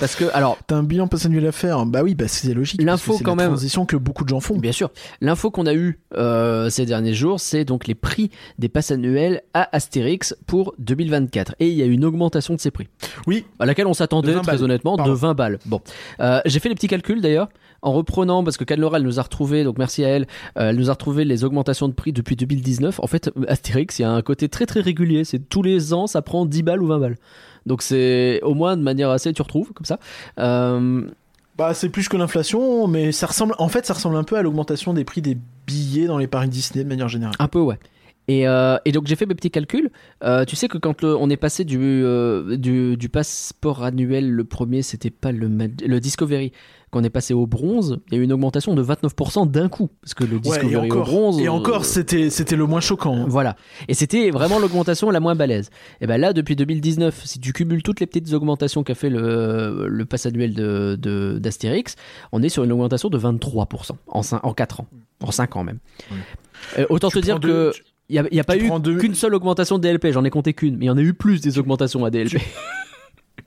Parce que alors T'as un bilan passe annuel à faire Bah oui, bah c'est logique. parce L'info que c'est quand la même. Transition que beaucoup de gens font. bien sûr, l'info qu'on a eue euh, ces derniers jours, c'est donc les prix des passes annuels à Astérix pour 2024 et il y a une augmentation de ces prix. Oui. à laquelle on De s'attendait 20 très balles. honnêtement Pardon. de 20 balles. Bon, Euh, j'ai fait les petits calculs d'ailleurs en reprenant parce que Canlora elle nous a retrouvé donc merci à elle, euh, elle nous a retrouvé les augmentations de prix depuis 2019. En fait, Astérix, il y a un côté très très régulier, c'est tous les ans ça prend 10 balles ou 20 balles. Donc c'est au moins de manière assez tu retrouves comme ça. Euh, Bah, c'est plus que l'inflation, mais ça ressemble. En fait, ça ressemble un peu à l'augmentation des prix des billets dans les paris Disney de manière générale. Un peu, ouais. Et, euh, et donc j'ai fait mes petits calculs. Euh, tu sais que quand le- on est passé du, euh, du, du passeport annuel, le premier, c'était pas le, ma- le Discovery. Quand on est passé au bronze, il y a eu une augmentation de 29% d'un coup. Parce que le Discovery et encore, au bronze. et euh, encore, c'était c'était le moins choquant. hein. voilà. Et c'était vraiment l'augmentation la moins balèze. Et ben là, depuis 2019, si tu cumules toutes les petites augmentations qu'a fait le, le pass annuel de- de- d'Astérix, on est sur une augmentation de 23% en, cin- en 4 ans. En 5 ans même. Euh, autant Tu te dire prends deux- que. Il n'y a, y a pas tu eu prends deux- qu'une seule augmentation de DLP, j'en ai compté qu'une, mais il y en a eu plus des augmentations à DLP.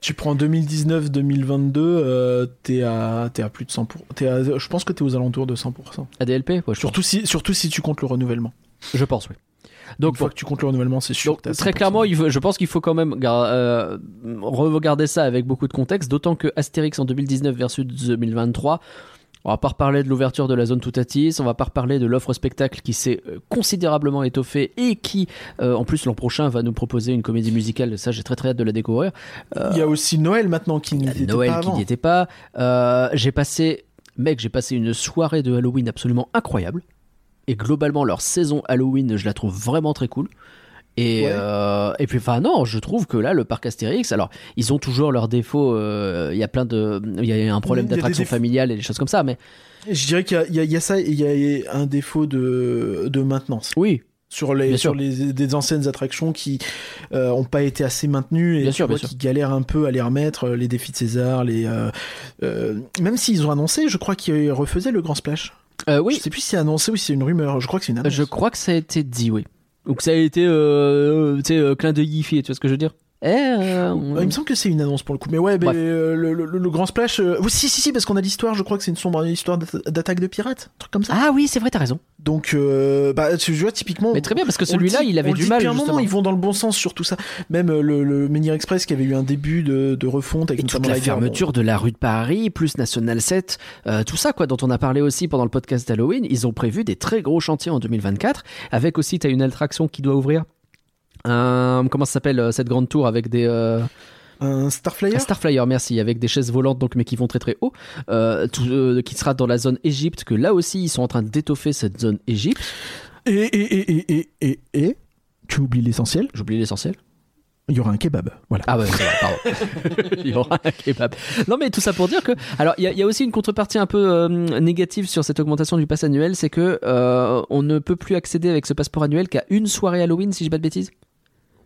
Tu prends 2019-2022, euh, t'es à t'es à plus de 100 pour- t'es à- je pense que t'es aux alentours de 100 À DLP ouais, je, Surtout si surtout si tu comptes le renouvellement. pense. je pense, oui. Une Donc, fois bon. que tu comptes le renouvellement, c'est sûr. Donc, que t'es à très 100%. clairement, il faut- je pense qu'il faut quand même gar- euh, regarder ça avec beaucoup de contexte, d'autant que Astérix en 2019 versus 2023, on va pas reparler de l'ouverture de la zone Toutatis, on va pas reparler de l'offre spectacle qui s'est euh, considérablement étoffée et qui, euh, en plus, l'an prochain va nous proposer une comédie musicale. Ça, j'ai très très hâte de la découvrir. il y a aussi Noël maintenant qui n'y Il y était a Noël pas qui avant. n'y était pas. Euh, j'ai passé, mec, j'ai passé une soirée de Halloween absolument incroyable. Et globalement, leur saison Halloween, je la trouve vraiment très cool. Et, Ouais. euh, et puis, enfin, non, je trouve que là, le parc Astérix, alors, ils ont toujours leurs défauts. euh, Il y a plein de. Il y a un problème Oui, il y a des d'attraction défauts. familiale et des choses comme ça, mais Je dirais qu'il y a- il y, a- il y a ça et il y a un défaut de de maintenance. oui, sur Bien les sûr. sur les des anciennes attractions qui euh, ont pas été assez maintenues et Bien tu sûr, vois bien qui galèrent un peu à les remettre euh, les défis de César les euh, euh, même s'ils ont annoncé je crois qu'ils refaisaient le grand splash Euh, je oui, sais plus si c'est annoncé ou si c'est une rumeur je crois que c'est une annonce je crois que ça a été dit, oui. Ou que ça a été, euh, euh, tu sais, euh, clin de Yiffy, tu vois ce que je veux dire Eh, euh, on- Ouais, il me semble que c'est une annonce pour le coup mais ouais mais, Bref. euh, le, le- le grand splash euh, oui, si si si parce qu'on a l'histoire je crois que c'est une sombre histoire d'atta- d'attaque de pirates un truc comme ça Ah oui, c'est vrai, t'as raison. donc euh, bah tu vois typiquement Mais très bien, parce que On le celui-là, dit- il on avait le du dit mal. Depuis un justement. moment, ils vont dans le bon sens sur tout ça. Même euh, le, le Menhir Express qui avait eu un début de, de refonte avec Et toute notamment la la guerre. fermeture de la rue de Paris, plus National 7, euh, tout ça, quoi, dont on a parlé aussi pendant le podcast d'Halloween, ils ont prévu des très gros chantiers en 2024, avec aussi, tu as une attraction qui doit ouvrir. Un, comment ça s'appelle euh, cette grande tour avec des. euh, Un Starflyer Starflyer, merci, avec des chaises volantes donc mais qui vont très très haut, euh, tout, euh, qui sera dans la zone Égypte, que là aussi ils sont en train d'étoffer cette zone Égypte. et, et, et, et, et, et, et, tu oublies l'essentiel, J'oublie l'essentiel. il y aura un kebab. Voilà. Ah ouais, c'est vrai, pardon. Il y aura un kebab. Non mais tout ça pour dire que, alors il y, a- il y a aussi une contrepartie un peu euh, négative sur cette augmentation du pass annuel, c'est que euh, on ne peut plus accéder avec ce passeport annuel qu'à une soirée Halloween, si j'ai pas de bêtises.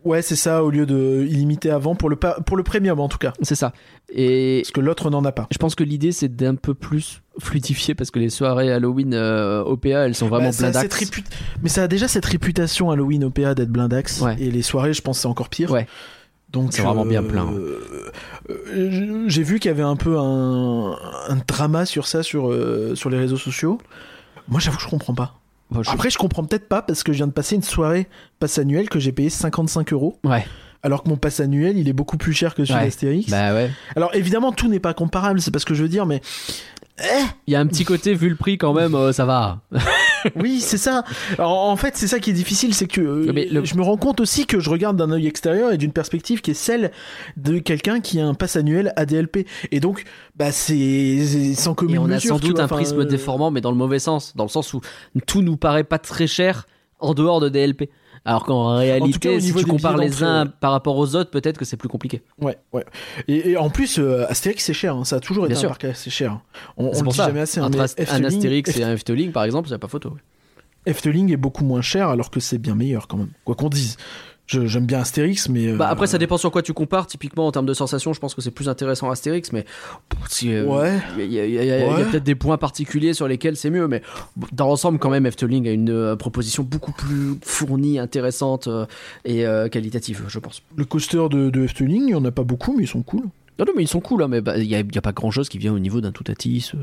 Ouais, c'est ça, au lieu de illimité avant, pour le, pa- pour le premium en tout cas. C'est ça. Et Parce que l'autre n'en a pas. je pense que l'idée c'est d'un peu plus fluidifier parce que les soirées Halloween euh, OPA elles sont vraiment Bah, ça a pleines cette répu- Mais ça a déjà cette réputation Halloween OPA d'être blindax. Ouais. Et les soirées, je pense que c'est encore pire. Ouais. Donc, C'est vraiment bien plein. euh, euh, J'ai vu qu'il y avait un peu un, un drama sur ça sur, euh, sur les réseaux sociaux. Moi, j'avoue que je comprends pas. Enfin, je- Après, je comprends peut-être pas parce que je viens de passer une soirée passe annuelle que j'ai payé 55 euros. Ouais. Alors que mon passe annuel, il est beaucoup plus cher que celui Ouais. d'Astérix. Bah ouais. Alors évidemment, tout n'est pas comparable, c'est pas ce que je veux dire, mais Il y a un petit côté, vu le prix quand même, euh, ça va. Oui, c'est ça. Alors, en fait, c'est ça qui est difficile, c'est que euh, Mais le- je me rends compte aussi que je regarde d'un œil extérieur et d'une perspective qui est celle de quelqu'un qui a un pass annuel ADLP. Et donc, bah, c'est c'est sans commune Et on a mesure, sans tu doute vois. un Enfin, prisme euh, déformant, mais dans le mauvais sens. Dans le sens où tout nous paraît pas très cher en dehors de DLP. Alors qu'en réalité, au si niveau tu des compares billets les d'entrée, uns ouais. par rapport aux autres, peut-être que c'est plus compliqué. Ouais, ouais. Et, et en plus, euh, Astérix, c'est cher. hein. Ça a toujours été Bien un sûr. parc assez cher. hein. On, C'est on le pour dit ça. jamais assez. hein, un, mais tras- un Efteling- Astérix et Eft- un Efteling, par exemple, c'est pas photo. ouais. Efteling est beaucoup moins cher, alors que c'est bien meilleur quand même. Quoi qu'on dise. Je- J'aime bien Astérix, mais. euh, Bah, après, ça dépend sur quoi tu compares. Typiquement, en termes de sensations, je pense que c'est plus intéressant Astérix, mais pff, si, euh, Ouais. Il y a, il y a- il y a- il y a Ouais. peut-être des points particuliers sur lesquels c'est mieux, mais dans l'ensemble, quand même, Efteling a une euh, proposition beaucoup plus fournie, intéressante euh, et euh, qualitative, je pense. Le coaster de, de Efteling, il n'y en a pas beaucoup, mais ils sont cool. Non, non, mais ils sont cool, hein, mais bah, il n'y a, il y a pas grand-chose qui vient au niveau d'un Toutatis. Euh...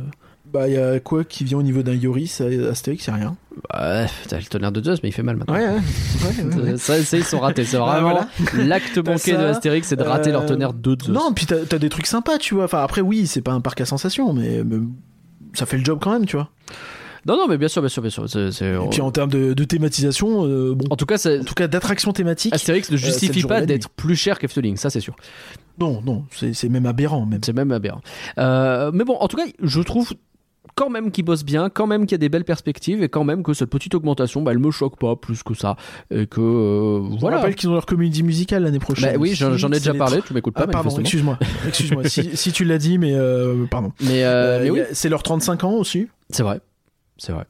Bah, il y a quoi qui vient au niveau d'un Yoris à- Astérix, c'est rien. Bah, ouais, t'as le tonnerre de Zeus, mais il fait mal maintenant. Ouais, ouais. Ça, ça, ils sont ratés. C'est Ah, vraiment voilà. *laughs* l'acte manqué ça. de Astérix, c'est de rater Euh, leur tonnerre de *laughs* Zeus. Non, puis t'as t'as des trucs sympas, tu vois. Enfin, après, oui, c'est pas un parc à sensations, mais, mais ça fait le job quand même, tu vois. non, non, mais bien sûr, bien sûr, bien sûr. c'est- c'est- Et puis en termes de, de thématisation, euh, bon, Oh. En tout cas, c'est- en tout cas d'attraction thématique, Astérix ne c'est le justifie jour et pas la d'être plus cher qu'Efteling, ça c'est sûr. non, non, c'est c'est même aberrant, même. C'est même aberrant. Euh, mais bon, en tout cas, je trouve quand même qu'il bosse bien, quand même qu'il y a des belles perspectives et quand même que cette petite augmentation, bah, elle me choque pas plus que ça. Et que euh, Je voilà. rappelle qu'ils ont leur comédie musicale l'année prochaine. Bah oui, j'en j'en ai C'est déjà les parlé, tr- tu m'écoutes pas, Ah, pardon, manifestement. excuse-moi. Excuse-moi si, *laughs* si tu l'as dit, mais euh, pardon. Mais, euh, Euh, mais il y oui, a- C'est leur 35 ans aussi. c'est vrai. C'est vrai.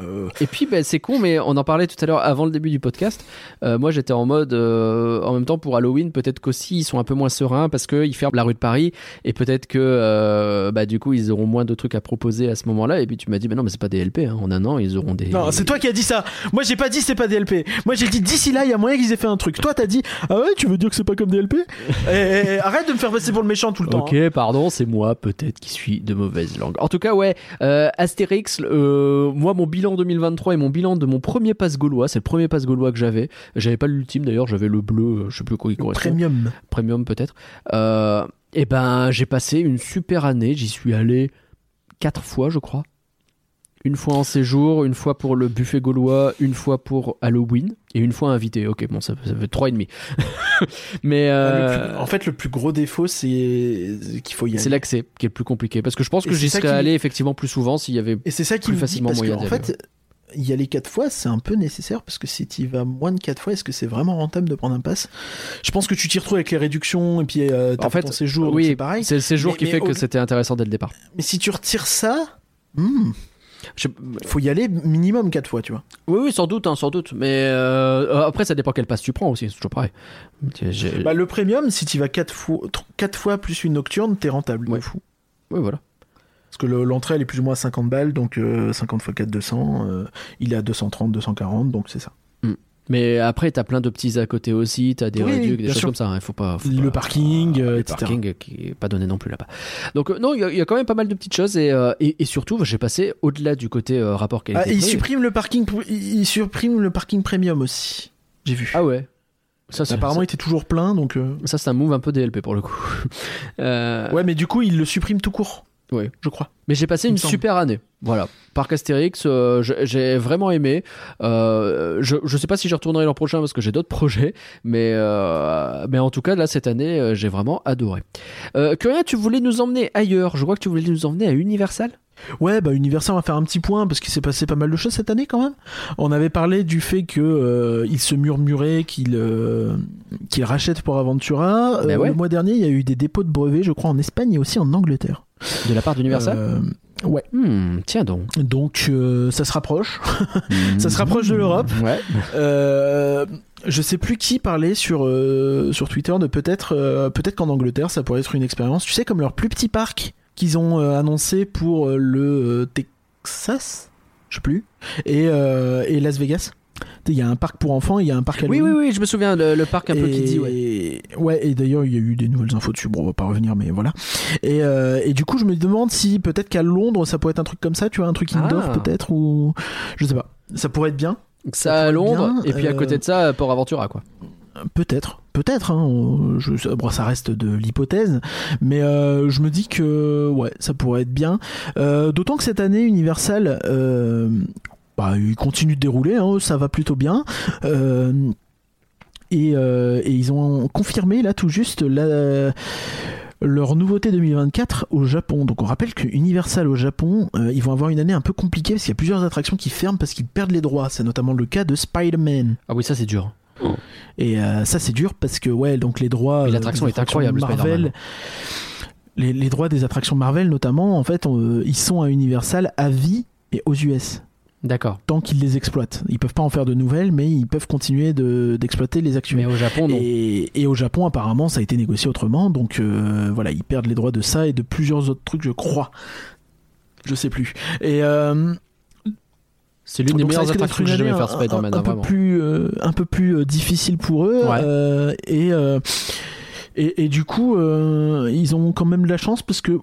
Euh, Et puis, ben, c'est con, mais on en parlait tout à l'heure avant le début du podcast. Euh, moi, j'étais en mode, euh, en même temps, pour Halloween, peut-être qu'aussi, ils sont un peu moins sereins parce qu'ils ferment la rue de Paris et peut-être que, euh, bah, du coup, ils auront moins de trucs à proposer à ce moment-là. Et puis, tu m'as dit, mais non, mais c'est pas des LP, hein. en un an, ils auront des. Non, c'est toi qui as dit ça. Moi, j'ai pas dit c'est pas DLP. Moi, j'ai dit d'ici là, il y a moyen qu'ils aient fait un truc. Toi, t'as dit ah ouais, tu veux dire que c'est pas comme DLP Eh, eh, eh, Arrête de me faire passer pour le méchant tout le temps. hein. Ok, pardon, c'est moi peut-être qui suis de mauvaise langue. En tout cas, ouais, euh, Astérix, euh, moi mon bilan 2023 et mon bilan de mon premier passe gaulois, c'est le premier passe gaulois que j'avais. J'avais pas l'ultime d'ailleurs, j'avais le bleu, euh, je sais plus quoi il hein. correspond. Premium. Premium peut-être. Euh, et ben, j'ai passé une super année, j'y suis allé quatre fois, je crois. Une fois en séjour, une fois pour le buffet gaulois, une fois pour Halloween et une fois invité. Ok, bon, ça, ça fait trois et demi. *laughs* Mais Le euh, Ah, plus- En fait, le plus gros défaut, c'est qu'il faut y aller. c'est l'accès qui est le plus compliqué parce que je pense Et que c'est j'y ça serais qui- allé effectivement plus souvent s'il y avait. Et c'est ça qui plus me dit, facilement parce moyen que, en d'y aller, fait, y aller quatre fois, c'est un peu nécessaire parce que si tu vas moins de quatre fois, est-ce que c'est vraiment rentable de prendre un pass Je pense que tu t'y retrouves avec les réductions et puis euh, t'as En fait, ton séjour, donc oui, c'est pareil. c'est le séjour Mais- qui mais fait que au- c'était intéressant dès le départ. Mais si tu retires ça, hmm, Je- faut y aller minimum quatre fois, tu vois. Oui, oui, sans doute, hein, sans doute. Mais euh, après, ça dépend quel passe tu prends aussi. C'est toujours pareil. J'ai- Bah, le premium, si tu vas 4 fois, 4 fois plus une nocturne, t'es rentable. Ouais. de fou. Oui, voilà. Parce que le- l'entrée, elle est plus ou moins à 50 balles, donc euh, 50 fois 4, 200. euh, il est à 230, 240, donc c'est ça. Mais après, t'as plein de petits à côté aussi, t'as des Oui, réductions, oui, des bien choses sûr. comme ça. hein, Il faut pas. faut Le pas- parking, euh, le etc. parking qui est pas donné non plus là-bas. Donc euh, non, il y, a- il y a quand même pas mal de petites choses et, euh, et, et surtout, j'ai passé au-delà du côté euh, rapport Ah, qualité. et il supprime le parking, pr- il il supprime le parking premium aussi. J'ai vu. Ah ouais. Ça, c'est- Apparemment, il était toujours plein, donc. euh, ça, ça, c'est un move un peu DLP pour le coup. *laughs* Euh, Ouais, mais du coup, il le supprime tout court. Ouais. Je crois. Mais j'ai passé Il une me semble. super année. Voilà. Parc Astérix, euh, je- j'ai vraiment aimé. Euh, je ne sais pas si je retournerai l'an prochain parce que j'ai d'autres *laughs* projets, mais, euh, mais en tout cas, là, cette année, euh, j'ai vraiment adoré. Euh, Curien, tu voulais nous emmener ailleurs. Je vois que tu voulais nous emmener à Universal. Ouais, bah Universal, on va faire un petit point parce qu'il s'est passé pas mal de choses cette année quand même. On avait parlé du fait que euh, il se murmurait qu'il euh, qu'il rachète pour Aventura. Mais Euh, ouais. Le mois dernier, il y a eu des dépôts de brevets, je crois, en Espagne et aussi en Angleterre. De la part d'Universal Euh, Hmm, Tiens donc. donc euh, ça se rapproche, *laughs* ça se rapproche de l'Europe. Hmm. Ouais. Euh, je sais plus qui parlait sur euh, sur Twitter de peut-être euh, peut-être qu'en Angleterre ça pourrait être une expérience. Tu sais comme leur plus petit parc qu'ils ont euh, annoncé pour euh, le euh, Texas, je sais plus, et euh, et Las Vegas. Tu sais, Il y a un parc pour enfants, il y a un parc Oui, Halloween. oui, oui, je me souviens, le, le parc un peu Et- kiddie, ouais. ouais, et d'ailleurs, il y a eu des nouvelles infos dessus. Bon, on va pas revenir, mais voilà. Et, euh, et du coup, je me demande si peut-être qu'à Londres, ça pourrait être un truc comme ça, tu vois, un truc indoor Ah. peut-être, ou je sais pas. Ça pourrait être bien. Ça à pourrait être Londres, bien, et puis à euh, côté de ça, Port Aventura, quoi. Peut-être, peut-être. Hein, on- je, ça- bon, ça reste de l'hypothèse, mais euh, je me dis que ouais, ça pourrait être bien. Euh, D'autant que cette année, Universal, euh, bah, il continue de dérouler, hein, ça va plutôt bien. Euh, et, euh, et ils ont confirmé là tout juste la- leur nouveauté 2024 au Japon. Donc on rappelle que Universal au Japon, euh, ils vont avoir une année un peu compliquée parce qu'il y a plusieurs attractions qui ferment parce qu'ils perdent les droits. C'est notamment le cas de Spider-Man. Ah oui, ça, c'est dur. Et euh, ça, c'est dur parce que, ouais, donc les droits. Mais euh, l'attraction des est incroyable, attractions Spider-Man. Marvel. Les, les droits des attractions Marvel, notamment, en fait, on- ils sont à Universal à vie et aux US, D'accord. tant qu'ils les exploitent. Ils peuvent pas en faire de nouvelles, mais ils peuvent continuer de- d'exploiter les actuels. Mais au Japon, non. Et, et au Japon, apparemment, ça a été négocié autrement. Donc euh, voilà, ils perdent les droits de ça et de plusieurs autres trucs, je crois. Je sais plus. Et euh, C'est l'une des donc ça meilleures risque d'être attractions que une j'ai jamais année faire, un- Spider-Man, un, hein, un peu vraiment. plus euh, un peu plus euh, difficile pour eux Ouais. euh, et, euh, et et du coup euh, ils ont quand même de la chance parce que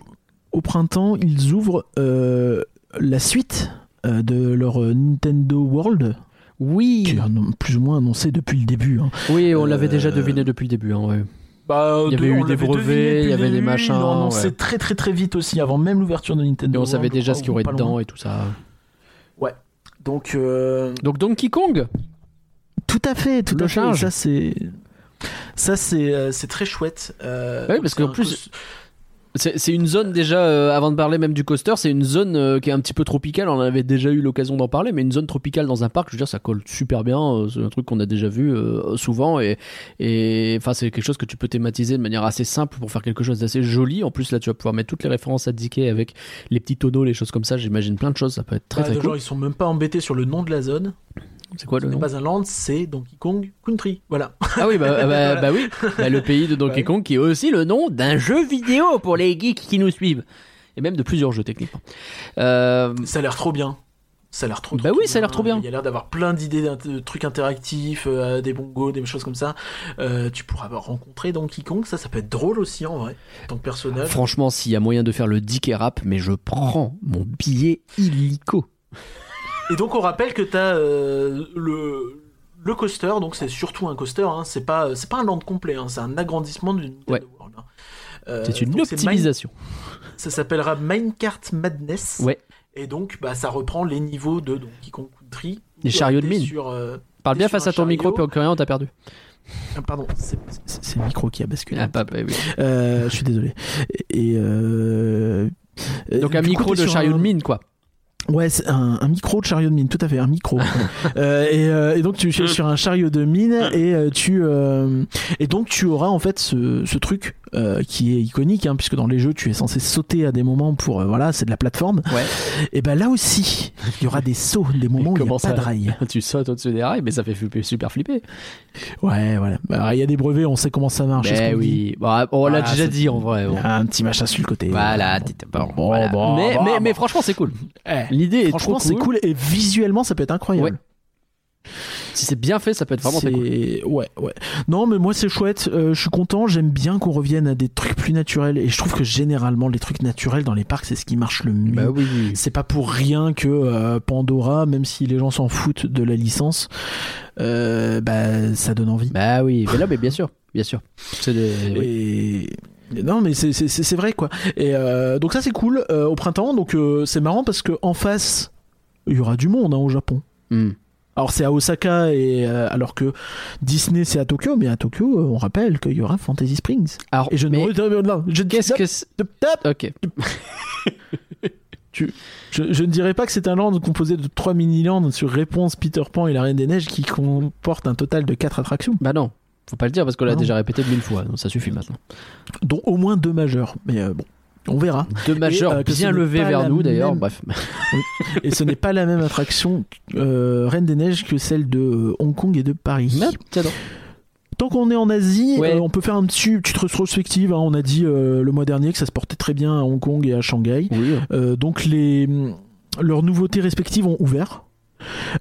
au printemps ils ouvrent euh, la suite euh, de leur euh, Nintendo World qui Oui, est annon- plus ou moins annoncé depuis le début hein. oui, on l'avait déjà Euh, deviné depuis le début. hein, ouais. Bah, Il y de- avait eu on des l'avait brevets, deviné depuis il y le avait des début, machins, Ils l'ont annoncé ouais. très très très vite aussi, avant même l'ouverture de Et Nintendo. on World, savait je déjà crois, ce qu'il y ou aurait pas dedans loin. et tout ça. Donc, euh, Donc Donkey Kong tout à fait, tout Le à fait. charge. Ça c'est, ça c'est, euh, c'est très chouette. Euh, Ouais, parce c'est qu'en un plus- C'est c'est une zone déjà, euh, avant de parler même du coaster, c'est une zone euh, qui est un petit peu tropicale, on avait déjà eu l'occasion d'en parler, mais une zone tropicale dans un parc, je veux dire, ça colle super bien, euh, c'est un truc qu'on a déjà vu euh, souvent, et et- enfin c'est quelque chose que tu peux thématiser de manière assez simple pour faire quelque chose d'assez joli, en plus là tu vas pouvoir mettre toutes les références à Dickey avec les petits tonneaux, les choses comme ça, j'imagine plein de choses, ça peut être très bah, très de cool. genre, ils sont même pas embêtés sur le nom de la zone. C'est quoi Ce le n'est nom pas un land, c'est Donkey Kong Country. Voilà. *laughs* Ah oui, bah, bah, bah oui, Bah, le pays de Donkey Ouais. Kong qui est aussi le nom d'un jeu vidéo pour les geeks qui nous suivent. Et même de plusieurs jeux techniquement. Euh, Ça a l'air trop bien. Ça a l'air trop. Bah trop, oui, trop ça a l'air trop bien. Il y a l'air d'avoir plein d'idées d'int- de trucs interactifs, euh, des bongos, des choses comme ça. Euh, tu pourras rencontrer Donkey Kong. Ça, ça peut être drôle aussi en vrai, en tant que personnage. franchement, s'il y a moyen de faire le dick et rap, mais je prends mon billet illico. Et donc on rappelle que t'as euh, le le coaster, donc c'est surtout un coaster, hein, c'est pas c'est pas un land complet, hein, c'est un agrandissement d'une Nintendo Ouais. World, hein. Euh, C'est une donc, Mine- optimisation. ça s'appellera Minecart Madness. Ouais. Et donc bah ça reprend les niveaux de Donkey Kong Country. Des chariots de T'es mine. Sur, euh, Parle bien sur face un à ton micro, puis chariot. en coréen, on t'a perdu. ah, pardon, c'est c'est- c'est le micro qui a basculé. Ah, bah, bah, oui. Euh, je suis désolé. Et, et, euh, Donc euh, un du coup, micro t'es de sur chariot un- de mine, quoi. Ouais, c'est un, un micro de chariot de mine, tout à fait, un *laughs* micro. Euh, et, euh, et donc tu es sur un chariot de mine Ah. et euh, tu euh, et donc tu auras en fait ce, ce truc euh, qui est iconique, hein, puisque dans les jeux tu es censé sauter à des moments pour euh, voilà, c'est de la plateforme. Ouais. Et ben là aussi, il y aura des sauts, des moments où il n'y comment a ça pas de rail. tu sautes au-dessus des rails, mais ça fait flipper- super flipper. Ouais, voilà. Bah, Alors, il y a des brevets, on sait comment ça marche. c'est ce Mais qu'on dit. oui, Bah, on l'a Voilà, déjà c'est- dit en vrai. bon. Un petit machin sur le côté. Voilà, Bon. t'es- bon, Bon, voilà. bon, mais, bon, mais, bon. mais franchement, c'est cool. Eh, L'idée est franchement, trop c'est cool et visuellement, ça peut être incroyable. Ouais. Si c'est bien fait, ça peut être vraiment C'est- très cool. Ouais, ouais. Non, mais moi c'est chouette. Euh, je suis content. J'aime bien qu'on revienne à des trucs plus naturels. Et je trouve que généralement les trucs naturels dans les parcs, c'est ce qui marche le mieux. Bah oui. C'est pas pour rien que euh, Pandora, même si les gens s'en foutent de la licence, euh, bah ça donne envie. Bah oui, mais là, mais bien sûr, bien sûr. C'est des- oui. Et Non, mais c'est- c'est c'est- c'est vrai, quoi. Et euh, donc, ça, c'est cool euh, au printemps. Donc, euh, c'est marrant parce que en face, il y aura du monde hein, au Japon. Hmm. Alors, c'est à Osaka, et, euh, alors que Disney, c'est à Tokyo. Mais à Tokyo, euh, on rappelle qu'il y aura Fantasy Springs. Alors, Et je ne mais non, je, qu'est-ce non, que c'est non, non, Ok. je, je ne dirais pas que c'est un land composé de trois mini-lands sur Réponse, Peter Pan et la Reine des Neiges qui comporte un total de quatre attractions, Bah non, faut pas le dire parce qu'on l'a Non. déjà répété mille fois. Donc ça suffit maintenant. dont au moins deux majeures. Mais euh, bon, on verra. Deux majeurs euh, que ce bien n'est levés pas la vers nous d'ailleurs. même- Bref. *laughs* Et ce n'est pas la même attraction euh, Reine des Neiges que celle de euh, Hong Kong et de Paris. Mais, tiens donc. Tant qu'on est en Asie, Ouais. euh, on peut faire une petite petite retrospective. hein. On a dit euh, le mois dernier que ça se portait très bien à Hong Kong et à Shanghai. Oui. Euh, donc les leurs nouveautés respectives ont ouvert.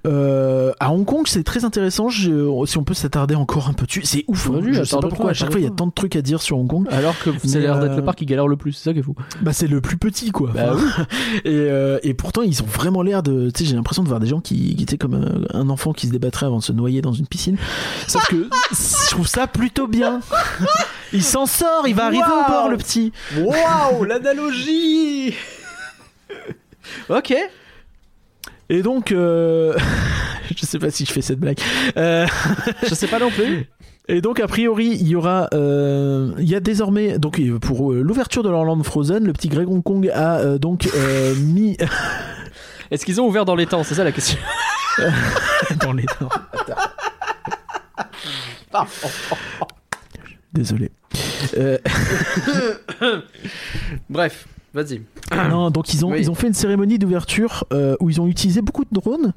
Euh, à Hong Kong, c'est très intéressant. je- si on peut s'attarder encore un peu dessus, c'est ouf. hein. je sais Vas-y, pas attarde-toi, pourquoi à chaque fois il y a attarde-toi. tant de trucs à dire sur Hong Kong. Alors que c'est Mais, l'air d'être euh, le parc qui galère le plus, c'est ça qui est fou. Bah c'est le plus petit quoi. Bah Enfin, *laughs* et, euh, et pourtant ils ont vraiment l'air de. Tu sais, j'ai l'impression de voir des gens qui, qui étaient comme euh, un enfant qui se débattrait avant de se noyer dans une piscine. Sauf que je trouve ça plutôt bien. Il s'en sort, il va arriver au bord le petit. Waouh, l'analogie Ok. Et donc, euh, *laughs* je sais pas si je fais cette blague. Euh, Je sais pas non plus. Et donc, a priori, il y aura. euh, il y a désormais. Donc, euh, pour euh, l'ouverture de leur land Frozen, le petit Greg Hong Kong a euh, donc euh, mis. *laughs* Est-ce qu'ils ont ouvert dans les temps C'est ça la question. dans les dents. Désolé. Euh, Bref, vas-y. non, donc ils ont, Oui. ils ont fait une cérémonie d'ouverture euh, où ils ont utilisé beaucoup de drones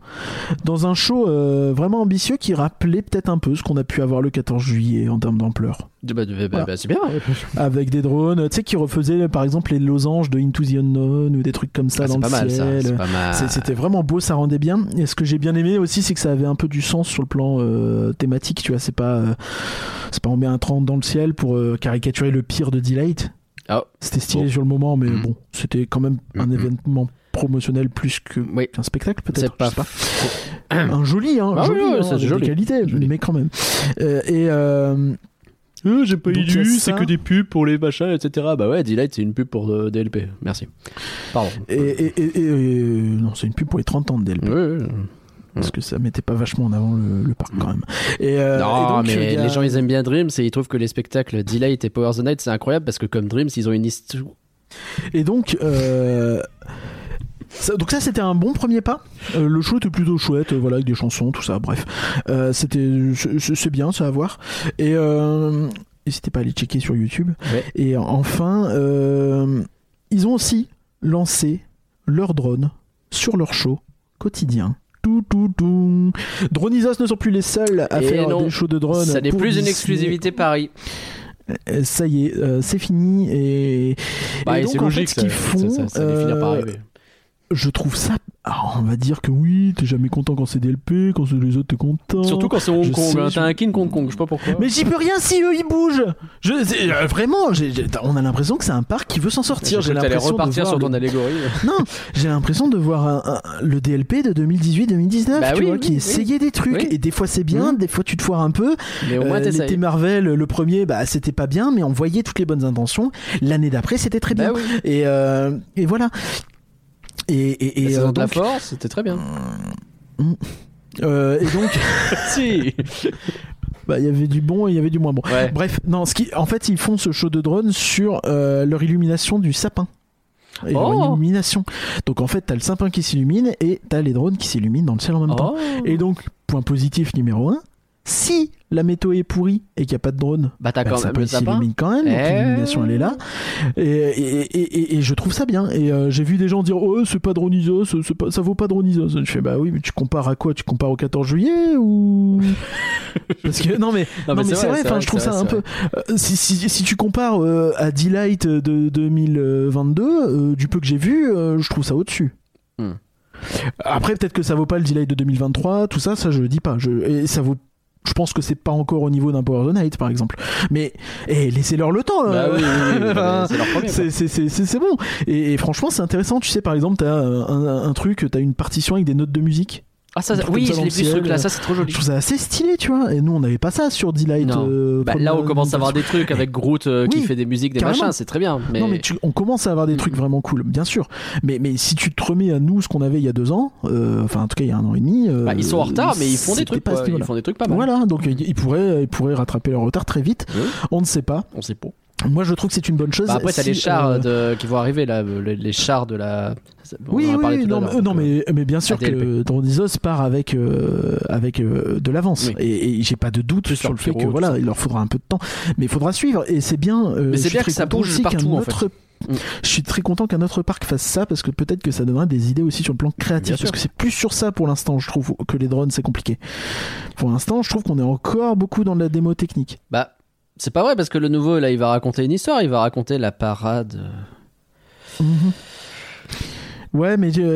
dans un show euh, vraiment ambitieux qui rappelait peut-être un peu ce qu'on a pu avoir le 14 juillet en termes d'ampleur. Bah, bah, bah, Voilà. bah, c'est bien. avec des drones, tu sais, qui refaisaient par exemple les losanges de Into the Unknown ou des trucs comme ça Ah, dans c'est le pas mal ça. ciel. C'est pas mal. C'est- C'était vraiment beau, ça rendait bien. Et ce que j'ai bien aimé aussi, c'est que ça avait un peu du sens sur le plan euh, thématique. Tu vois, c'est pas, euh, c'est pas on met un 30 dans le ciel pour euh, caricaturer le pire de Delight. Ah. C'était stylé Bon. sur le moment, mais Mhm. bon, c'était quand même un Mhm. événement promotionnel plus que Oui. un spectacle C'est peut-être. pas je sais pas. Un joli, hein, Ah joli, oui, oui, hein, c'est avec des joli. qualités, Joli. mais quand même. Euh, et euh, j'ai pas Donc, il y a ça. pubs pour les machins, etc. Bah ouais, Delight, c'est une pub pour euh, DLP. Merci. Pardon. Euh, Et, euh, et- et- et- et- non, c'est une pub pour les 30 ans de DLP. Oui, oui. Mm-hmm. Parce que ça mettait pas vachement en avant le, le parc quand même. Et, euh, et non, donc, mais il y a- les gens ils aiment bien Dreams et ils trouvent que les spectacles Delight et Power the Night c'est incroyable parce que comme Dreams ils ont une histoire. et donc, euh, ça, donc ça c'était un bon premier pas. Euh, le show était plutôt chouette, euh, voilà, avec des chansons, tout ça. Bref, Euh, c'était c'est- c'est c'est bien, ça à voir. Et euh, n'hésitez pas à aller checker sur YouTube. Ouais. Et enfin, euh, ils ont aussi lancé leur drone sur leur show quotidien. Tout, tout, tout. Dronisos ne sont plus les seuls à Et faire non, des shows de drones. Ça n'est pour plus une Disney. exclusivité Paris. Euh, Ça y est, euh, c'est fini. Et, Bah, et et donc, c'est en logique, fait, ce qu'ils ça, font, ça, ça, ça allait finir par euh, arriver. je trouve ça. Alors, on va dire que oui, t'es jamais content quand c'est DLP, quand c'est les autres, t'es content. Surtout quand c'est Hong je Kong, sais, hein, je- t'as un King Hong Kong, je sais pas pourquoi. Mais j'y peux rien si eux ils bougent. Je, c'est- euh, vraiment, j'ai- j'ai- on a l'impression que c'est un parc qui veut s'en sortir. J'ai cru Bah, que t'allais l'impression de repartir voir sur le- ton *laughs* allégorie. Non, j'ai l'impression de voir un- un- le DLP de 2018-2019, Bah tu oui, vois, oui, qui oui. essayait des trucs Oui. et des fois c'est bien, des fois tu te foires un peu. Mais au moins Euh, t'essayes. L'été Marvel, le premier, bah c'était pas bien, mais on voyait toutes les bonnes intentions. L'année d'après, c'était très bien. Bah oui. Et, euh, et voilà. Et, et, et, La euh, saison de la donc, force, c'était très bien. euh, et donc, *laughs* si *laughs* bah, il y avait du bon et il y avait du moins bon. Ouais. Bref, non, ce qui, en fait, ils font ce show de drone sur euh, leur illumination du sapin. Et leur Oh. illumination. Donc en fait, t'as le sapin qui s'illumine et t'as les drones qui s'illuminent dans le ciel en même temps. Oh. Et donc, point positif numéro 1, si la météo est pourrie et qu'il n'y a pas de drone, Bah t'as bah, quand le même sapin le sapin. s'illumine quand même, donc Eh. l'illumination elle est là. Et, et, et, et- et je trouve ça bien. Et euh, j'ai vu des gens dire Oh, c'est pas Dronisos, c'est pas- ça vaut pas Dronisos. Je fais Bah oui, mais tu compares à quoi Tu compares au 14 juillet *laughs* ou. Parce que non, mais, Non, mais non, mais c'est vrai, enfin, je trouve c'est ça vrai, un c'est peu. euh, si, si, si tu compares euh, à Delight de 2022, euh, du peu que j'ai vu, euh, je trouve ça au-dessus. Hmm. Après, peut-être que ça vaut pas le Delight de 2023, tout ça, ça je le dis pas. Je, et ça vaut. Je pense que c'est pas encore au niveau d'un Power the Night, par exemple. Mais eh, laissez-leur le temps. là. Bah oui, oui, oui, oui, Enfin, *laughs* c'est leur premier. quoi. c'est- c'est- C'est c'est- c'est bon. Et, et franchement, c'est intéressant. Tu sais, par exemple, t'as euh, un, un truc, t'as une partition avec des notes de musique. Ah, ça, Un truc oui, comme ça je dans l'ai le vu ce truc-là, ciel. ça c'est trop joli. euh. Je trouve ça assez stylé, tu vois. Et nous, on n'avait pas ça sur Delight. Non. euh, Bah, comme, là, euh, on commence à avoir des trucs avec Groot euh, qui Oui, fait des musiques, des carrément. machins, c'est très bien. Mais... Non, mais tu- on commence à avoir des trucs vraiment cool, bien sûr. Mais, mais si tu te remets à nous ce qu'on avait il y a deux ans, euh, enfin en tout cas il y a un an et demi. euh, Bah, ils sont en retard, mais ils font des c'était trucs. pas à ce quoi. Ils niveau-là. font des trucs pas mal. Voilà, donc euh, ils pourraient, ils pourraient rattraper leur retard très vite. Oui. On ne sait pas. On sait pas. Moi, je trouve que c'est une bonne chose. Bah, après, t'as si, les chars euh, de- qui vont arriver là, euh, les, les chars de la. on Oui, en a oui, parlé oui, tout à non, l'heure, mais- donc, non, euh, mais, mais bien sûr ADLP. que Dronizos part avec, euh, avec euh, de l'avance. Oui. Et, et j'ai pas de doute Plus sur leur le fait pyro, que tout voilà, ça. il leur faudra un peu de temps. Mais il faudra suivre. Et c'est bien. euh, Mais c'est je suis bien très que ça content bouge aussi qu'un partout, en fait. autre- Mm. Je suis très content qu'un autre parc fasse ça parce que peut-être que ça donnera des idées aussi sur le plan Bien créatif. sûr. Parce que c'est plus sur ça pour l'instant, je trouve, que les drones, c'est compliqué. Pour l'instant, je trouve qu'on est encore beaucoup dans de la démo technique. Bah, c'est pas vrai parce que le nouveau là, il va raconter une histoire, il va raconter la parade. euh, Mhm. Ouais, mais euh,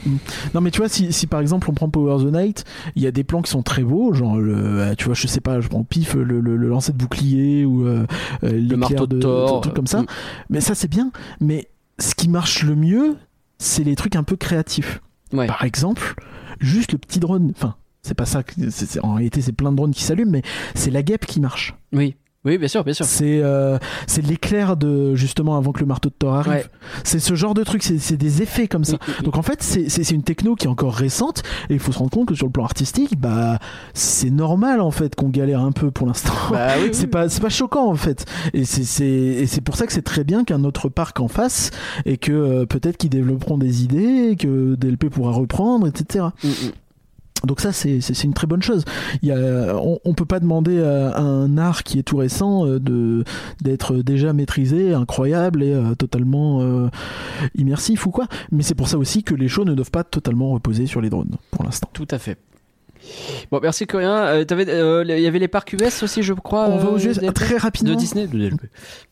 *coughs* non, mais tu vois, si, si par exemple on prend Power the Night, il y a des plans qui sont très beaux, genre le, euh, tu vois, je sais pas, je prends pif le, le, le lancer de bouclier ou euh, euh, l'éclair marteau de Thor, trucs comme ça. mm. Mais ça c'est bien. Mais ce qui marche le mieux, c'est les trucs un peu créatifs. Ouais. Par exemple, juste le petit drone. Enfin, c'est pas ça. que- c'est- c'est- en réalité, c'est plein de drones qui s'allument, mais c'est la guêpe qui marche. Oui, oui, bien sûr, bien sûr. C'est euh, c'est l'éclair de justement avant que le marteau de Thor arrive. Ouais. C'est ce genre de truc, c'est c'est des effets comme ça. Oui, oui, oui. Donc en fait, c'est- c'est c'est une techno qui est encore récente et il faut se rendre compte que sur le plan artistique, bah c'est normal en fait qu'on galère un peu pour l'instant. *laughs* Bah oui, oui, c'est oui. pas c'est pas choquant en fait. Et c'est- c'est et c'est pour ça que c'est très bien qu'un autre parc en fasse et que euh, peut-être qu'ils développeront des idées, que DLP pourra reprendre, etc. Mm, mm. Donc ça, c'est c'est- c'est une très bonne chose. Il y a, on, on peut pas demander à, à un art qui est tout récent euh, de d'être déjà maîtrisé, incroyable et euh, totalement euh, immersif ou quoi. Mais c'est pour ça aussi que les shows ne doivent pas totalement reposer sur les drones pour l'instant. Tout à fait. Bon, merci Corinne. Euh, t'avais- euh, Il y avait les parcs US aussi, je crois. on va aux euh, US des- très de rapidement. Disney, de DLP.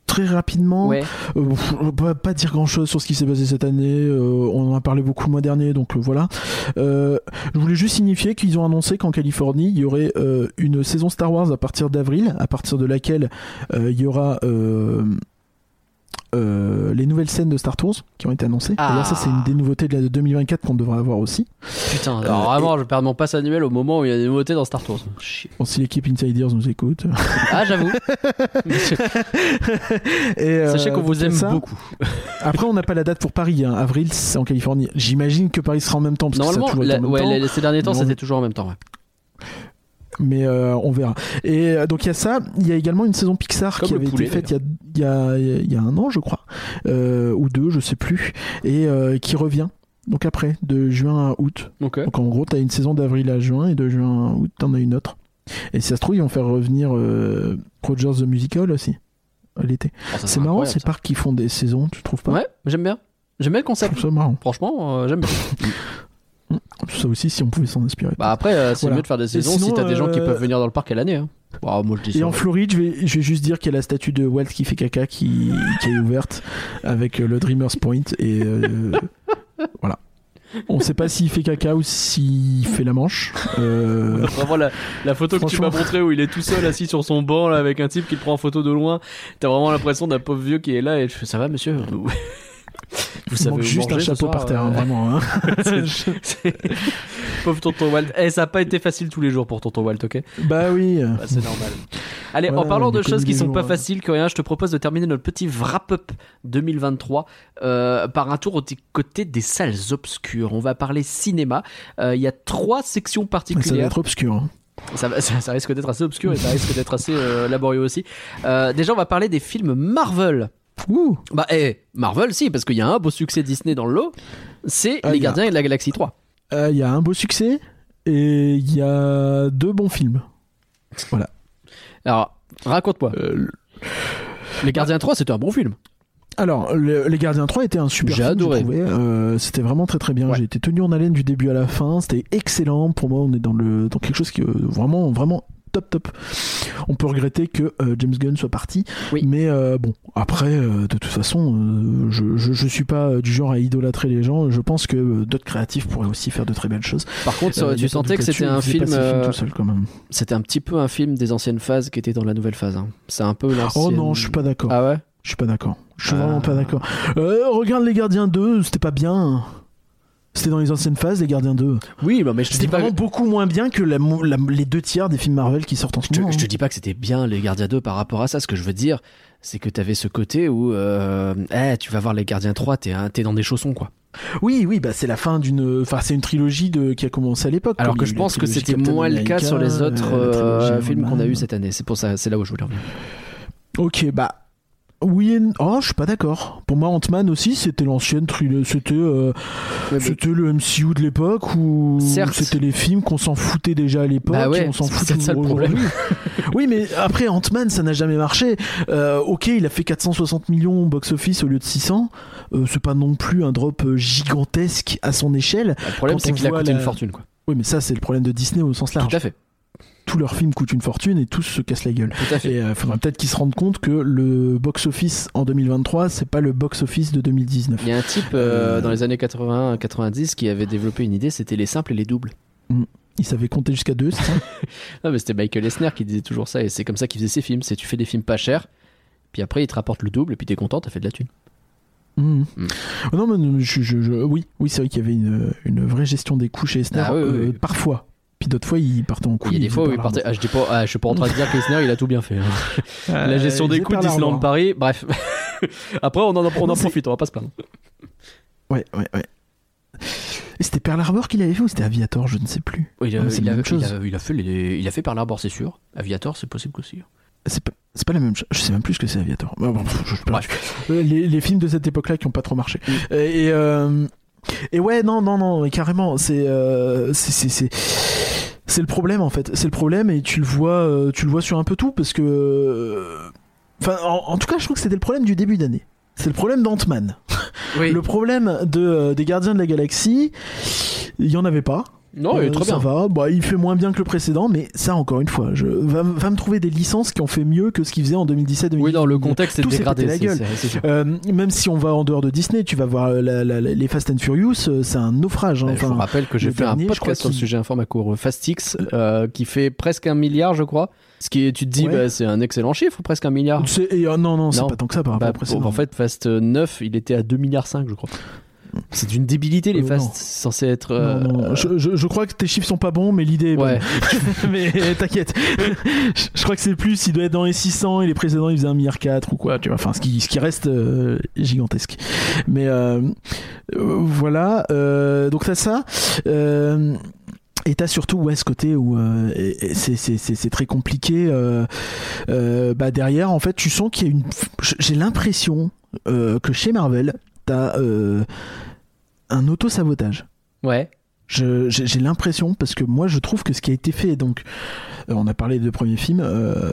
Très rapidement. Ouais. Euh, pff, on peut pas dire grand chose sur ce qui s'est passé cette année. euh, on en a parlé beaucoup le mois dernier, donc euh, voilà. Euh, je voulais juste signifier qu'ils ont annoncé qu'en Californie, il y aurait euh, une saison Star Wars à partir d'avril, à partir de laquelle euh, il y aura euh, euh, les nouvelles scènes de Star Wars qui ont été annoncées. Ah. D'ailleurs, ça, c'est une des nouveautés de la de 2024 qu'on devrait avoir aussi. Putain, alors Euh, vraiment, je perds mon passe annuel au moment où il y a des nouveautés dans Star Wars. Chier. Bon, si l'équipe Insiders nous *laughs* écoute. *laughs* Ah, j'avoue. Et, euh, Sachez qu'on vous aime ça, beaucoup. Après, on n'a pas la date pour Paris. hein. Avril, c'est en Californie. J'imagine que Paris sera en même temps. Parce que ça a Normalement, toujours été la- en même ouais, temps. les- ces derniers temps, Non. c'était toujours en même temps. ouais. mais euh, on verra. Et euh, donc il y a ça, il y a également une saison Pixar Comme qui le avait poulet, été faite il y a, il y a- il y a un an, je crois, euh, ou deux, je sais plus, et euh, qui revient. Donc après, de juin à août. Ok. Donc en gros, t'as une saison d'avril à juin et de juin à août, t'en as une autre. Et si ça se trouve, ils vont faire revenir euh, Rogers the Musical aussi à l'été. Oh, ça, C'est marrant incroyable, ces parcs qui font des saisons, tu trouves pas ça. Ouais, j'aime bien. J'aime bien le Je concept. trouve ça marrant. Franchement, euh, j'aime bien. Ça aussi, si on pouvait s'en inspirer. Bah après, euh, c'est Voilà. mieux de faire des saisons si sinon, t'as des gens qui euh, peuvent venir dans le parc à l'année. Hein. Bah, moi, je dis Et ça. en Floride, je vais, je vais juste dire qu'il y a la statue de Walt qui fait caca qui, qui est ouverte avec euh, le Dreamers Point et euh, voilà. On sait pas s'il fait caca ou s'il fait la manche. Euh, *laughs* Vraiment la, la photo que tu m'as Franchement. montrée où il est tout seul assis sur son banc là, avec un type qui le prend en photo de loin, t'as vraiment l'impression d'un pauvre vieux qui est là et je fais ça va monsieur *laughs* Vous il manque savez où juste manger un ce chapeau soir, par terre, hein, euh, vraiment. hein. *laughs* c'est- Pauvre tonton Walt. Eh, ça a pas été facile tous les jours pour tonton Walt, ok bah oui. Bah, C'est normal. Allez, en Voilà, parlant de des choses qui comédies sont pas genre, euh. faciles, Coréen, je te propose de terminer notre petit wrap-up 2023 euh, par un tour au t- côté des salles obscures. On va parler cinéma. Euh, Il y a trois sections Ça va particulières. être obscur. hein. Ça, va- *laughs* ça- ça risque d'être assez obscur et ça risque d'être assez euh, laborieux aussi. Euh, déjà, on va parler des films Marvel. Ouh. Bah, eh, Marvel, si, parce qu'il y a un beau succès Disney dans le lot. C'est Ah, Les il y a- Gardiens de la Galaxie 3. Euh, Il y a un beau succès et il y a deux bons films. Alors, raconte-moi. Euh, Les Gardiens 3, c'était un bon film. Alors, le- Les Gardiens 3 était un super J'ai film, adoré. j'ai trouvé. Euh, c'était vraiment très très bien. Ouais. J'ai été tenu en haleine du début à la fin. C'était excellent. Pour moi, on est dans, le, dans quelque chose qui est euh, vraiment, vraiment top top. On peut regretter que euh, James Gunn soit parti. Oui. Mais euh, bon, après, euh, de toute façon, euh, je, je, je suis pas euh, du genre à idolâtrer les gens. Je pense que euh, d'autres créatifs pourraient aussi faire de très belles choses. Par contre, Euh, y a pas tu de sentais doute que c'était là-dessus. un Il faisait film. pas ses films euh, tout seul quand même. C'était un petit peu un film des anciennes phases qui était dans la nouvelle phase. hein. C'est un peu l'ancienne. Oh non, je suis pas d'accord. Ah ouais Je suis pas d'accord. Je suis Ah. vraiment pas d'accord. Euh, regarde Les Gardiens 2, c'était pas bien. C'était dans les anciennes phases des Gardiens 2. Oui, bah, mais je te C'était dis pas. vraiment beaucoup moins bien que la mo- la- les deux tiers des films Marvel qui sortent en ce Je, moment. je te dis pas que c'était bien les Gardiens 2 par rapport à ça. Ce que je veux dire, c'est que t'avais ce côté où euh, eh, tu vas voir les Gardiens 3, t'es hein, t'es dans des chaussons quoi. Oui, oui, bah c'est la fin d'une. Enfin, c'est une trilogie de... qui a commencé à l'époque. Alors comme que il y a je eu pense la que trilogie c'était Captain moins le cas America, sur les autres euh, la trilogie euh, Iron films qu'on a Man. eu cette année. C'est pour ça, c'est là où je voulais revenir. Ok, bah. Oui, et n- oh, je suis pas d'accord. Pour moi, Ant-Man aussi, c'était l'ancienne trilogie. C'était. euh, C'était le MCU de l'époque où Certes. c'était les films qu'on s'en foutait déjà à l'époque, Bah ouais, et on s'en c'est fout peut-être ça le toujours problème. aujourd'hui. *laughs* oui, mais après Ant-Man, ça n'a jamais marché. Euh, ok, il a fait 460 millions au box-office au lieu de 600. Euh, c'est pas non plus un drop euh, gigantesque à son échelle. Le problème, Quand c'est on qu'il a voit coûté la- une fortune quoi. Oui, mais ça, c'est le problème de Disney au sens large. Tout à fait, Tous leurs films coûtent une fortune et tous se cassent la gueule. tout à fait. Et euh, faudrait peut-être qu'ils se rendent compte que le box-office en 2023, c'est pas le box-office de 2019. Il y a un type euh, dans les années 80-90 qui avait développé une idée, c'était les simples et les doubles. Ils savaient compter jusqu'à deux, *laughs* c'est ça Non, mais c'était Michael Esner qui disait toujours ça, et c'est comme ça qu'il faisait ses films. C'est tu fais des films pas chers, puis après il te rapporte le double, et puis t'es content, t'as fait de la thune. Mhm. Mm. Ah Non, mais non, je, je- je- oui, oui c'est vrai qu'il y avait une, une vraie gestion des coups chez Esner, Ah oui, oui, euh, oui. parfois. Puis d'autres fois, ils partaient en couille. Il y a des ils fois où il faisaient par partait. Ah, je dis pas, ah, je suis pas en train de dire qu'Esner il a tout bien fait. hein. l'arbre. la *laughs* gestion Euh, ils des faisaient coûts par d'Islande l'arbre. Paris, bref. *laughs* après on en, on Non, en c'est- profite, on va pas se plaindre. Ouais, ouais, ouais. Et c'était Pearl Harbor qu'il avait fait ou c'était Aviator Je ne sais plus. Oui, il, a, Non, mais c'est il la a- même chose. il a- il a fait les- il a fait par l'arbre, c'est sûr. Aviator, c'est possible aussi. C'est pas, c'est pas la même chose. Je sais même plus ce que c'est Aviator. Bah, bon, pff, je- je- Bref. Euh, les, les films de cette époque-là qui ont pas trop marché. Mm. Euh, Et, euh, et ouais, non, non, non, mais carrément, c'est euh, c'est- c'est c'est- c'est le problème en fait. C'est le problème et tu le vois, euh, tu le vois sur un peu tout parce que, euh, enfin, en, en tout cas, je trouve que c'était le problème du début d'année. C'est le problème d'Ant-Man. *laughs* Oui. Le problème de, euh, des Gardiens de la Galaxie, il y en avait pas. Non, Oh, il est Euh, très ça bien. va, bah, il fait moins bien que le précédent, mais ça, encore une fois, je... va, va me trouver des licences qui ont fait mieux que ce qu'ils faisaient en 2017 Oui, dans le contexte est Tout s'est pété dégradé. la c'est- gueule. c'est- c'est sûr. Euh, même si on va en dehors de Disney, tu vas voir euh, la- la- la- les Fast and Furious, euh, c'est un naufrage. hein. Bah, je vous Enfin, rappelle que j'ai le fait un dernier, je crois podcast sur le qu'il- sujet Informacourt Fastix euh, qui fait presque un milliard, je crois. Ce qui est, tu te dis, Ouais. bah, c'est un excellent chiffre, presque un milliard. c'est- et, euh, non, non, c'est Non. pas tant que ça par rapport Bah, au précédent. en fait, Fast 9, il était à 2 milliards 5, je crois. C'est d'une débilité, les Euh, non. Fast. C'est censé être. euh, Non, non, je, je- je crois que tes chiffres sont pas bons, mais l'idée est bonne. Ouais. *laughs* mais euh, t'inquiète. je, je crois que c'est plus, il doit être dans les 600 et les précédents, il faisait 1,4 milliard ou quoi, tu vois. Enfin, ce qui, ce qui reste euh, gigantesque. Mais euh, euh, voilà. euh, donc, t'as ça. Euh, et t'as surtout ouais, ce côté où euh, et- et c'est- c'est c'est- c'est très compliqué. euh, euh, bah derrière, en fait, tu sens qu'il y a une. J'ai l'impression euh, que chez Marvel, t'as euh, un auto-sabotage. Ouais. Je- J'ai j'ai l'impression, parce que moi je trouve que ce qui a été fait, donc euh, on a parlé des deux premiers films, euh,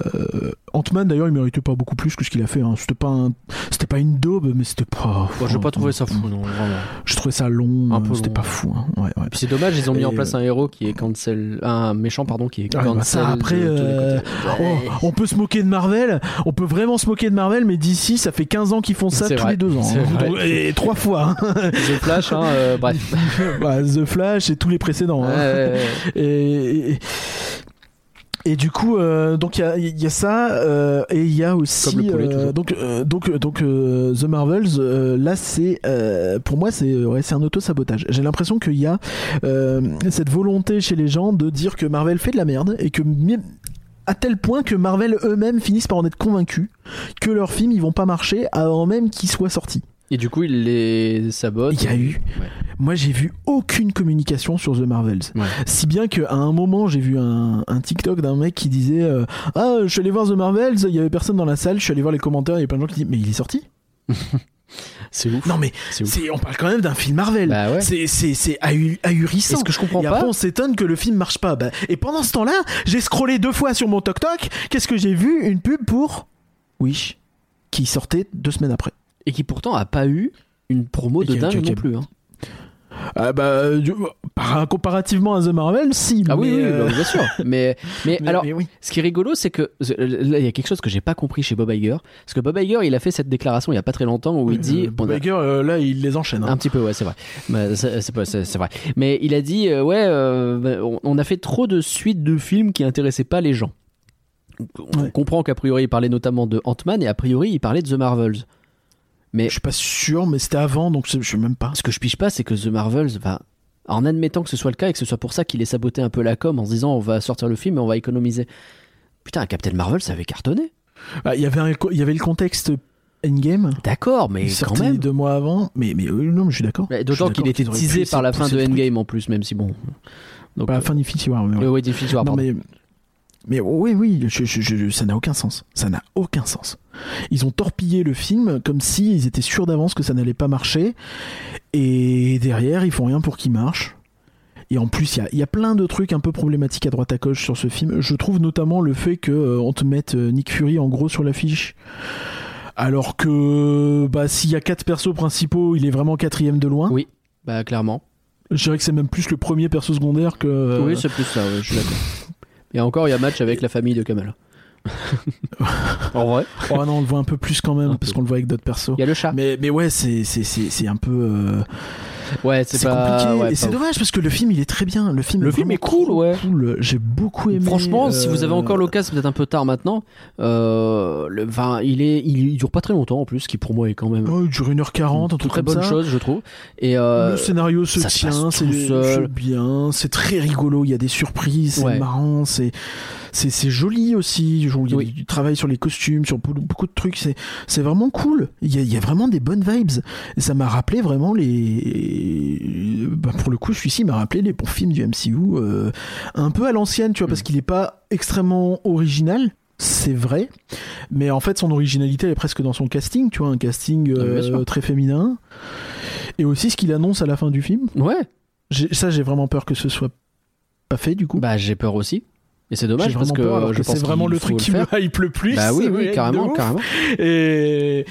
Ant-Man d'ailleurs il méritait pas beaucoup plus que ce qu'il a fait, hein. c'était pas, un- c'était pas une daube, mais c'était pas. hein. Moi, je vais pas trouver ça fou, non, vraiment. Je trouvais ça long, Un euh, peu c'était long. pas fou. hein. Ouais, ouais. Puis c'est dommage, ils ont mis Et, en place un héros qui est cancel. Un méchant, pardon, qui est Ah, cancel. bah, ça, après, de tous les euh, côtés. Oh, on peut se moquer de Marvel, on peut vraiment se moquer de Marvel, mais d'ici ça fait 15 ans qu'ils font ça C'est tous vrai, les deux ans. c'est hein. vrai. Donc, et trois fois, hein. *laughs* The Flash, hein, euh, bref. Bah, The Flash et tous les précédents. Ouais, hein. ouais, ouais. Et, et- et du coup, euh, donc il y a, il y a ça, euh, et il y a aussi Comme le poulet, euh, toujours. donc euh, donc donc euh, The Marvels. euh, là, c'est euh, pour moi c'est ouais, c'est un auto sabotage. J'ai l'impression qu'il y a euh, cette volonté chez les gens de dire que Marvel fait de la merde et que mi- à tel point que Marvel eux-mêmes finissent par en être convaincus que leurs films ils vont pas marcher avant même qu'ils soient sortis. Et du coup, il les sabote. Il y a eu. Ouais. Moi, j'ai vu aucune communication sur The Marvels. Ouais. Si bien qu'à un moment, j'ai vu un, un TikTok d'un mec qui disait euh, Ah, je suis allé voir The Marvels, il y avait personne dans la salle, je suis allé voir les commentaires, il y a plein de gens qui disent Mais il est sorti C'est ouf. Non, mais c'est ouf. c'est- on parle quand même d'un film Marvel. Bah ouais. C'est- C'est c'est ahu- ahurissant. Et ce que je comprends Et pas- après, on s'étonne que le film marche pas. Bah, et pendant ce temps-là, j'ai scrollé deux fois sur mon TokTok. Qu'est-ce que j'ai vu Une pub pour Wish, qui sortait deux semaines après. Et qui pourtant a pas eu une promo Et de qui a- qui a- dingue qui non a- plus. hein. Ah bah, du- par- comparativement à The Marvel, si. Ah oui, mais, oui, euh, bah, *laughs* bien sûr. Mais, mais, mais- alors, mais oui. ce qui est rigolo, c'est que euh, là, il y a quelque chose que j'ai pas compris chez Bob Iger. Parce que Bob Iger, il a fait cette déclaration il y a pas très longtemps où il dit. Euh, on a- Bob Iger, euh, là, il les enchaîne. hein. Un petit peu, ouais, c'est vrai. Mais c'est c'est pas- c'est- c'est vrai. Mais il a dit, euh, ouais, euh, bah, on- on a fait trop de suites de films qui intéressaient pas les gens. On Ouais. comprend qu'a priori, il parlait notamment de Ant-Man et a priori, il parlait de The Marvels. Mais Je suis pas sûr, mais c'était avant, donc je je sais même pas. ce que je pige pas, c'est que The Marvels va en admettant que ce soit le cas et que ce soit pour ça qu'il ait saboté un peu la com en se disant on va sortir le film et on va économiser. Putain, un Captain Marvel, ça avait cartonné. Ah, Il y avait un co- il y avait le contexte Endgame. D'accord, mais il quand sortait même. deux mois avant. Mais, mais euh, non, mais je suis d'accord. Mais Je suis D'autant d'accord qu'il était qu'ils auraient pu teasé essayer par la de fin pousser de le truc. Endgame en plus, même si bon. Donc, Par la fin d'Infinity War. mais ouais. euh, ouais, Infinity War, Non, pardon. mais, mais oh, oui, oui, je- je- je- ça n'a aucun sens. Ça n'a aucun sens. Ils ont torpillé le film comme s'ils étaient sûrs d'avance que ça n'allait pas marcher. Et derrière, ils font rien pour qu'il marche. Et en plus, il y a- il y, a plein de trucs un peu problématiques à droite à gauche sur ce film. Je trouve notamment le fait que euh, on te mette euh, Nick Fury en gros sur l'affiche. Alors que bah, s'il y a quatre persos principaux, il est vraiment quatrième de loin. Oui. Bah, clairement. Je dirais que c'est même plus le premier perso secondaire que. euh, *laughs* Oui, c'est plus ça, ouais, je suis d'accord. Et encore, il y a match avec la famille *laughs* de Kamala. en vrai. Oh non, on le voit un peu plus quand Un même, parce peu. qu'on le voit avec d'autres persos. Il y a le chat. Mais, mais ouais, c'est, c'est, c'est, c'est un peu. euh, Ouais, c'est c'est pas. compliqué. ouais, et pas c'est ouf. dommage parce que le film, il est très bien. Le film, Le film vraiment est cool, trop ouais. cool. J'ai beaucoup aimé. Franchement, si euh, vous avez encore l'occasion, c'est peut-être un peu tard maintenant. euh, le, enfin, il est, il, il dure pas très longtemps en plus, ce qui pour moi est quand même ouais, euh, il dure 1h40, un une truc très comme bonne ça. chose, je trouve. Et euh, le scénario se ça se tient, passe c'est, tout seul. c'est bien, c'est très rigolo, il y a des surprises, c'est Ouais. marrant, c'est, c'est, c'est joli aussi. Il y a Oui. du- du travail sur les costumes, sur beaucoup- beaucoup de trucs, c'est, c'est vraiment cool. Il y, a, il y a vraiment des bonnes vibes. Et ça m'a rappelé vraiment les. bah, pour le coup, celui-ci m'a rappelé les bons films du MCU, euh, un peu à l'ancienne, Mm. tu vois, parce qu'il n'est pas extrêmement original. C'est vrai, mais en fait son originalité elle est presque dans son casting, tu vois, un casting Ah, bien euh, sûr. très féminin, et aussi ce qu'il annonce à la fin du film. ouais, J'ai- Ça, j'ai vraiment peur que ce soit pas fait du coup. bah j'ai peur aussi. Et c'est J'ai dommage parce vraiment que, peur, alors je pense c'est vraiment qu'il le faut truc qui faire. me hype le plus. Bah oui, oui, ouais, de carrément, ouf. carrément. Et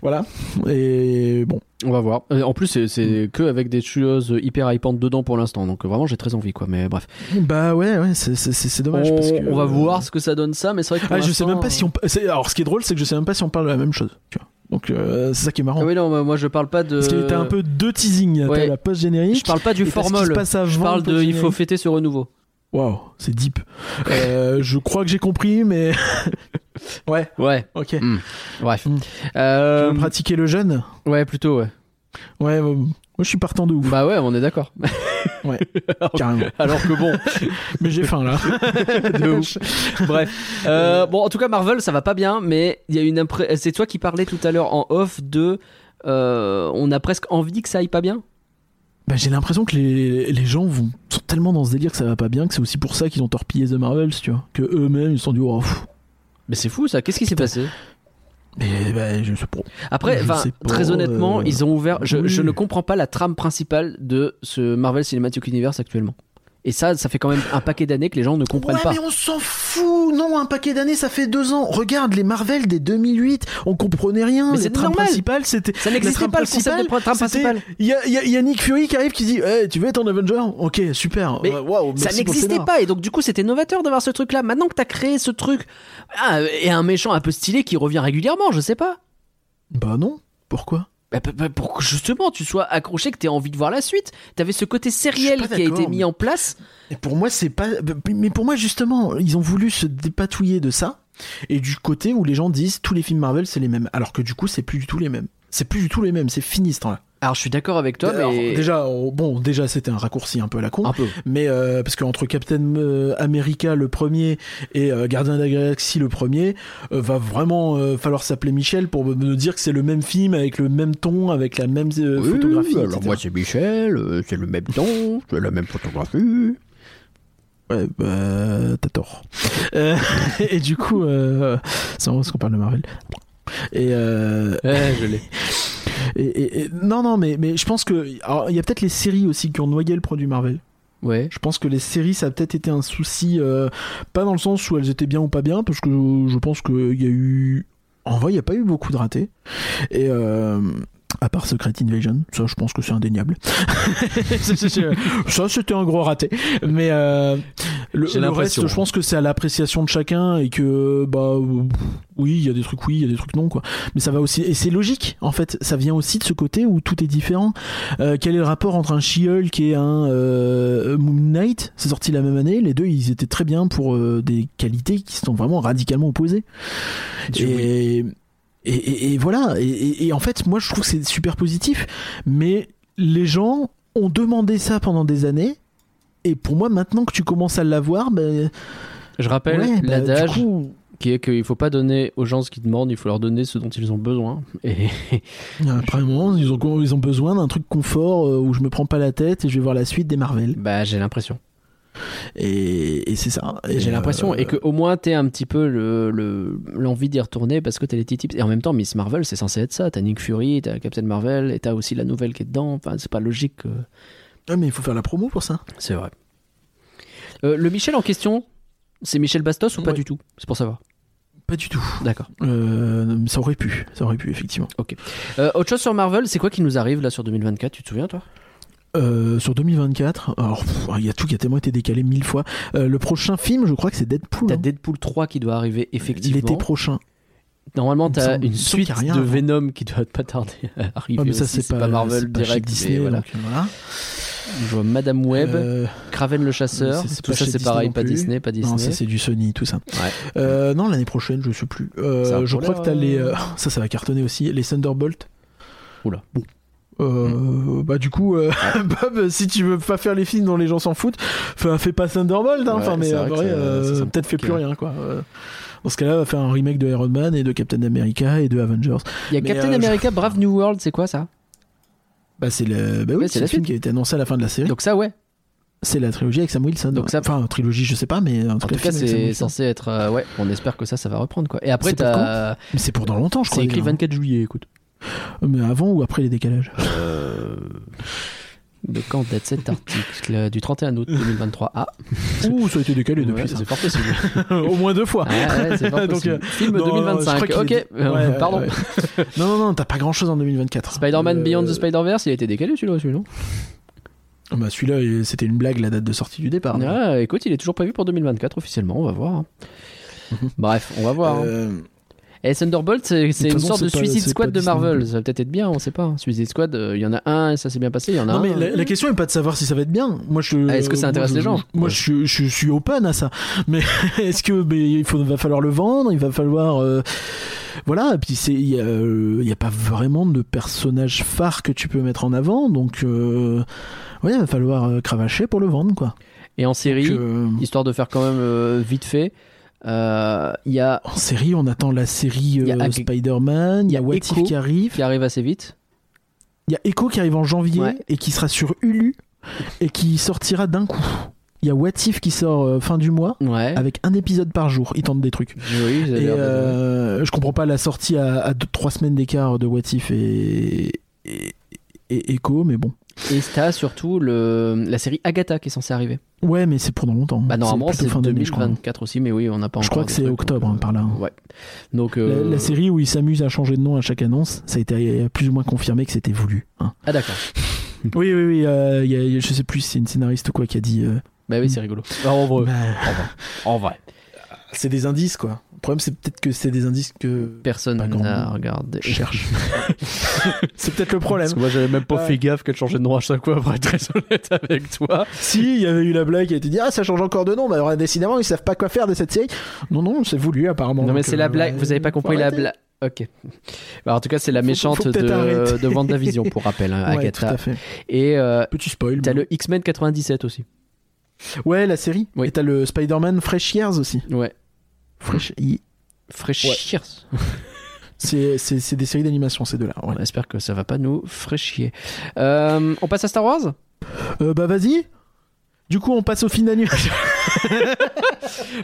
voilà. Et bon, On va voir. Euh, En plus, c'est- Mm. c'est que avec des choses hyper hypantes dedans pour l'instant, donc euh, vraiment j'ai très envie quoi. Mais bref, bah ouais, ouais, c'est- c'est c'est- c'est dommage. on, parce que- on va voir ce que ça donne ça, mais c'est vrai que pour Ah, je sais l'instant, euh, même pas si on. c'est- Alors, ce qui est drôle, c'est que je sais même pas si on parle de la même chose. Tu vois. Donc, euh, c'est ça qui est marrant. Ah oui, non, moi- moi je parle pas de. Parce qu'il y a un peu deux teasings. T'as Euh, Ouais. la post générique. Je parle pas du et t'as ce qui se formol. passe avant Je parle le de. Il faut post-générique. fêter ce renouveau. Waouh, c'est *laughs* deep. Euh, je crois que j'ai compris, mais *laughs* ouais, Ouais. ok. Bref. Mm. Euh, Tu veux pratiquer le jeûne. ouais, plutôt. Ouais. Ouais, bah, moi je suis partant de ouf, Bah ouais, on est d'accord. Ouais. *laughs* carrément. *laughs* Alors que bon, *laughs* Mais j'ai faim *laughs* là. de ouf. Bref. Euh, bon, en tout cas, Marvel, ça va pas bien, mais il y a une impré- C'est toi qui parlais tout à l'heure en off de. euh, on a presque envie que ça aille pas bien. Bah, j'ai l'impression que les, les gens vont, sont tellement dans ce délire que ça va pas bien que c'est aussi pour ça qu'ils ont torpillé The Marvels, tu vois. Que eux-mêmes ils se sont dit, oh, pff, Mais c'est fou ça. Qu'est-ce qui s'est passé mais bah, je sais pas. Après, Je enfin, sais pas, très honnêtement, euh, ils ont ouvert. Je, oui. je ne comprends pas la trame principale de ce Marvel Cinematic Universe actuellement. Et ça, ça fait quand même un paquet d'années que les gens ne comprennent ouais, pas. mais on s'en fout Non, un paquet d'années, ça fait deux ans. Regarde, les Marvel des 2008, on comprenait rien. Mais les c'est trames normal. principales, c'était... Ça la n'existait trame pas le concept principale, de pro- trame c'était- principale. Il y a, il y a- il y a Nick Fury qui arrive qui dit Eh, Tu veux être un Avenger Ok, super. Mais Euh, waouh, Ça merci pour le n'existait scénar. pas et donc du coup c'était novateur d'avoir ce truc là. Maintenant que t'as créé ce truc ah, et un méchant un peu stylé qui revient régulièrement, je sais pas. Bah non, pourquoi Bah, bah, bah, pour que justement tu sois accroché, que t'aies envie de voir la suite. T'avais ce côté Je sériel suis pas qui a été d'accord, mis mais- en place. Et Pour moi, c'est pas. Mais pour moi, justement, ils ont voulu se dépatouiller de ça et du côté où les gens disent tous les films Marvel c'est les mêmes, alors que du coup, c'est plus du tout les mêmes. C'est plus du tout les mêmes. C'est fini ce temps-là. Alors je suis d'accord avec toi, Alors, mais Déjà, on- bon, déjà, c'était un raccourci un peu à la con. un peu. Mais euh, parce qu'entre Captain euh, America le premier et euh, Gardien de la Galaxie le premier, euh, va vraiment euh, falloir s'appeler Michel pour me- me dire que c'est le même film avec le même ton, avec la même euh, Oui, photographie. alors etc. moi c'est Michel, euh, c'est le même ton, c'est la même photographie. Ouais, bah, t'as tort. Euh, *laughs* et du coup, euh, c'est en vrai parce qu'on parle de Marvel. Et, euh, je l'ai. *laughs* et- et- et- non, non, mais, mais je pense que. alors, il y a peut-être les séries aussi qui ont noyé le produit Marvel. Ouais. Je pense que les séries, ça a peut-être été un souci, euh, pas dans le sens où elles étaient bien ou pas bien, parce que je, je pense qu'il y a eu. En vrai, il n'y a pas eu beaucoup de ratés. Et. euh, à part Secret Invasion, ça je pense que c'est indéniable. C'est- c'est- c'est- ça c'était un gros raté. Mais euh, le, J'ai le l'impression. reste, je pense que c'est à l'appréciation de chacun et que, bah euh, oui, il y a des trucs oui, il y a des trucs non, quoi. Mais ça va aussi. Et c'est logique, en fait. Ça vient aussi de ce côté où tout est différent. Euh, quel est le rapport entre un She-Hulk et un euh, Moon Knight C'est sorti la même année. Les deux, ils étaient très bien pour euh, des qualités qui sont vraiment radicalement opposées. Je- Et, et, et- et voilà. Et, et- et en fait, moi, je trouve que c'est super positif. Mais les gens on demandait ça pendant des années. Et pour moi, maintenant que tu commences à l'avoir, ben, Je rappelle ouais, ben, du l'adage coup, qui est qu'il faut pas donner aux gens ce qu'ils demandent, il faut leur donner ce dont ils ont besoin. *laughs* Et après un moment, ils ont, ils ont besoin d'un truc confort euh, où je me prends pas la tête et je vais voir la suite des Marvel. bah j'ai l'impression. Et, et c'est ça. Et, J'ai euh, l'impression. Et que au moins t'es un petit peu le- le- l'envie d'y retourner parce que t'as les petits tips. Et en même temps, Miss Marvel, c'est censé être ça. T'as Nick Fury, t'as Captain Marvel, et t'as aussi la nouvelle qui est dedans. Enfin, c'est pas logique. que- Ah, mais il faut faire la promo pour ça. C'est vrai. Euh, le Michel en question, c'est Michel Bastos ou pas Ouais. du tout C'est pour savoir. Pas du tout. D'accord. Euh, ça aurait pu. Ça aurait pu, effectivement. Euh, autre chose sur Marvel, c'est quoi qui nous arrive là sur 2024 Tu te souviens toi Euh, sur 2024, alors pff, il y a tout qui a tellement été décalé mille fois. Euh, le prochain film, je crois que c'est Deadpool. T'as hein. Deadpool 3 qui doit arriver effectivement. L'été prochain. Normalement, Il me t'as semble- il une me semble suite qu'il y a rien de avant. Venom qui doit pas tarder à arriver. Ah, mais ça, aussi. c'est pas, Marvel c'est pas direct. chez Disney. mais voilà. donc, euh, voilà. Je vois Madame Web, Euh, Craven le chasseur. mais c'est- c'est Tout pas ça, chez c'est Disney pareil, non pas plus. Disney, pas Disney. non, ça c'est du Sony, tout ça. Ouais. Euh, non, l'année prochaine, je sais plus. Euh, Ça a je l'air, crois que t'as les. euh, euh, *laughs* ça, ça va cartonner aussi. Les Thunderbolts. Oula. Mm. Bon. Euh, bah du coup euh, *laughs* Bob si tu veux pas faire les films dont les gens s'en foutent enfin, fais pas Thunderbolt hein, Ouais, enfin mais c'est en vrai que vrai, ça- euh, ça semble peut-être fais plus compliqué. rien quoi Euh, dans ce cas-là va faire un remake de Iron Man et de Captain America et de Avengers Il y a Mais, Captain euh, je- America, Brave New World, c'est quoi ça bah c'est le bah oui Ouais, c'est c'est la le film suite. qui a été annoncé à la fin de la série Donc ça, ouais. c'est la trilogie avec Sam Wilson Donc ça- enfin trilogie je sais pas mais en Ah, tout En cas, tout cas, film avec Sam c'est Wilson. censé être. euh, ouais, on espère que ça, ça va reprendre quoi. Et après, hein. C'est pour t'as. Mais c'est pour dans longtemps je crois C'est écrit déjà, hein. 24 juillet, écoute. mais avant ou après les décalages Euh, De quand date cet article euh, Du 31 août 2023. Ah, *laughs* ouh ça a été décalé ouais, depuis ça. c'est fort possible. *laughs* au moins deux fois Ah ouais, c'est *laughs* fort Donc, possible. euh, Film non, non, je 2025. crois Ok, qu'il est- euh, Ouais, ouais, pardon. *laughs* ouais. non non non t'as pas grand chose en 2024 Spider-Man Euh, Beyond the Spider-Verse, il a été décalé celui-là aussi, non bah celui-là il- c'était une blague la date de sortie du départ non Ah, écoute, il est toujours prévu pour 2024 officiellement, on va voir. hein. *laughs* Bref, on va voir. hein. Euh, Et Thunderbolt, c'est c'est toute une façon, sorte de c'est pas- Suicide c'est Squad pas de Disney. Marvel. Ça va peut-être être bien, on sait pas. hein. Suicide Squad, euh, il y en a un, ça s'est bien passé, il y en a non un. euh, mais la, la question est pas de savoir si ça va être bien. Moi je. Ah, est-ce que ça moi, intéresse je- les gens Moi je, je suis open à ça. Mais *laughs* est-ce que mais il faut, va falloir le vendre Il va falloir euh, voilà. Et puis c'est il y, a, euh, il y a pas vraiment de personnage phare que tu peux mettre en avant. Donc euh, ouais, il va falloir euh, cravacher pour le vendre quoi. Et en série, Donc, euh, histoire de faire quand même euh, vite fait, euh, il y a en série, on attend la série Il y a euh, Ag- Spider-Man. Il y a il y a What Echo. If qui arrive. qui arrive assez vite. Il y a Echo qui arrive en janvier Ouais. et qui sera sur Hulu et qui sortira d'un coup. Il y a What If qui sort euh, fin du mois. Ouais. avec un épisode par jour. Ils tentent des trucs. Oui, vous avez Et l'air de- euh, je comprends pas la sortie à, à deux- trois semaines d'écart de What If et, et, et Echo, mais bon. Et t'as surtout le, la série Agatha qui est censée arriver. Ouais, mais c'est pour dans longtemps. Bah normalement plutôt c'est fin d'année, je crois. 2024 aussi, mais oui, on n'a pas encore. Je crois que de c'est trucs, octobre, donc, hein, par là. Ouais. Donc La, euh, la série où ils s'amusent à changer de nom à chaque annonce, ça a été euh, plus ou moins confirmé que c'était voulu. *laughs* hein. ah d'accord. oui, oui, oui. euh, il y a- il y a- je sais plus si c'est une scénariste ou quoi qui a dit. euh, Bah oui, *laughs* c'est rigolo. en vrai, bah, en vrai, c'est des indices, quoi. Le problème, c'est peut-être que c'est des indices que personne Pas grand n'a monde. regardé. je cherche. *laughs* c'est peut-être le problème. moi j'avais même pas fait gaffe qu'elle changeait de nom à chaque fois, pour être très honnête avec toi. Si, il y avait eu la blague qui a été dit Ah, ça change encore de nom. Bah, alors, décidément, ils savent pas quoi faire de cette série. Non, non, c'est voulu, apparemment. Non mais Donc, c'est euh, la blague, ouais, vous avez pas faut compris la arrêter. blague. Ok. Bah, en tout cas, c'est la Faut- faut- méchante faut peut-être de, arrêter. de WandaVision, pour rappel, hein, *laughs* Ouais, tout Agatha. à fait. Et euh, Petit spoil. t'as mais- le X-Men 97 aussi. Ouais, la série. Oui. Et t'as le Spider-Man Fresh Years aussi. Ouais. Fresh Ye- Fraîchir. C'est c'est- c'est des séries d'animation, ces deux-là. ouais. On espère que ça va pas nous fraîchir. Euh, on passe à Star Wars Euh, bah, vas-y. Du coup, on passe au film d'année.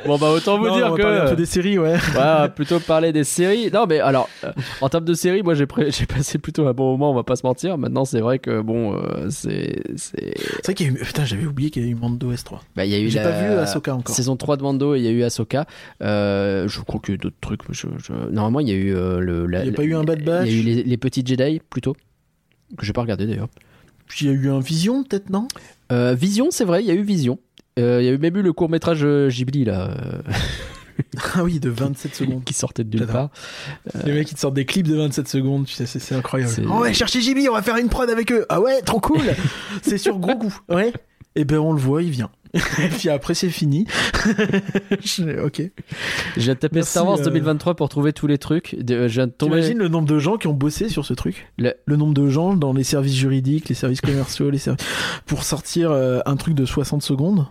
Bon bah autant Non, *laughs* on va parler un peu des séries, ouais. Voilà, Bah, plutôt parler des séries. Non, mais alors, euh, en termes de séries, moi j'ai pré- j'ai passé plutôt un bon moment, on va pas se mentir. Maintenant, c'est vrai que bon, euh, c'est. c'est- C'est vrai qu'il y a eu. Putain, j'avais oublié qu'il y a eu Mando S3. Bah, il y a eu J'ai la- pas vu Ahsoka encore. Saison 3 de Mando et il y a eu Ahsoka. Euh, je crois qu'il y a eu d'autres trucs. mais je- je- Normalement, il y a eu euh, le. la- Il y a pas eu un Bad Batch Il y a eu les, les petits Jedi, plutôt. Que j'ai pas regardé d'ailleurs. Puis il y a eu un Vision, peut-être, non Euh, Vision, c'est vrai, il y a eu Vision. Euh, Il y a eu même eu le court métrage Ghibli là, euh, *laughs* Ah oui, de 27 *laughs* secondes. qui sortait de nulle J'adore. part. Les mecs, ils te sortent des clips de 27 secondes, tu sais, c'est- c'est incroyable. C'est- Oh ouais, cherchez *laughs* Jimmy, on va faire une prod avec eux. Ah ouais, trop cool. c'est sur gros goût. Ouais. Et Eh ben, on le voit, il vient. Et puis après, c'est fini. *laughs* Je- ok. Je viens de taper Merci, Star Wars euh, 2023 pour trouver tous les trucs. De- euh, Je viens de tomber. T'imagines le nombre de gens qui ont bossé sur ce truc Le- nombre de gens dans les services juridiques, les services commerciaux, les services... *laughs* pour sortir euh, un truc de 60 secondes.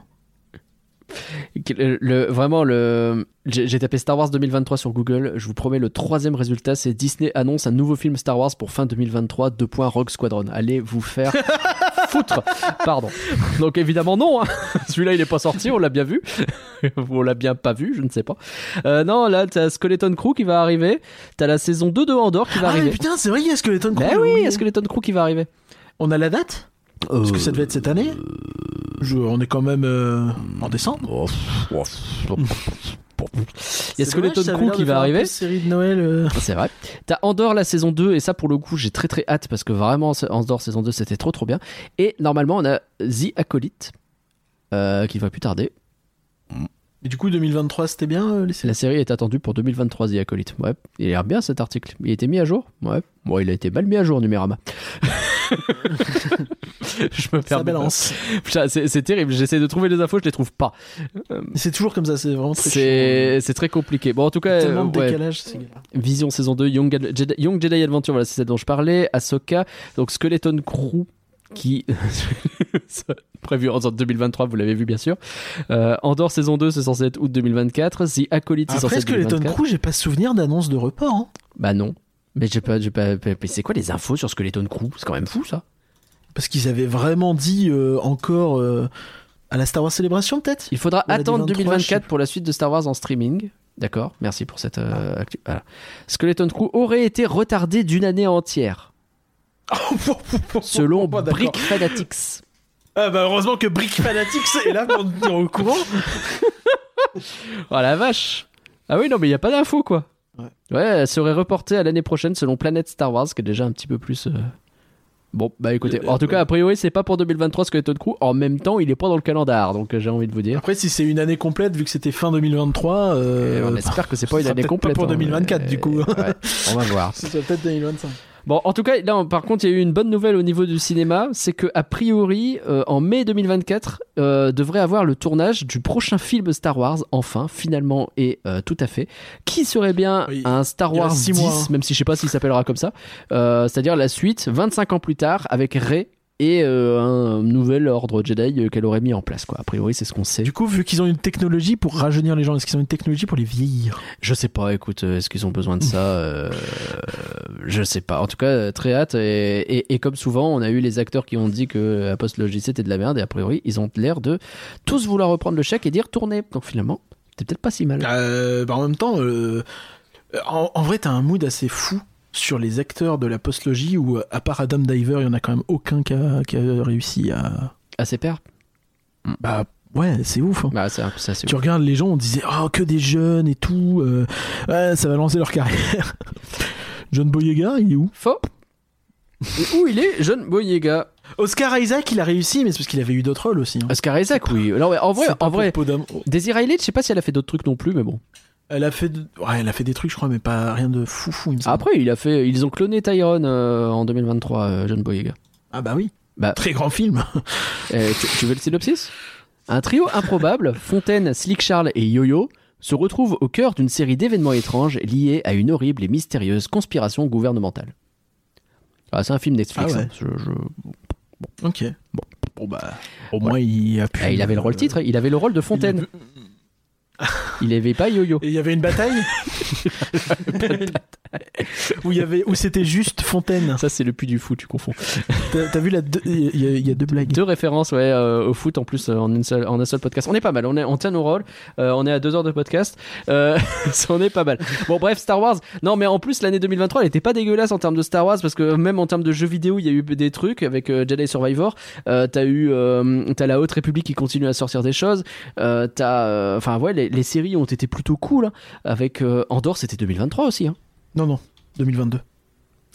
le- le- vraiment, le... j'ai j'ai tapé Star Wars 2023 sur Google. Je vous promets, le troisième résultat, c'est Disney annonce un nouveau film Star Wars pour fin 2023, 2. Rogue Squadron. Allez *laughs* vous faire foutre. Pardon. Donc évidemment, non. hein. *laughs* Celui-là, il est pas sorti, on l'a bien vu. *laughs* on l'a bien pas vu, je ne sais pas. Euh, non, là, t'as Skeleton Crew qui va arriver. T'as la saison 2 de Andorre qui va Ah mais arriver. putain, c'est vrai, il y a Skeleton Crew, Ben j'avais oui, Euh, oublié. il y a Skeleton Crew qui va arriver. On a la date Parce que ça devait être cette année Je- On est quand même euh, en décembre. Il y a C'est Skeleton dommage, ça avait Crew l'air qui de faire un va peu arriver. Série de Noël. euh. C'est vrai. T'as Andorre la saison 2, et ça pour le coup, j'ai très très hâte parce que vraiment, ce- Andorre saison 2, c'était trop trop bien. Et normalement, on a The Acolyte euh, qui va plus tarder. Et du coup, 2023, c'était bien euh, les séries La série est attendue pour 2023, The Acolyte. Ouais, il a l'air bien cet article. Il a été mis à jour Ouais. Bon, il a été mal mis à jour, Numérama. *laughs* je Ça me permets. balance. Putain, C'est c'est terrible, j'essaie de trouver les infos, je les trouve pas. C'est toujours comme ça, c'est vraiment très chiant. C'est c'est très compliqué. Bon, en tout cas, Tellement de euh, ouais. décalage, c'est galère. Vision saison 2, Young Ad- Jedi, Young Jedi Adventure, voilà, c'est celle dont je parlais. Ahsoka, donc Skeleton Crew, qui. *laughs* prévu en 2023, vous l'avez vu bien sûr. Euh, Andorre saison 2, c'est censé être août 2024. The Acolyte, c'est censé Après être Skeleton 2024. Crew, j'ai pas souvenir d'annonce de report. hein. Bah non. Mais j'ai pas, j'ai pas, mais c'est quoi les infos sur Skeleton Crew C'est quand même fou ça. Parce qu'ils avaient vraiment dit euh, encore euh, à la Star Wars Célébration, peut-être Il faudra Ou à 2023, attendre je sais 2024 pour la suite de Star Wars en streaming. D'accord, merci pour cette euh, Ah. actu. Voilà. Skeleton Crew aurait été retardé d'une année entière, selon Moi, d'accord. Brick Fanatics. Ah bah heureusement que Brick Fanatics *laughs* est là pour nous tenir au courant. Oh la vache Ah oui, non, mais il n'y a pas d'info, quoi. Ouais. elle serait reportée à l'année prochaine selon Planète Star Wars, qui est déjà un petit peu plus... euh, Bon, bah écoutez, Euh, en tout euh, cas, a priori, c'est pas pour 2023 Skeleton Crew. En même temps, il est pas dans le calendar, donc euh, j'ai envie de vous dire. Après si c'est une année complète vu que c'était fin 2023, Euh, euh, on espère que c'est *laughs* ce pas une sera année peut-être complète. Pas pour hein, 2024 mais- du coup. Ouais, on va *laughs* voir. Ce sera peut-être 2025. Bon, en tout cas, là, on- par contre, il y a eu une bonne nouvelle au niveau du cinéma, c'est que a priori, euh, en mai 2024, euh, devrait avoir le tournage du prochain film Star Wars, enfin, finalement et euh, tout à fait, qui serait bien Oui, un Star il Wars reste six 10, mois, hein. même si je sais pas s'il s'appellera comme ça, euh, c'est-à-dire la suite, 25 ans plus tard, avec Rey et euh, un nouvel ordre Jedi euh, qu'elle aurait mis en place, quoi. A priori, c'est ce qu'on sait. Du coup vu qu'ils ont une technologie pour rajeunir les gens, est-ce qu'ils ont une technologie pour les vieillir Je sais pas, écoute, euh, est-ce qu'ils ont besoin de ça euh, Je sais pas. En tout cas, euh, très hâte. Et, et- et comme souvent, on a eu les acteurs qui ont dit que euh, Apost Logic était de la merde. Et a priori, ils ont l'air de tous vouloir reprendre le chèque et dire tourner. Donc finalement, t'es peut-être pas si mal. Euh, bah, en même temps, euh, en, en vrai t'as un mood assez fou sur les acteurs de la postlogie où euh, à part Adam Diver, il y en a quand même aucun qui a, qui a réussi à. Assez père Bah ouais, c'est ouf. hein. Bah, c'est un- c'est assez Tu regardes les gens, on disait oh que des jeunes et tout, euh, ouais, ça va lancer leur carrière. *laughs* John Boyega, il est où faux. Et où il est, jeune Boyega Oscar Isaac, il a réussi, mais c'est parce qu'il avait eu d'autres rôles aussi. hein. Oscar Isaac, oui. Non, mais en vrai, C'est pas en pour vrai. peau d'homme. Oh, Daisy Ridley, je sais pas si elle a fait d'autres trucs non plus, mais bon. Elle a fait, de- ouais, elle a fait des trucs, je crois, mais pas rien de fou fou. Il me semble. Après, il a fait, ils ont cloné Tyrone euh, en 2023, euh, jeune Boyega. Ah bah oui. Bah. Très grand film. Euh, tu, tu veux le synopsis Un trio *laughs* improbable, Fontaine, Slick Charles et Yo-Yo, se retrouve au cœur d'une série d'événements étranges liés à une horrible et mystérieuse conspiration gouvernementale. Ah, c'est un film Netflix. Ah ouais. hein. Je- je- ok. Bon, Bon, bah, au moins il a pu. Ah, il avait le rôle titre, il avait le rôle de Fontaine. Il n'avait pas Yo-Yo. Et il y avait une bataille. *laughs* où il y avait, où c'était juste Fontaine. Ça, c'est le puits du fou, tu confonds. T'as t'as vu la, deux- il y, a- il y a deux blagues. Deux références ouais, euh, au foot en plus euh, en, une seule, en un seul podcast. On est pas mal, on, est, on tient nos rôles, euh, on est à deux heures de podcast, euh, *laughs* ça, on est pas mal. Bon bref, Star Wars, non mais en plus l'année 2023 elle était pas dégueulasse en termes de Star Wars parce que même en termes de jeux vidéo il y a eu des trucs avec euh, Jedi Survivor, euh, t'as eu euh, t'as la Haute République qui continue à sortir des choses, euh, t'as euh, enfin ouais les, les séries ont été plutôt cool hein, avec euh, Andorre c'était 2023 aussi. hein. Non non. 2022.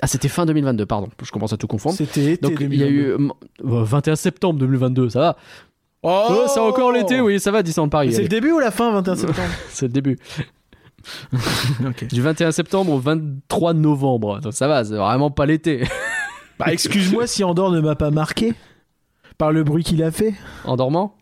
Ah c'était fin 2022 pardon, je commence à tout confondre. C'était été Donc il y a 2022. eu euh, euh, 21 septembre 2022 ça va. Oh, Oh, c'est encore l'été, oui, ça va, 10 ans de Paris. Mais C'est le allez, début ou la fin, 21 *laughs* septembre C'est le début. Du 21 septembre au 23 novembre. Donc ça va, c'est vraiment pas l'été. *laughs* Bah, excuse-moi si Andorre ne m'a pas marqué par le bruit qu'il a fait. En dormant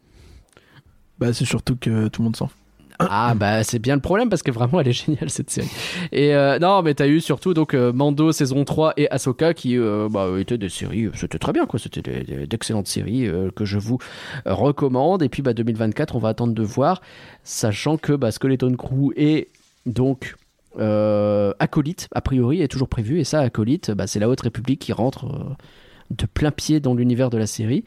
Bah, c'est surtout que tout le monde s'en fout. Ah bah c'est bien le problème parce que vraiment elle est géniale cette série. Et euh, non mais t'as eu surtout donc euh, Mando saison 3 et Ahsoka qui euh, bah, étaient des séries, c'était très bien quoi, c'était des- des- d'excellentes séries euh, que je vous recommande. Et puis bah 2024 on va attendre de voir, sachant que bah, Skeleton Crew et donc euh, Acolyte a priori est toujours prévu et ça Acolyte bah, c'est la Haute République qui rentre euh, de plein pied dans l'univers de la série.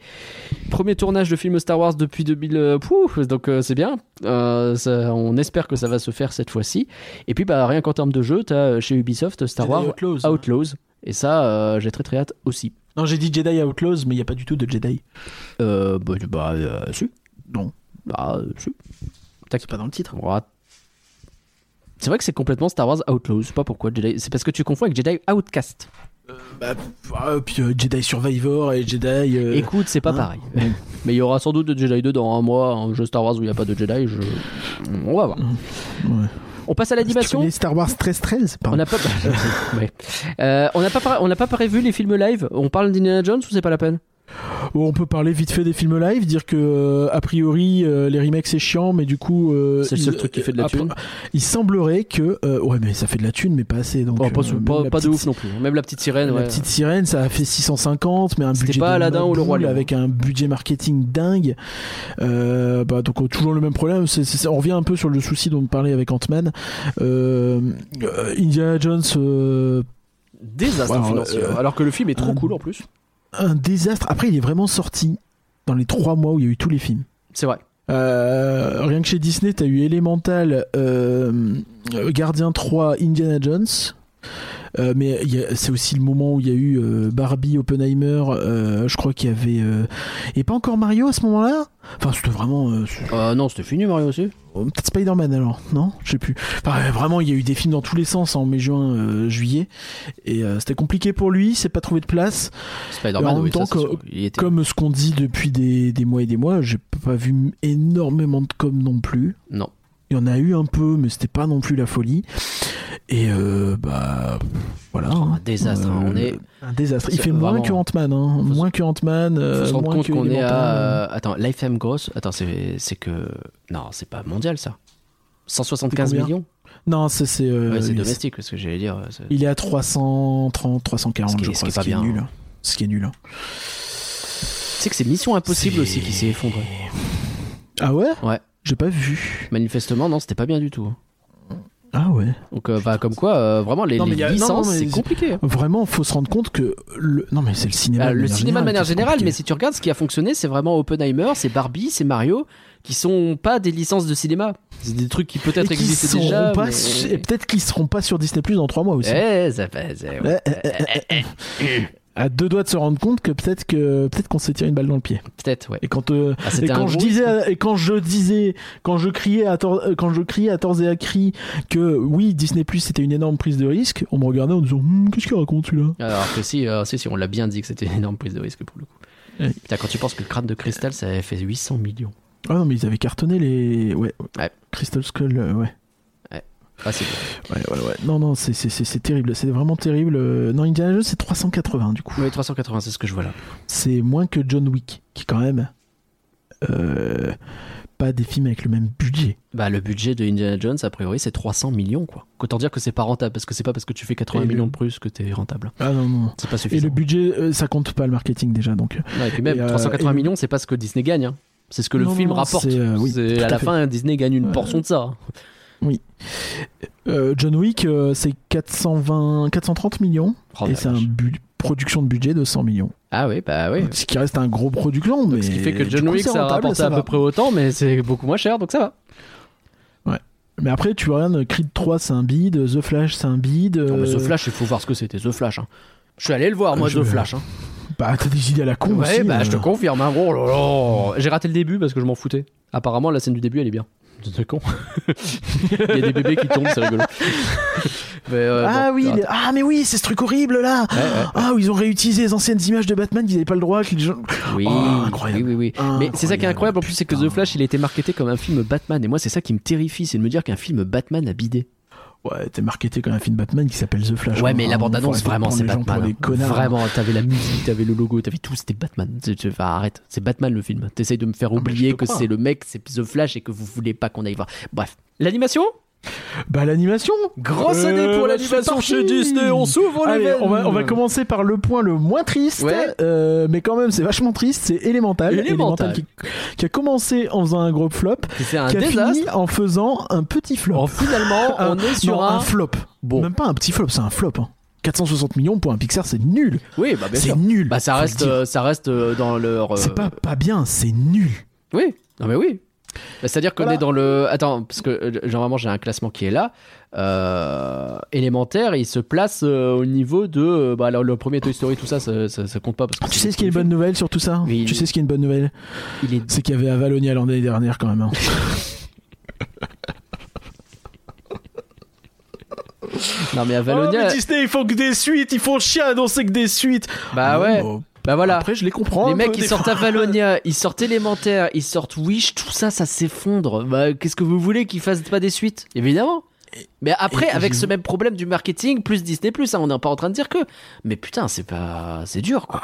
Premier tournage de film Star Wars depuis 2000. euh, pouf, donc euh, c'est bien. Euh, ça- on espère que ça va se faire cette fois-ci. Et puis bah rien qu'en termes de jeu, t'as euh, chez Ubisoft Star Jedi Wars Outlaws. Outlaws. Et ça, euh, j'ai très très hâte aussi. Non, j'ai dit Jedi Outlaws, mais il n'y a pas du tout de Jedi. Euh, bah, bah, euh, si. Non. Bah, euh, si. C'est pas dans le titre. Ouah. C'est vrai que c'est complètement Star Wars Outlaws. Je sais pas pourquoi. Jedi- C'est parce que tu confonds avec Jedi Outcast. Bah, ah, puis euh, Jedi Survivor et Jedi. euh, Écoute, c'est pas hein. pareil. Mais il y aura sans doute de Jedi 2 dans un mois. Un jeu Star Wars où il n'y a pas de Jedi. je- On va voir. Mmh. ouais. On passe à Tu l'animation. connais Star Wars 13-13 On pardon. n'a pas, *laughs* Ouais. Euh, on n'a pas, par- on n'a pas prévu les films live. On parle d'Indiana Jones ou c'est pas la peine Oh, On peut parler vite fait des films live, dire que euh, a priori euh, les remakes c'est chiant, mais du coup euh, C'est le seul il- truc qui fait de la après- thune. Il semblerait que euh, ouais mais ça fait de la thune mais pas assez donc Oh, Pas, euh, sou- même pas- la pas de petite- ouf non plus. hein. Même la petite sirène. La ouais. petite sirène, ça a fait 650, mais un C'était budget pas de Aladdin ou le Roi boule Lion. avec un budget marketing dingue. Euh, bah, donc euh, toujours le même problème. C'est- c'est- on revient un peu sur le souci dont on parlait avec Ant-Man. Euh, euh, Indiana Jones, euh, Désastre Alors, financier. euh, alors que le film est trop un- cool en plus. un désastre. Après, il est vraiment sorti dans les trois mois où il y a eu tous les films. C'est vrai. Euh, rien que chez Disney, t'as eu Elemental, euh, euh, Gardien 3, Indiana Jones. Euh, mais il y a- c'est aussi le moment où il y a eu euh, Barbie, Oppenheimer. euh, je crois qu'il y avait. euh, et pas encore Mario à ce moment-là Enfin, c'était vraiment. euh, c'est- Euh, non, c'était fini Mario aussi. oh, Peut-être Spider-Man alors, non Je sais plus. Enfin, euh, vraiment, il y a eu des films dans tous les sens en mai, juin, euh, juillet. Et euh, c'était compliqué pour lui, c'est pas trouvé de place. Spider-Man. En oui, même temps ça, c'est que- sûr. Il était- Comme ce qu'on dit depuis des, des mois et des mois, j'ai pas vu énormément de com non plus. Non. Il y en a eu un peu, mais c'était pas non plus la folie. Et euh, bah voilà. Oh, hein. un désastre. hein. Euh, on est. un désastre. Il c'est fait moins vraiment- que Ant-Man, hein. Faut se- moins que Ant-Man, Faut euh, se rendre moins compte que qu'on est Elemental. à. euh, Attends, Lifetime Gross. Attends, c'est c'est que. Non, c'est pas mondial ça. 175 C'est combien millions Non, c'est c'est. euh, Ouais, c'est US. domestique, parce que j'allais dire. euh, c'est- Il est à 330, 340, Ce qui est- je ce crois, qui est pas bien, nul. hein. Ce qui est nul. hein. Tu sais que c'est Mission Impossible C'est- aussi qui s'est effondré. Ah ouais Ouais. J'ai pas vu. Manifestement, non, c'était pas bien du tout. hein. Ah ouais. Donc, euh, bah, comme quoi, euh, vraiment, les, Non, mais les y a- non, licences, non, mais c'est c'est- compliqué. hein. Vraiment, faut se rendre compte que le. Non mais c'est le cinéma. Euh, de le manière cinéma de manière c'est générale, compliqué. mais si tu regardes ce qui a fonctionné, c'est vraiment Oppenheimer, c'est Barbie, c'est Mario, qui sont pas des licences de cinéma. C'est des trucs qui peut-être Et qu'ils existaient seront déjà. pas mais- su- et peut-être qu'ils seront pas sur Disney Plus dans trois mois aussi. Eh, ça fait- c'est- Ouais, euh, euh, euh, euh. À deux doigts de se rendre compte que peut-être que peut-être qu'on s'est tiré une balle dans le pied. Peut-être, ouais. Et quand euh, Ah, c'était et un quand je gros disais à- et quand je disais quand je criais à tor- euh, quand je criais à torts et à cri que oui Disney Plus c'était une énorme prise de risque, on me regardait en disant Hum, qu'est-ce qu'il raconte celui-là. Alors que si, euh, si, si, on l'a bien dit que c'était une énorme prise de risque pour le coup. Ouais. Putain, quand tu penses que Crâne de Cristal, ça avait fait 800 millions. Ah non mais ils avaient cartonné les ouais, Ouais. Crystal Skull euh, ouais. Ah, c'est bon. Ouais, ouais, ouais. Non, non, c'est- c'est c'est- c'est terrible, c'est vraiment terrible. Euh, Non, Indiana Jones, c'est 380 du coup. Oui, 380, c'est ce que je vois là. c'est moins que John Wick, qui est quand même euh, pas des films avec le même budget. Bah, le budget de Indiana Jones, a priori, c'est 300 millions, quoi. Autant dire que c'est pas rentable, parce que c'est pas parce que tu fais 80 Et le- millions de plus que t'es rentable. Ah non, non. C'est Et le pas suffisant. budget, euh, ça compte pas le marketing déjà, donc. Non, et puis même, et, euh, 380 et le- millions, c'est pas ce que Disney gagne. hein. C'est ce que le Non, film non, rapporte. c'est, euh, oui, C'est- tout à, à la fait. fin, Disney gagne une Euh, portion de ça. Euh, John Wick, euh, c'est 420, 430 millions, Oh, et la c'est un vache. bu- production de budget de 100 millions. Ah oui, bah oui. Ce qui reste un gros production, mais. Ce qui fait que du John coup, Wick, c'est ça rentable, rapporte ça à va. peu près autant, mais c'est beaucoup moins cher, donc ça va. Mais après, tu vois rien, Creed 3, c'est un bide, The Flash, c'est un bide. Non, mais The euh, Flash, il faut voir ce que c'était, The Flash. hein. Je suis allé le voir, Euh, moi, je- The Flash. hein. Bah, t'as des idées à la con Ouais, aussi, bah, je te euh. confirme. hein. Oh là là. J'ai raté le début parce que je m'en foutais. Apparemment, la scène du début, elle est bien. C'est con. Il y a des bébés qui tombent, c'est *laughs* rigolo. Mais, euh, Ah bon, oui, j'ai les- ah mais oui, c'est ce truc horrible là. raté. Ouais, ouais. Ah, où ils ont réutilisé les anciennes images de Batman qu'ils n'avaient pas le droit. qu'ils- Oui, Oh, incroyable. oui, oui, oui. Mais c'est ça qui est Incroyable, incroyable en plus, c'est que putain. The Flash, il a été marketé comme un film Batman. Et moi, c'est ça qui me terrifie, c'est de me dire qu'un film Batman a bidé. Ouais, t'es marketé comme un film Batman qui s'appelle The Flash. Ouais, mais Hein, la bande annonce, faut arrêter de vraiment, prendre c'est les gens pour Batman. des hein. connards. Vraiment, t'avais la musique, t'avais le logo, t'avais tout, c'était Batman. Tu- tu- enfin, arrête, c'est Batman le film. T'essayes de me faire Ah, mais je te oublier que crois. c'est le mec, c'est The Flash et que vous voulez pas qu'on aille voir. Bref. L'animation Bah, l'animation Grosse Euh, année pour c'est l'animation parti. chez Disney, on s'ouvre les Allez, veines. on va, on va commencer par le point le moins triste, Ouais. euh, mais quand même c'est vachement triste, c'est Elemental. Elemental. qui, qui a commencé en faisant un gros flop, C'est un qui a désastre. fini en faisant un petit flop. Oh, finalement, Un- on est sur non, un... flop. Bon. Même pas un petit flop, c'est un flop. hein. 460 millions pour un Pixar, c'est nul. Oui, bah bien C'est sûr. nul. Bah ça faut le reste, dire. euh, ça reste euh, dans leur. euh, C'est pas, pas bien, c'est nul. Oui. Non mais oui. Bah, C'est-à-dire qu'on Voilà. est dans le. Attends, parce que euh, généralement j'ai un classement qui est là. Euh, élémentaire, il se place euh, au niveau de. euh, bah alors le premier Toy Story, tout ça, ça, ça- ça compte pas parce que. Tu c'est sais le ce qui est une premier bonne nouvelle sur tout ça Oui, Tu il- sais ce qui est une bonne nouvelle film. Il est. C'est qu'il y avait Avalonia l'année dernière quand même. hein. Non mais Oh, *laughs* Avalonia. mais Disney, ils font que des suites, ils font chien annoncer que des suites. bah ouais. Oh, Bah voilà. Après, je les comprends. les un mecs peu, ils des sortent fois. Avalonia, ils sortent élémentaire, ils sortent Wish, tout ça, ça s'effondre. Bah qu'est-ce que vous voulez qu'ils fassent pas des suites Évidemment. Mais après, et- avec et- ce même problème du marketing, plus Disney, plus, hein, on n'est pas en train de dire que. Mais putain, c'est pas. C'est dur quoi.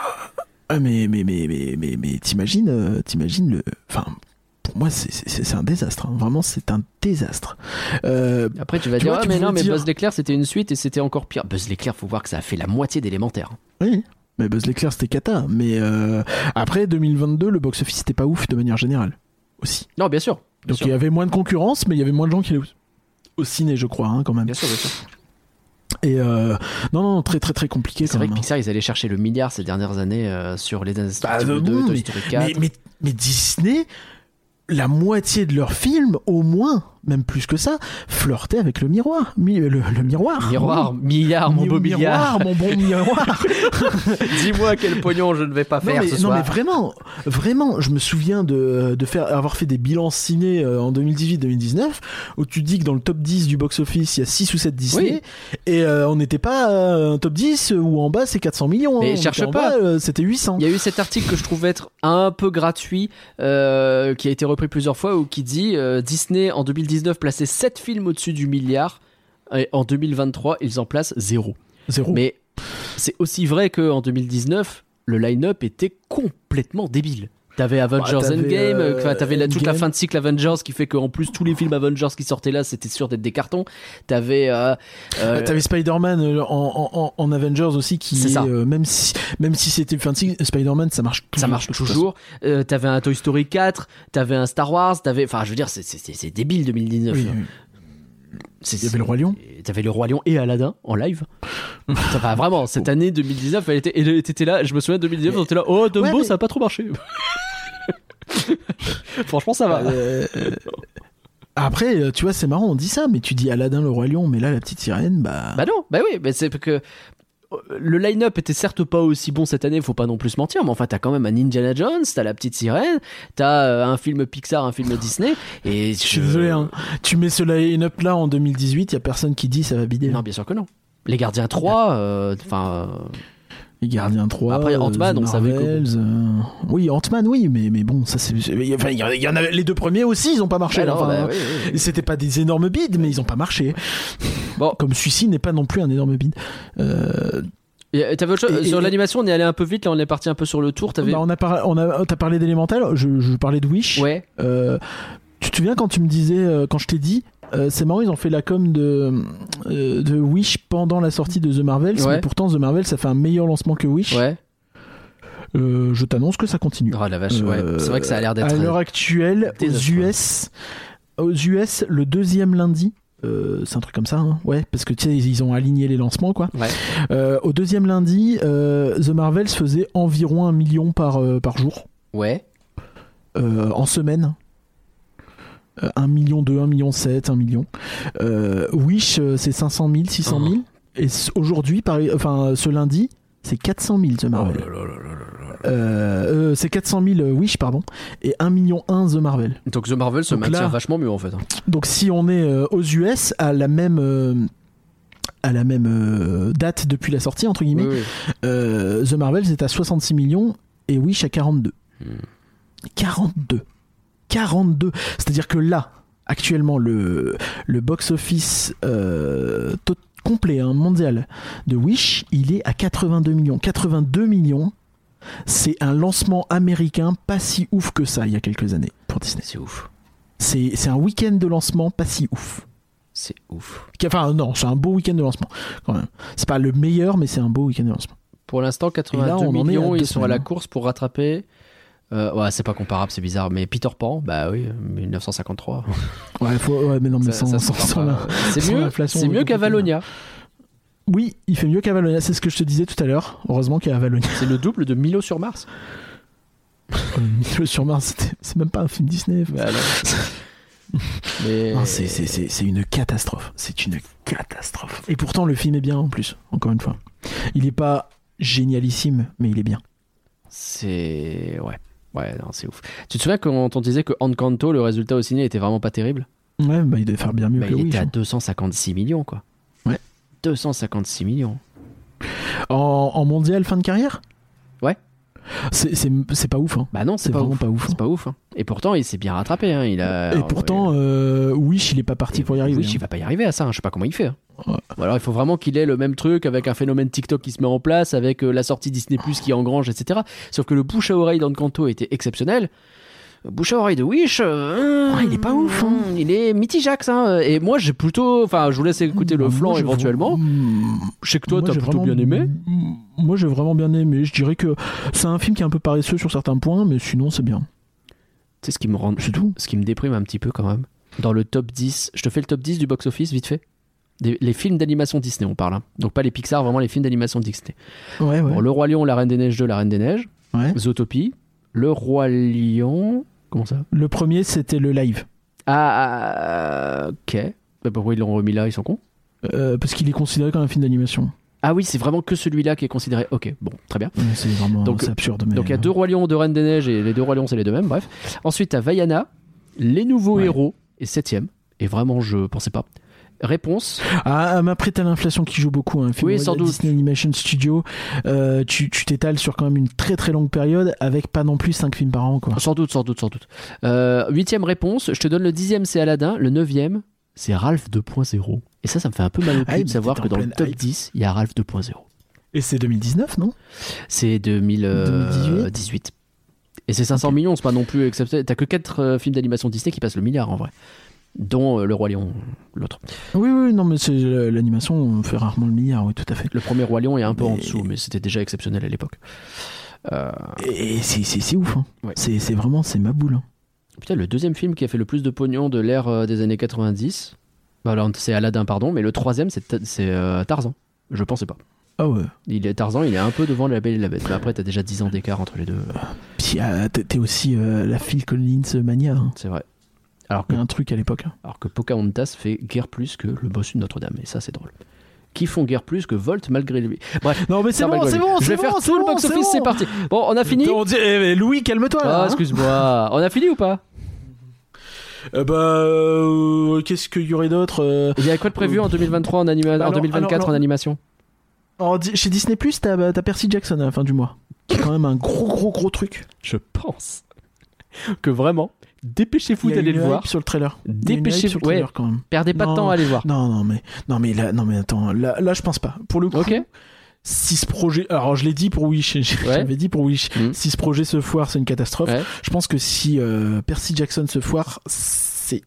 Ah, mais mais mais mais mais mais t'imagines, euh, t'imagines le. Enfin, pour moi, c'est- c'est c'est un désastre. hein. Vraiment, c'est un désastre. Euh, Après, tu vas Tu dire, vois, ah, tu mais voulais non, mais dire- Buzz l'éclair, c'était une suite et c'était encore pire. Buzz l'éclair, faut voir que ça a fait la moitié d'élémentaire. hein. oui. Mais Buzz l'éclair, c'était cata. Mais euh, après 2022, le box-office c'était pas ouf de manière générale aussi. Non, bien sûr. Bien Donc sûr. il y avait moins de concurrence, mais il y avait moins de gens qui allaient au, au ciné, je crois, hein, quand même. Bien sûr, bien sûr. Et euh, non, non, très très très compliqué. C'est quand vrai même, que hein. Pixar, ils allaient chercher le milliard ces dernières années euh, sur les Toy Bah, Story euh, 2, bon, Toy mais- Story Mais, 4. mais, mais Disney, la moitié de leurs films, au moins, même plus que ça, flirtait avec le miroir. Mi- le, le miroir. Miroir, milliard, mon Mi- beau milliard. miroir, mon bon *laughs* miroir. Dis-moi quel pognon je ne vais pas non, faire mais, ce non, soir. mais vraiment, vraiment, je me souviens de, de faire, avoir fait des bilans ciné euh, en 2018-2019 où tu dis que dans le top 10 du box-office, il y a 6 ou 7 Disney et euh, on n'était pas euh, un top 10 où en bas c'est 400 millions. Mais hein. On cherche était en pas. bas, euh, C'était 800. Il y a eu cet article que je trouve être un peu gratuit, euh, qui a été repris plusieurs fois, ou qui dit euh, Disney en 2019 plaçait 7 films au-dessus du milliard, et en 2023 ils en placent 0. Zéro. Mais c'est aussi vrai qu'en 2019, le line-up était complètement débile. T'avais Avengers Bah, t'avais, Endgame, euh, enfin, t'avais la- toute la Endgame. fin de cycle Avengers qui fait qu'en plus tous les films Avengers qui sortaient là, c'était sûr d'être des cartons. T'avais. euh, euh, Euh, T'avais Spider-Man euh, en, en- en- en Avengers aussi qui C'est est, ça. euh, même si même si c'était fin de cycle, Spider-Man ça marche toujours. ça marche de toute toujours. Euh, t'avais un Toy Story 4, t'avais un Star Wars, t'avais. Enfin, je veux dire, c'est- c'est c'est- c'est débile 2019. façon. Oui, oui. hein. C'est- Il y avait le Roi Lion. Et T'avais le Roi Lion et Aladdin en live. Ça va vraiment, cette année 2019, elle était, elle était là, je me souviens de 2019, on était là, oh Dumbo, Ouais, mais- ça a pas trop *laughs* marché. Franchement, ça va. Euh, *laughs* Après euh, tu vois c'est marrant on dit ça mais tu dis Aladdin le Roi Lion mais là la petite sirène bah. Bah non, bah oui, mais c'est que euh, le line-up était certes pas aussi bon cette année, faut pas non plus se mentir, mais enfin t'as quand même un Indiana Jones, t'as la petite sirène, t'as euh, un film Pixar, un film Disney, *laughs* et je suis désolé hein. Tu mets ce line-up là en 2018 y a personne qui dit ça va bider. Euh, Non, bien sûr que non. Les Gardiens Ah. 3, euh, enfin. euh, Les Gardiens 3. Après, euh, Ant-Man, The on savait que- Marvels, euh, Oui Ant-Man oui mais mais bon ça c'est enfin il y en a- il y en a les deux premiers aussi ils ont pas marché. bah non, enfin, bah oui, oui, oui. C'était pas des énormes bides, mais ils ont pas marché. Bon. Comme celui-ci n'est pas non plus un énorme bide. Euh, Et T'avais autre chose Et- Sur et- l'animation, on est allé un peu vite, là on est parti un peu sur le tour, t'avais. bah, on a par- on a, t'as parlé d'Elemental, je, je parlais de Wish. Ouais. Euh, tu te souviens quand tu me disais, euh, quand je t'ai dit, euh, c'est marrant, ils ont fait la com de, euh, de Wish pendant la sortie de The Marvels, Ouais. mais pourtant The Marvels ça fait un meilleur lancement que Wish. Ouais. Euh, je t'annonce que ça continue. Oh la vache, ouais. Euh, C'est vrai que ça a l'air d'être. À l'heure actuelle, aux désastreux. US, aux US, le deuxième lundi, euh, c'est un truc comme ça, hein, ouais, parce que tu sais, ils ont aligné les lancements, quoi. Ouais. Euh, au deuxième lundi, euh, The Marvels faisait environ un million par, euh, par jour, Ouais. euh, en semaine. Euh, 1 million 2, 1 million 7, 1 million. Euh, Wish, euh, c'est 500 000, 600 000. Et c- aujourd'hui, par- enfin, ce lundi, c'est 400 000 The Marvel. Euh, euh, c'est 400 000 euh, Wish, pardon, et 1 million 1 The Marvel. Donc The Marvel se Donc maintient là- vachement mieux en fait. hein. Donc si on est euh, aux US à la même euh, à la même euh, date depuis la sortie entre guillemets, Oui, oui. euh, The Marvels est à 66 millions et Wish à 42. 42. 42. C'est-à-dire que là, actuellement le, le box-office euh, to- complet hein, mondial de Wish, il est à 82 millions. 82 millions, c'est un lancement américain pas si ouf que ça il y a quelques années pour Disney. C'est ouf. C'est c'est un week-end de lancement pas si ouf. C'est ouf. Enfin non, c'est un beau week-end de lancement quand même. C'est pas le meilleur, mais c'est un beau week-end de lancement. Pour l'instant, 82 on en est à millions, deux ils sont à la semaines. course pour rattraper. Euh, ouais, c'est pas comparable, c'est bizarre. Mais Peter Pan, bah oui, 1953. Ouais, faut- ouais, mais non, Oh, mais sans- Ça- ça se sans- compare sans pas. la- C'est sans mieux, l'inflation, c'est on est mieux compliqué. qu'Avalonia. Oui, il fait mieux qu'Avalonia, c'est ce que je te disais tout à l'heure. Heureusement qu'il y a Avalonia. *laughs* C'est le double de Milo sur Mars. Milo sur Mars, c'était- c'est même pas un film Disney. Mais Non, Ah, c'est- c'est c'est- c'est une catastrophe. C'est une catastrophe. Et pourtant, le film est bien en plus, encore une fois. Il est pas génialissime, mais il est bien. c'est ouais. Ouais, non, c'est ouf. Tu te souviens quand on disait que Encanto, le résultat au ciné était vraiment pas terrible Ouais, bah, il devait faire bien mieux bah, que Il Wish, était à hein. 256 millions, quoi. Ouais. 256 millions. hein. En, en mondial, fin de carrière Ouais. C'est- C'est c'est pas ouf, hein. Bah non, C'est c'est pas vraiment ouf. pas ouf. C'est pas ouf. hein. Et pourtant, il s'est bien rattrapé. hein. Il a... Et pourtant, euh, Wish, il est pas parti Et pour y arriver. Wish, il hein. va pas y arriver à ça. hein. Je sais pas comment il fait. hein. Ouais. Ou Alors, il faut vraiment qu'il ait le même truc avec un phénomène TikTok qui se met en place, avec euh, la sortie Disney Plus qui engrange, etc. Sauf que le bouche à oreille d'Encanto était exceptionnel. Le Bouche à oreille de Wish, euh, Ouais, il est pas ouf, hein. Il est mitigax. hein. Et moi, j'ai plutôt. Enfin, je vous laisse écouter le Ah, Bah, Moi, flanc je- éventuellement. Hmm. Je sais que toi, Moi, t'as j'ai plutôt vraiment- bien aimé. M- Moi, j'ai vraiment bien aimé. Je dirais que c'est un film qui est un peu paresseux sur certains points, mais sinon, c'est bien. C'est ce qui me rend. C'est tout. ce qui me déprime un petit peu quand même. Dans le top 10, je te fais le top 10 du box-office vite fait. Des- les films d'animation Disney, on parle. hein. Donc pas les Pixar, vraiment les films d'animation Disney. Ouais, ouais. Bon, le Roi Lion, La Reine des Neiges 2, La Reine des Neiges, Ouais. Zootopie, Le Roi Lion. Comment ça Le premier, c'était le live. Ah, ah, ok. Bah, pourquoi ils l'ont remis là Ils sont cons Euh, parce qu'il est considéré comme un film d'animation. Ah oui, c'est vraiment que celui-là qui est considéré. Ok, bon, très bien. Ouais, C'est vraiment Donc, c'est absurde. mais- euh, Donc il y a deux Rois Lions, deux Reines des Neiges, et les deux Rois Lions, c'est les deux mêmes, bref. Ensuite, à Vaiana, Les Nouveaux Ouais. Héros, et septième. Et vraiment, je pensais pas. Réponse Ah, ah, mais après, t'as l'inflation qui joue beaucoup. hein. Un film Oui, de sans doute. Disney Animation Studio, euh, tu tu t'étales sur quand même une très très longue période avec pas non plus 5 films par an. Quoi. Sans doute, sans doute, sans doute. Euh, huitième réponse, je te donne le dixième, c'est Aladdin. Le neuvième, c'est Ralph 2.0. Et ça, ça me fait un peu mal au Ah, cul mais de savoir t'es que en dans le pleine top hype. 10, il y a Ralph 2.0. Et c'est 2019, non C'est 2018. 18. Et c'est 500 millions, c'est pas non plus exceptionnel. T'as que 4 films d'animation Disney qui passent le milliard en vrai. Dont euh, Le Roi Lion, l'autre. Oui, oui, non, mais c'est euh, l'animation, on fait rarement le milliard, oui, tout à fait. Le premier Roi Lion est un peu en Mais- dessous, mais c'était déjà exceptionnel à l'époque. Euh, Et c'est- c'est c'est ouf. hein. Ouais. C'est c'est vraiment, c'est ma boule. hein. Putain, le deuxième film qui a fait le plus de pognon de l'ère euh, des années 90, bah, alors, c'est Aladdin, pardon, mais le troisième, c'est Ta- c'est, euh, Tarzan. Je pensais pas. Ah ouais. Il est Tarzan, il est un peu devant La Belle et la Bête. Mais après, t'as déjà 10 ans d'écart entre les deux, Puis euh, t'es t'es aussi euh, la Phil Collins mania. hein. c'est vrai. Alors que, Il y a un truc à l'époque. hein. alors que Pocahontas fait guère plus que le bossu de Notre-Dame, et ça, c'est drôle. Qui font guère plus que Volt malgré lui. Bref, Non, mais ça, malgré lui. Je vais faire tout le box-office, c'est parti. Bon, on a fini eh, Louis, calme-toi. hein. Ah, excuse-moi. On a fini ou pas bah, euh, qu'est-ce qu'il y aurait d'autre euh, Il y a quoi de prévu en 2023, en, anima- Bah en alors, 2024 alors, en alors- animation en Di- Chez Disney, t'as bah, t'as Percy Jackson à la fin du mois. Qui est quand même un gros, gros, gros truc. Je pense que vraiment, Il dépêchez-vous y a d'aller une le hype voir. sur le trailer. Il y a une hype Dépêchez-vous, sur le trailer ouais. quand même. Perdez pas de Non. temps à aller *laughs* le voir. Non, non, mais, non, mais, là, non, mais attends, là, là, je pense pas. Pour le coup, Ok si ce projet. Alors, je l'ai dit pour Wish. *laughs* J'avais dit pour Wish. Mm. Si ce projet se foire, c'est une catastrophe. Ouais. Je pense que si euh, Percy Jackson se foire, c'est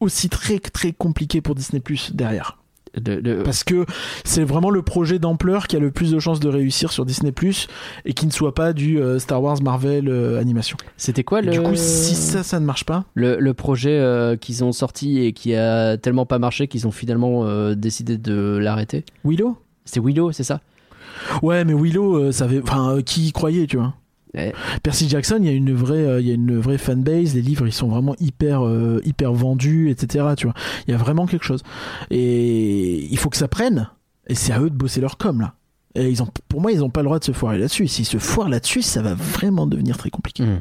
aussi très très compliqué pour Disney Plus derrière De- de- parce que c'est vraiment le projet d'ampleur qui a le plus de chances de réussir sur Disney Plus et qui ne soit pas du euh, Star Wars Marvel euh, animation. C'était quoi Et le... Du coup, si ça ça ne marche pas, le, le projet euh, qu'ils ont sorti et qui a tellement pas marché qu'ils ont finalement euh, décidé de l'arrêter Willow C'est Willow, c'est ça Ouais, mais Willow euh, ça avait enfin euh, qui y croyait, tu vois. Ouais. Percy Jackson, il y a une vraie, euh, il y a une vraie fanbase. Les livres, ils sont vraiment hyper, euh, hyper vendus, etc. Tu vois, il y a vraiment quelque chose. Et il faut que ça prenne. Et c'est à eux de bosser leur com là. Et ils ont, pour moi, ils n'ont pas le droit de se foirer là-dessus. S'ils se foirent là-dessus, ça va vraiment devenir très compliqué. Hmm.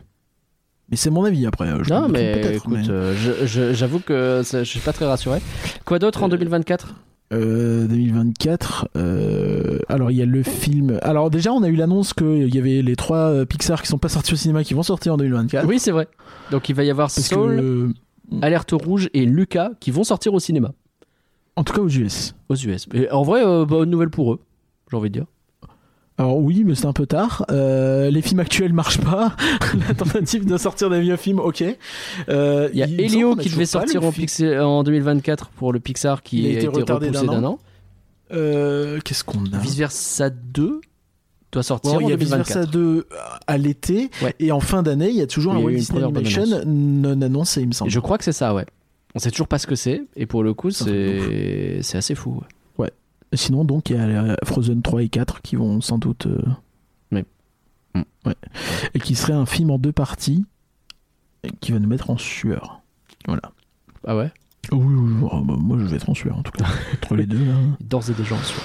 Mais c'est mon avis après. euh, Je Non, me trompe mais peut-être, écoute, mais- euh, je- je- j'avoue que ça- je suis pas très rassuré. Quoi d'autre en 2024 Euh, 2024. euh, alors il y a le film. Alors déjà, on a eu l'annonce qu'il y avait les trois euh, Pixar qui sont pas sortis au cinéma qui vont sortir en 2024. Oui, c'est vrai. Donc il va y avoir Parce Soul, que Alerte Rouge et Lucas qui vont sortir au cinéma, En tout cas aux US. aux US. Et en vrai, euh, bonne nouvelle pour eux, j'ai envie de dire. Alors oui, mais c'est un peu tard. Euh, les films actuels marchent pas. *laughs* La tentative de sortir des vieux films, ok. Euh, Il y a me semble Elio qu'on a qui toujours devait pas sortir le en, film. Pixar- en 2024 pour le Pixar qui Il a a été été, retardé repoussé d'un d'un an. Euh, Qu'est-ce qu'on a Vice versa 2 doit sortir Ouais, en il y a Vice 2024. Versa 2 à l'été Ouais. et en fin d'année il y a toujours Il y un a Walt eu une Disney première bande-annonce. Animation non annoncé il me semble. Je crois que c'est ça, ouais. On sait toujours pas ce que c'est, et pour le coup, C'est un truc c'est c'est assez fou. ouais. Sinon donc il y a euh, Frozen 3 et 4 qui vont sans doute euh, Oui. Mm. ouais. et qui serait un film en deux parties et qui va nous mettre en sueur. Voilà. Ah ouais Oui, oui, oui. Ah, bah, moi je vais être en sueur en tout *laughs* cas entre les deux hein. là. D'ores et déjà, en sûr.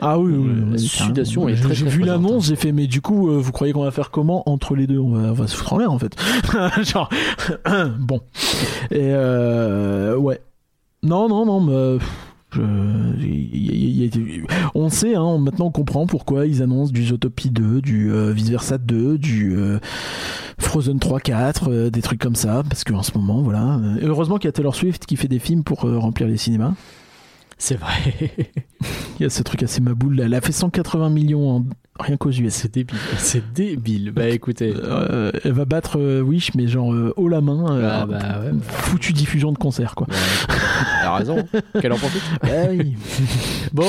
Ah oui, oui, Euh, oui, la oui, sudation carrément. est J'ai- très, J'ai très vu présente, l'annonce, j'ai fait, mais du coup, euh, vous croyez qu'on va faire comment entre les deux on va, on va se foutre en l'air en fait. *laughs* Genre, *clears throat* bon. Et euh, ouais. Non, non, non, mais. euh, pff, je- il Euh, y- il y- il y- on sait, hein, maintenant on comprend pourquoi ils annoncent du Zootopie 2, du euh, Vice Versa 2, du euh, Frozen 3, 4, euh, des trucs comme ça, parce qu'en ce moment, voilà. euh, Heureusement qu'il y a Taylor Swift qui fait des films pour euh, remplir les cinémas. C'est vrai. *laughs* Il y a ce truc assez maboule là. Elle a fait 180 millions en- rien qu'aux US. c'est débile. C'est débile. Bah écoutez. Euh, elle va battre euh, Wish, mais genre euh, haut la main. euh, Ah bah ouais. Foutue diffusion de concert, quoi. bah, Elle a raison. hein. Qu'elle en profite. oui. Bon.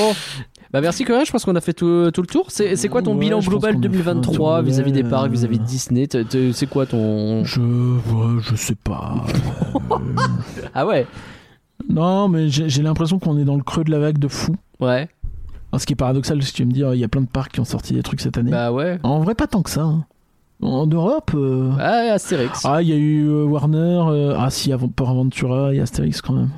Bah merci Corinne, je pense qu'on a fait tout, tout le tour. C'est c'est quoi ton Ouais, bilan je pense global qu'on a fait un 2023 tour, vis-à-vis des ouais. parcs, vis-à-vis de Disney T'es- t'es- C'est quoi ton... Je, ouais, je sais pas. Euh, *laughs* Ah ouais non, mais j'ai j'ai l'impression qu'on est dans le creux de la vague de fou. Ouais. Alors, ce qui est paradoxal, parce que tu vas me dire, il y a plein de parcs qui ont sorti des trucs cette année. Bah ouais. En vrai, pas tant que ça. hein. En Europe. euh, Ah, Astérix. Ah, il y a eu euh, Warner. euh, Ah, si, avant, Port Aventura et Astérix quand même.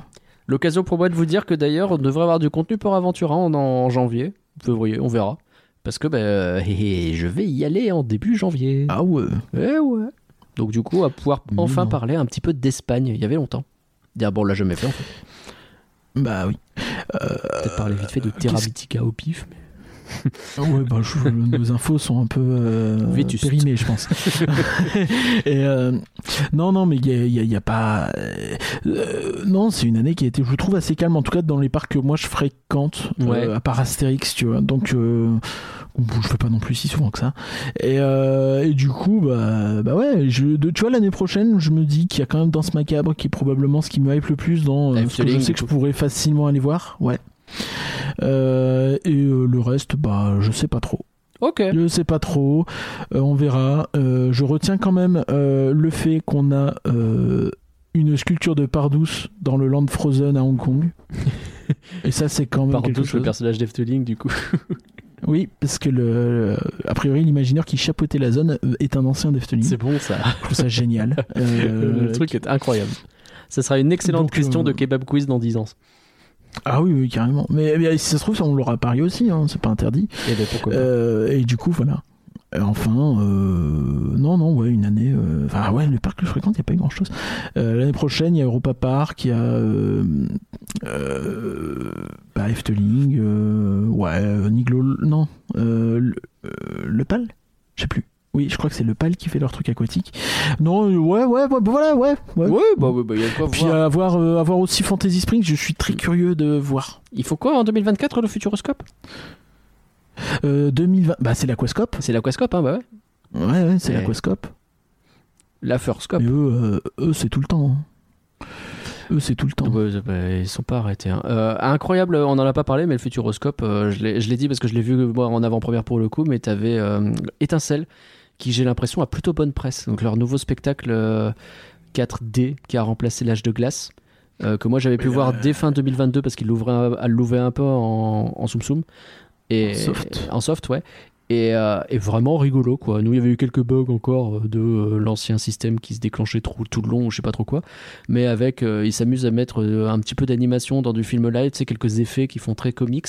L'occasion pour moi de vous dire que d'ailleurs, on devrait avoir du contenu pour Aventura en, en janvier, février, on verra. Parce que ben, euh, hé, hé, *laughs* je vais y aller en début janvier. Ah ouais. Eh ouais. Donc du coup, à pouvoir Mignon. enfin parler un petit peu d'Espagne, il y avait longtemps. Ah bon, on l'a jamais fait, on peut Bah oui. peut-être parler vite fait de Terrabitica au pif. mais- Ouais, bah, je- nos infos sont un peu euh, Vétustes. périmées, je *laughs* pense. Et, euh, non, non, mais il n'y a, y a pas. euh, euh, non, c'est une année qui a été, je trouve, assez calme, en tout cas dans les parcs que moi je fréquente, euh, Ouais. à part Astérix, tu vois. Donc, euh, je ne fais pas non plus si souvent que ça. Et, euh, et du coup, bah, bah ouais, je, de- tu vois, l'année prochaine, je me dis qu'il y a quand même Danse Macabre qui est probablement ce qui me hype le plus dans euh, La ce que je Efteling, sais du que je coup. pourrais facilement aller voir. Ouais. Euh, et euh, le reste, bah, je sais pas trop. Ok. Je sais pas trop. Euh, on verra. Euh, je retiens quand même euh, le fait qu'on a euh, une sculpture de Pardouce dans le Land Frozen à Hong *laughs* Kong. et ça, c'est quand même Par quelque contre, le chose. personnage d'Efteling, du coup. Oui, parce que le, a priori, l'imagineur qui chapeautait la zone euh, est un ancien d'Efteling. *laughs* C'est bon ça. Je trouve ça *laughs* génial. Le- Euh, le truc est incroyable. Ça sera une excellente Donc, question euh, de kebab quiz dans 10 ans. Ah oui, oui, carrément. Mais, mais si ça se trouve, ça, on l'aura parié aussi, hein, c'est pas interdit. Et ben, pourquoi pas. Euh, et du coup, voilà. Euh, Enfin, euh, non, non, ouais, une année. euh, Enfin, ouais, le parc que je fréquente, il n'y a pas eu grand chose. L'année prochaine, il y a Europa Park, il y a. Euh, euh, bah, Efteling, euh, ouais, euh, Niglo. Non, euh, le, euh, Le Pal Je sais plus. Oui, je crois que c'est Le Pal qui fait leur truc aquatique. Non, euh, ouais, ouais, ouais, bah, voilà, ouais. ouais. Ouais, bah, ouais, bah, il y a de quoi Puis voir. euh, avoir, euh, avoir aussi Fantasy Springs, je suis très curieux de voir. Il faut quoi en 2024 le Futuroscope Euh, 2020, bah c'est l'Aquascope. C'est l'Aquascope, hein, bah ouais. Ouais, ouais, c'est Ouais. l'Aquascope. La Furscope. Mais eux, euh, eux c'est tout le temps. hein. Eux, c'est tout le temps. Ouais, bah, ils sont pas arrêtés. hein. Euh, incroyable, on en a pas parlé, mais le Futuroscope, euh, je l'ai je l'ai dit parce que je l'ai vu moi, en avant-première pour le coup, mais t'avais euh, Étincelle, qui j'ai l'impression a plutôt bonne presse. Donc leur nouveau spectacle euh, 4D qui a remplacé l'âge de glace, euh, que moi j'avais pu Mais, voir euh, dès fin 2022 parce qu'il l'ouvrait un- elle l'ouvrait un peu en, en soum soum. Et, En soft. En soft, ouais. Et, euh, et vraiment rigolo quoi. Nous il y avait eu quelques bugs encore euh, de euh, l'ancien système qui se déclenchait tout, tout le long, ou je sais pas trop quoi. Mais avec, euh, ils s'amusent à mettre euh, un petit peu d'animation dans du film live, tu sais quelques effets qui font très comics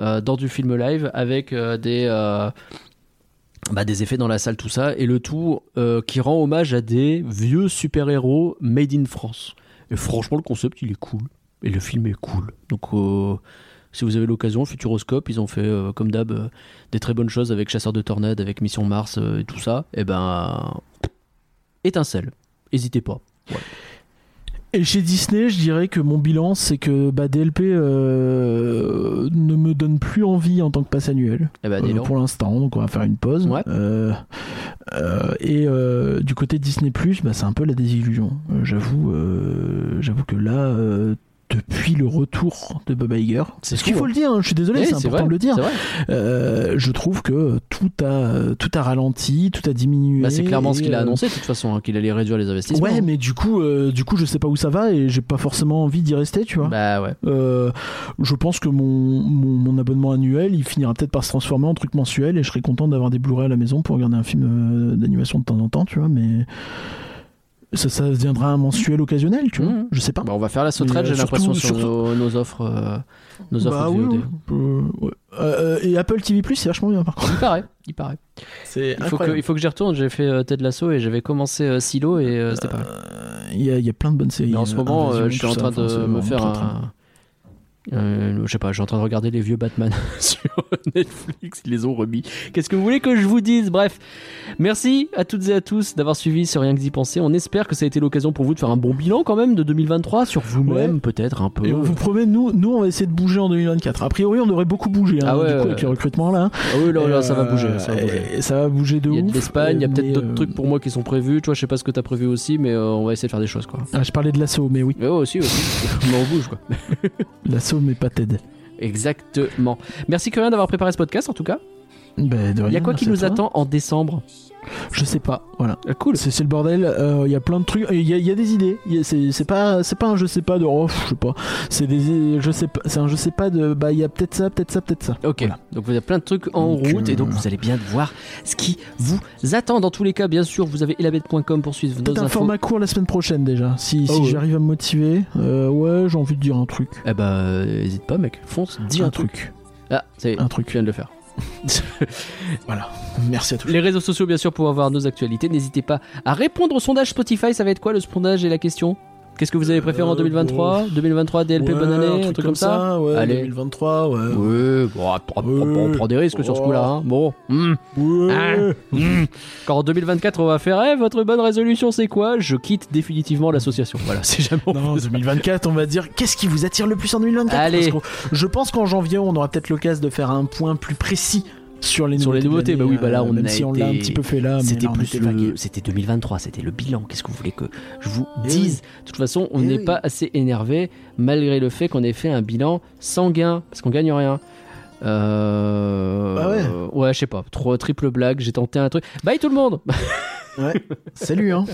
euh, dans du film live avec euh, des euh, bah, des effets dans la salle, tout ça, et le tout euh, qui rend hommage à des vieux super-héros made in France. Et franchement, le concept, il est cool. Et le film est cool. Donc, euh, si vous avez l'occasion, Futuroscope, ils ont fait, euh, comme d'hab, euh, des très bonnes choses avec Chasseurs de Tornades, avec Mission Mars euh, et tout ça. Et ben, étincelle. N'hésitez pas. Et chez Disney, je dirais que mon bilan, c'est que bah, DLP euh, ne me donne plus envie en tant que passe annuel Eh ben, euh, dis donc. pour l'instant. Donc on va faire une pause. Ouais. Euh, euh, et euh, du côté Disney bah, c'est un peu la désillusion. Euh, j'avoue, euh, j'avoue que là, euh, depuis le retour de Bob Iger, C'est ce qu'il fou, faut le dire. hein, je suis désolé, Eh, c'est important vrai, de le dire. c'est vrai. Euh, je trouve que tout a tout a ralenti, tout a diminué. Bah, c'est clairement ce et, qu'il a euh, annoncé de toute façon, hein, qu'il allait réduire les investissements. Ouais, mais du coup, euh, du coup, je sais pas où ça va et j'ai pas forcément envie d'y rester, tu vois. Bah ouais. Euh, je pense que mon, mon, mon abonnement annuel, il finira peut-être par se transformer en truc mensuel et je serai content d'avoir des Blu-ray à la maison pour regarder un film euh, d'animation de temps en temps, tu vois. Mais ça, ça deviendra un mensuel occasionnel, tu vois. Mhm. Je sais pas. Bah, on va faire la sauterelle, Mais, euh, j'ai surtout- l'impression, sur surtout- nos, nos offres, euh, nos offres E Bah de oui, VOD. oui. Euh, ouais. Euh, euh, et Apple TV Plus, c'est vachement bien par contre. Il paraît, il paraît. C'est Il faut, que, il faut que j'y retourne. J'ai fait euh, Ted Lasso et j'avais commencé euh, Silo et euh, c'était pas mal. Il y, a- il y a plein de bonnes séries. Mais en ce euh, moment, Invasion, euh, je suis tout en ça, train enfin, de c'est me vraiment faire très, très un. euh, je sais pas, je suis en train de regarder les vieux Batman *laughs* sur Netflix, ils les ont remis. Qu'est-ce que vous voulez que je vous dise Bref, merci à toutes et à tous d'avoir suivi ce Rien que d'y penser. On espère que ça a été l'occasion pour vous de faire un bon bilan quand même de 2023 sur vous-même, peut-être un peu. Et on vous promet, nous, nous, on va essayer de bouger en 2024. A priori, on devrait beaucoup bouger hein, Ah ouais, du coup, ouais. avec les recrutements là. Ah oui, là, Et, là, ça va euh, bouger. Ça va bouger. et ça va bouger de Il y a de ouf, l'Espagne, il y a euh, peut-être mais, d'autres euh, trucs pour moi qui sont prévus. Toi, je sais pas ce que t'as prévu aussi, mais euh, on va essayer de faire des choses quoi. Ah, je parlais de l'assaut, mais oui, Mais ouais, aussi, aussi. *laughs* mais on bouge quoi. l'assaut, mais pas Ted. Exactement. Merci Corinne d'avoir préparé ce podcast en tout cas. Ben, de Il y a rien, quoi qui c'est nous toi. attend en décembre Je sais pas, voilà. Cool. C'est c'est le bordel, euh, il y a plein de trucs, il y, a- il y a des idées, Il y a- c'est c'est pas, c'est pas un je sais pas de, oh, je sais pas, c'est des, je sais pas, c'est un je sais pas de, bah il y a peut-être ça, peut-être ça, peut-être ça. Ok, Voilà. donc vous avez plein de trucs en Donc, route et donc euh, vous allez bien voir ce qui vous attend. Dans tous les cas, bien sûr, vous avez elabed.com pour suivre nos Peut-être un infos. format court la semaine prochaine déjà, si, Oh, si ouais. j'arrive à me motiver, euh, ouais, j'ai envie de dire un truc. Eh bah, euh, hésite pas, mec, fonce, dis un, truc. Ah, c'est Un truc, je viens de le faire. Voilà. Merci à tous. Les réseaux sociaux, bien sûr, pour avoir nos actualités. N'hésitez pas à répondre au sondage Spotify. Ça va être quoi le sondage et la question Qu'est-ce que vous avez préféré en Euh, 2023 2023, DLP, Ouais, bonne année, un truc, comme ça, ouais, Allez. 2023, ouais. Ouais, bon, on, prend- on prend des risques sur ce coup-là. hein. Bon, hmm. Ouais. Ah. Quand en 2024 on va faire Eh, votre bonne résolution c'est quoi Je quitte définitivement l'association. Voilà, c'est jamais on Non, fait ça. 2024, on va dire qu'est-ce qui vous attire le plus en 2024 Allez. Parce qu'on- Je pense qu'en janvier, on aura peut-être l'occasion de faire un point plus précis sur les Sur nouveautés. les de nouveautés, l'année, bah oui, bah là, euh, on même a si on l'a un été- petit peu fait là, mais C'était là, on plus était le- vagué. c'était 2023, c'était le bilan. Qu'est-ce que vous voulez que je vous Eh dise De toute façon, on Eh n'est oui. pas assez énervé malgré le fait qu'on ait fait un bilan sanguin parce qu'on gagne rien. Euh... Ah ouais Ouais, je sais pas. Trois triple blague, j'ai tenté un truc. Bye tout le monde. Ouais. Salut, hein.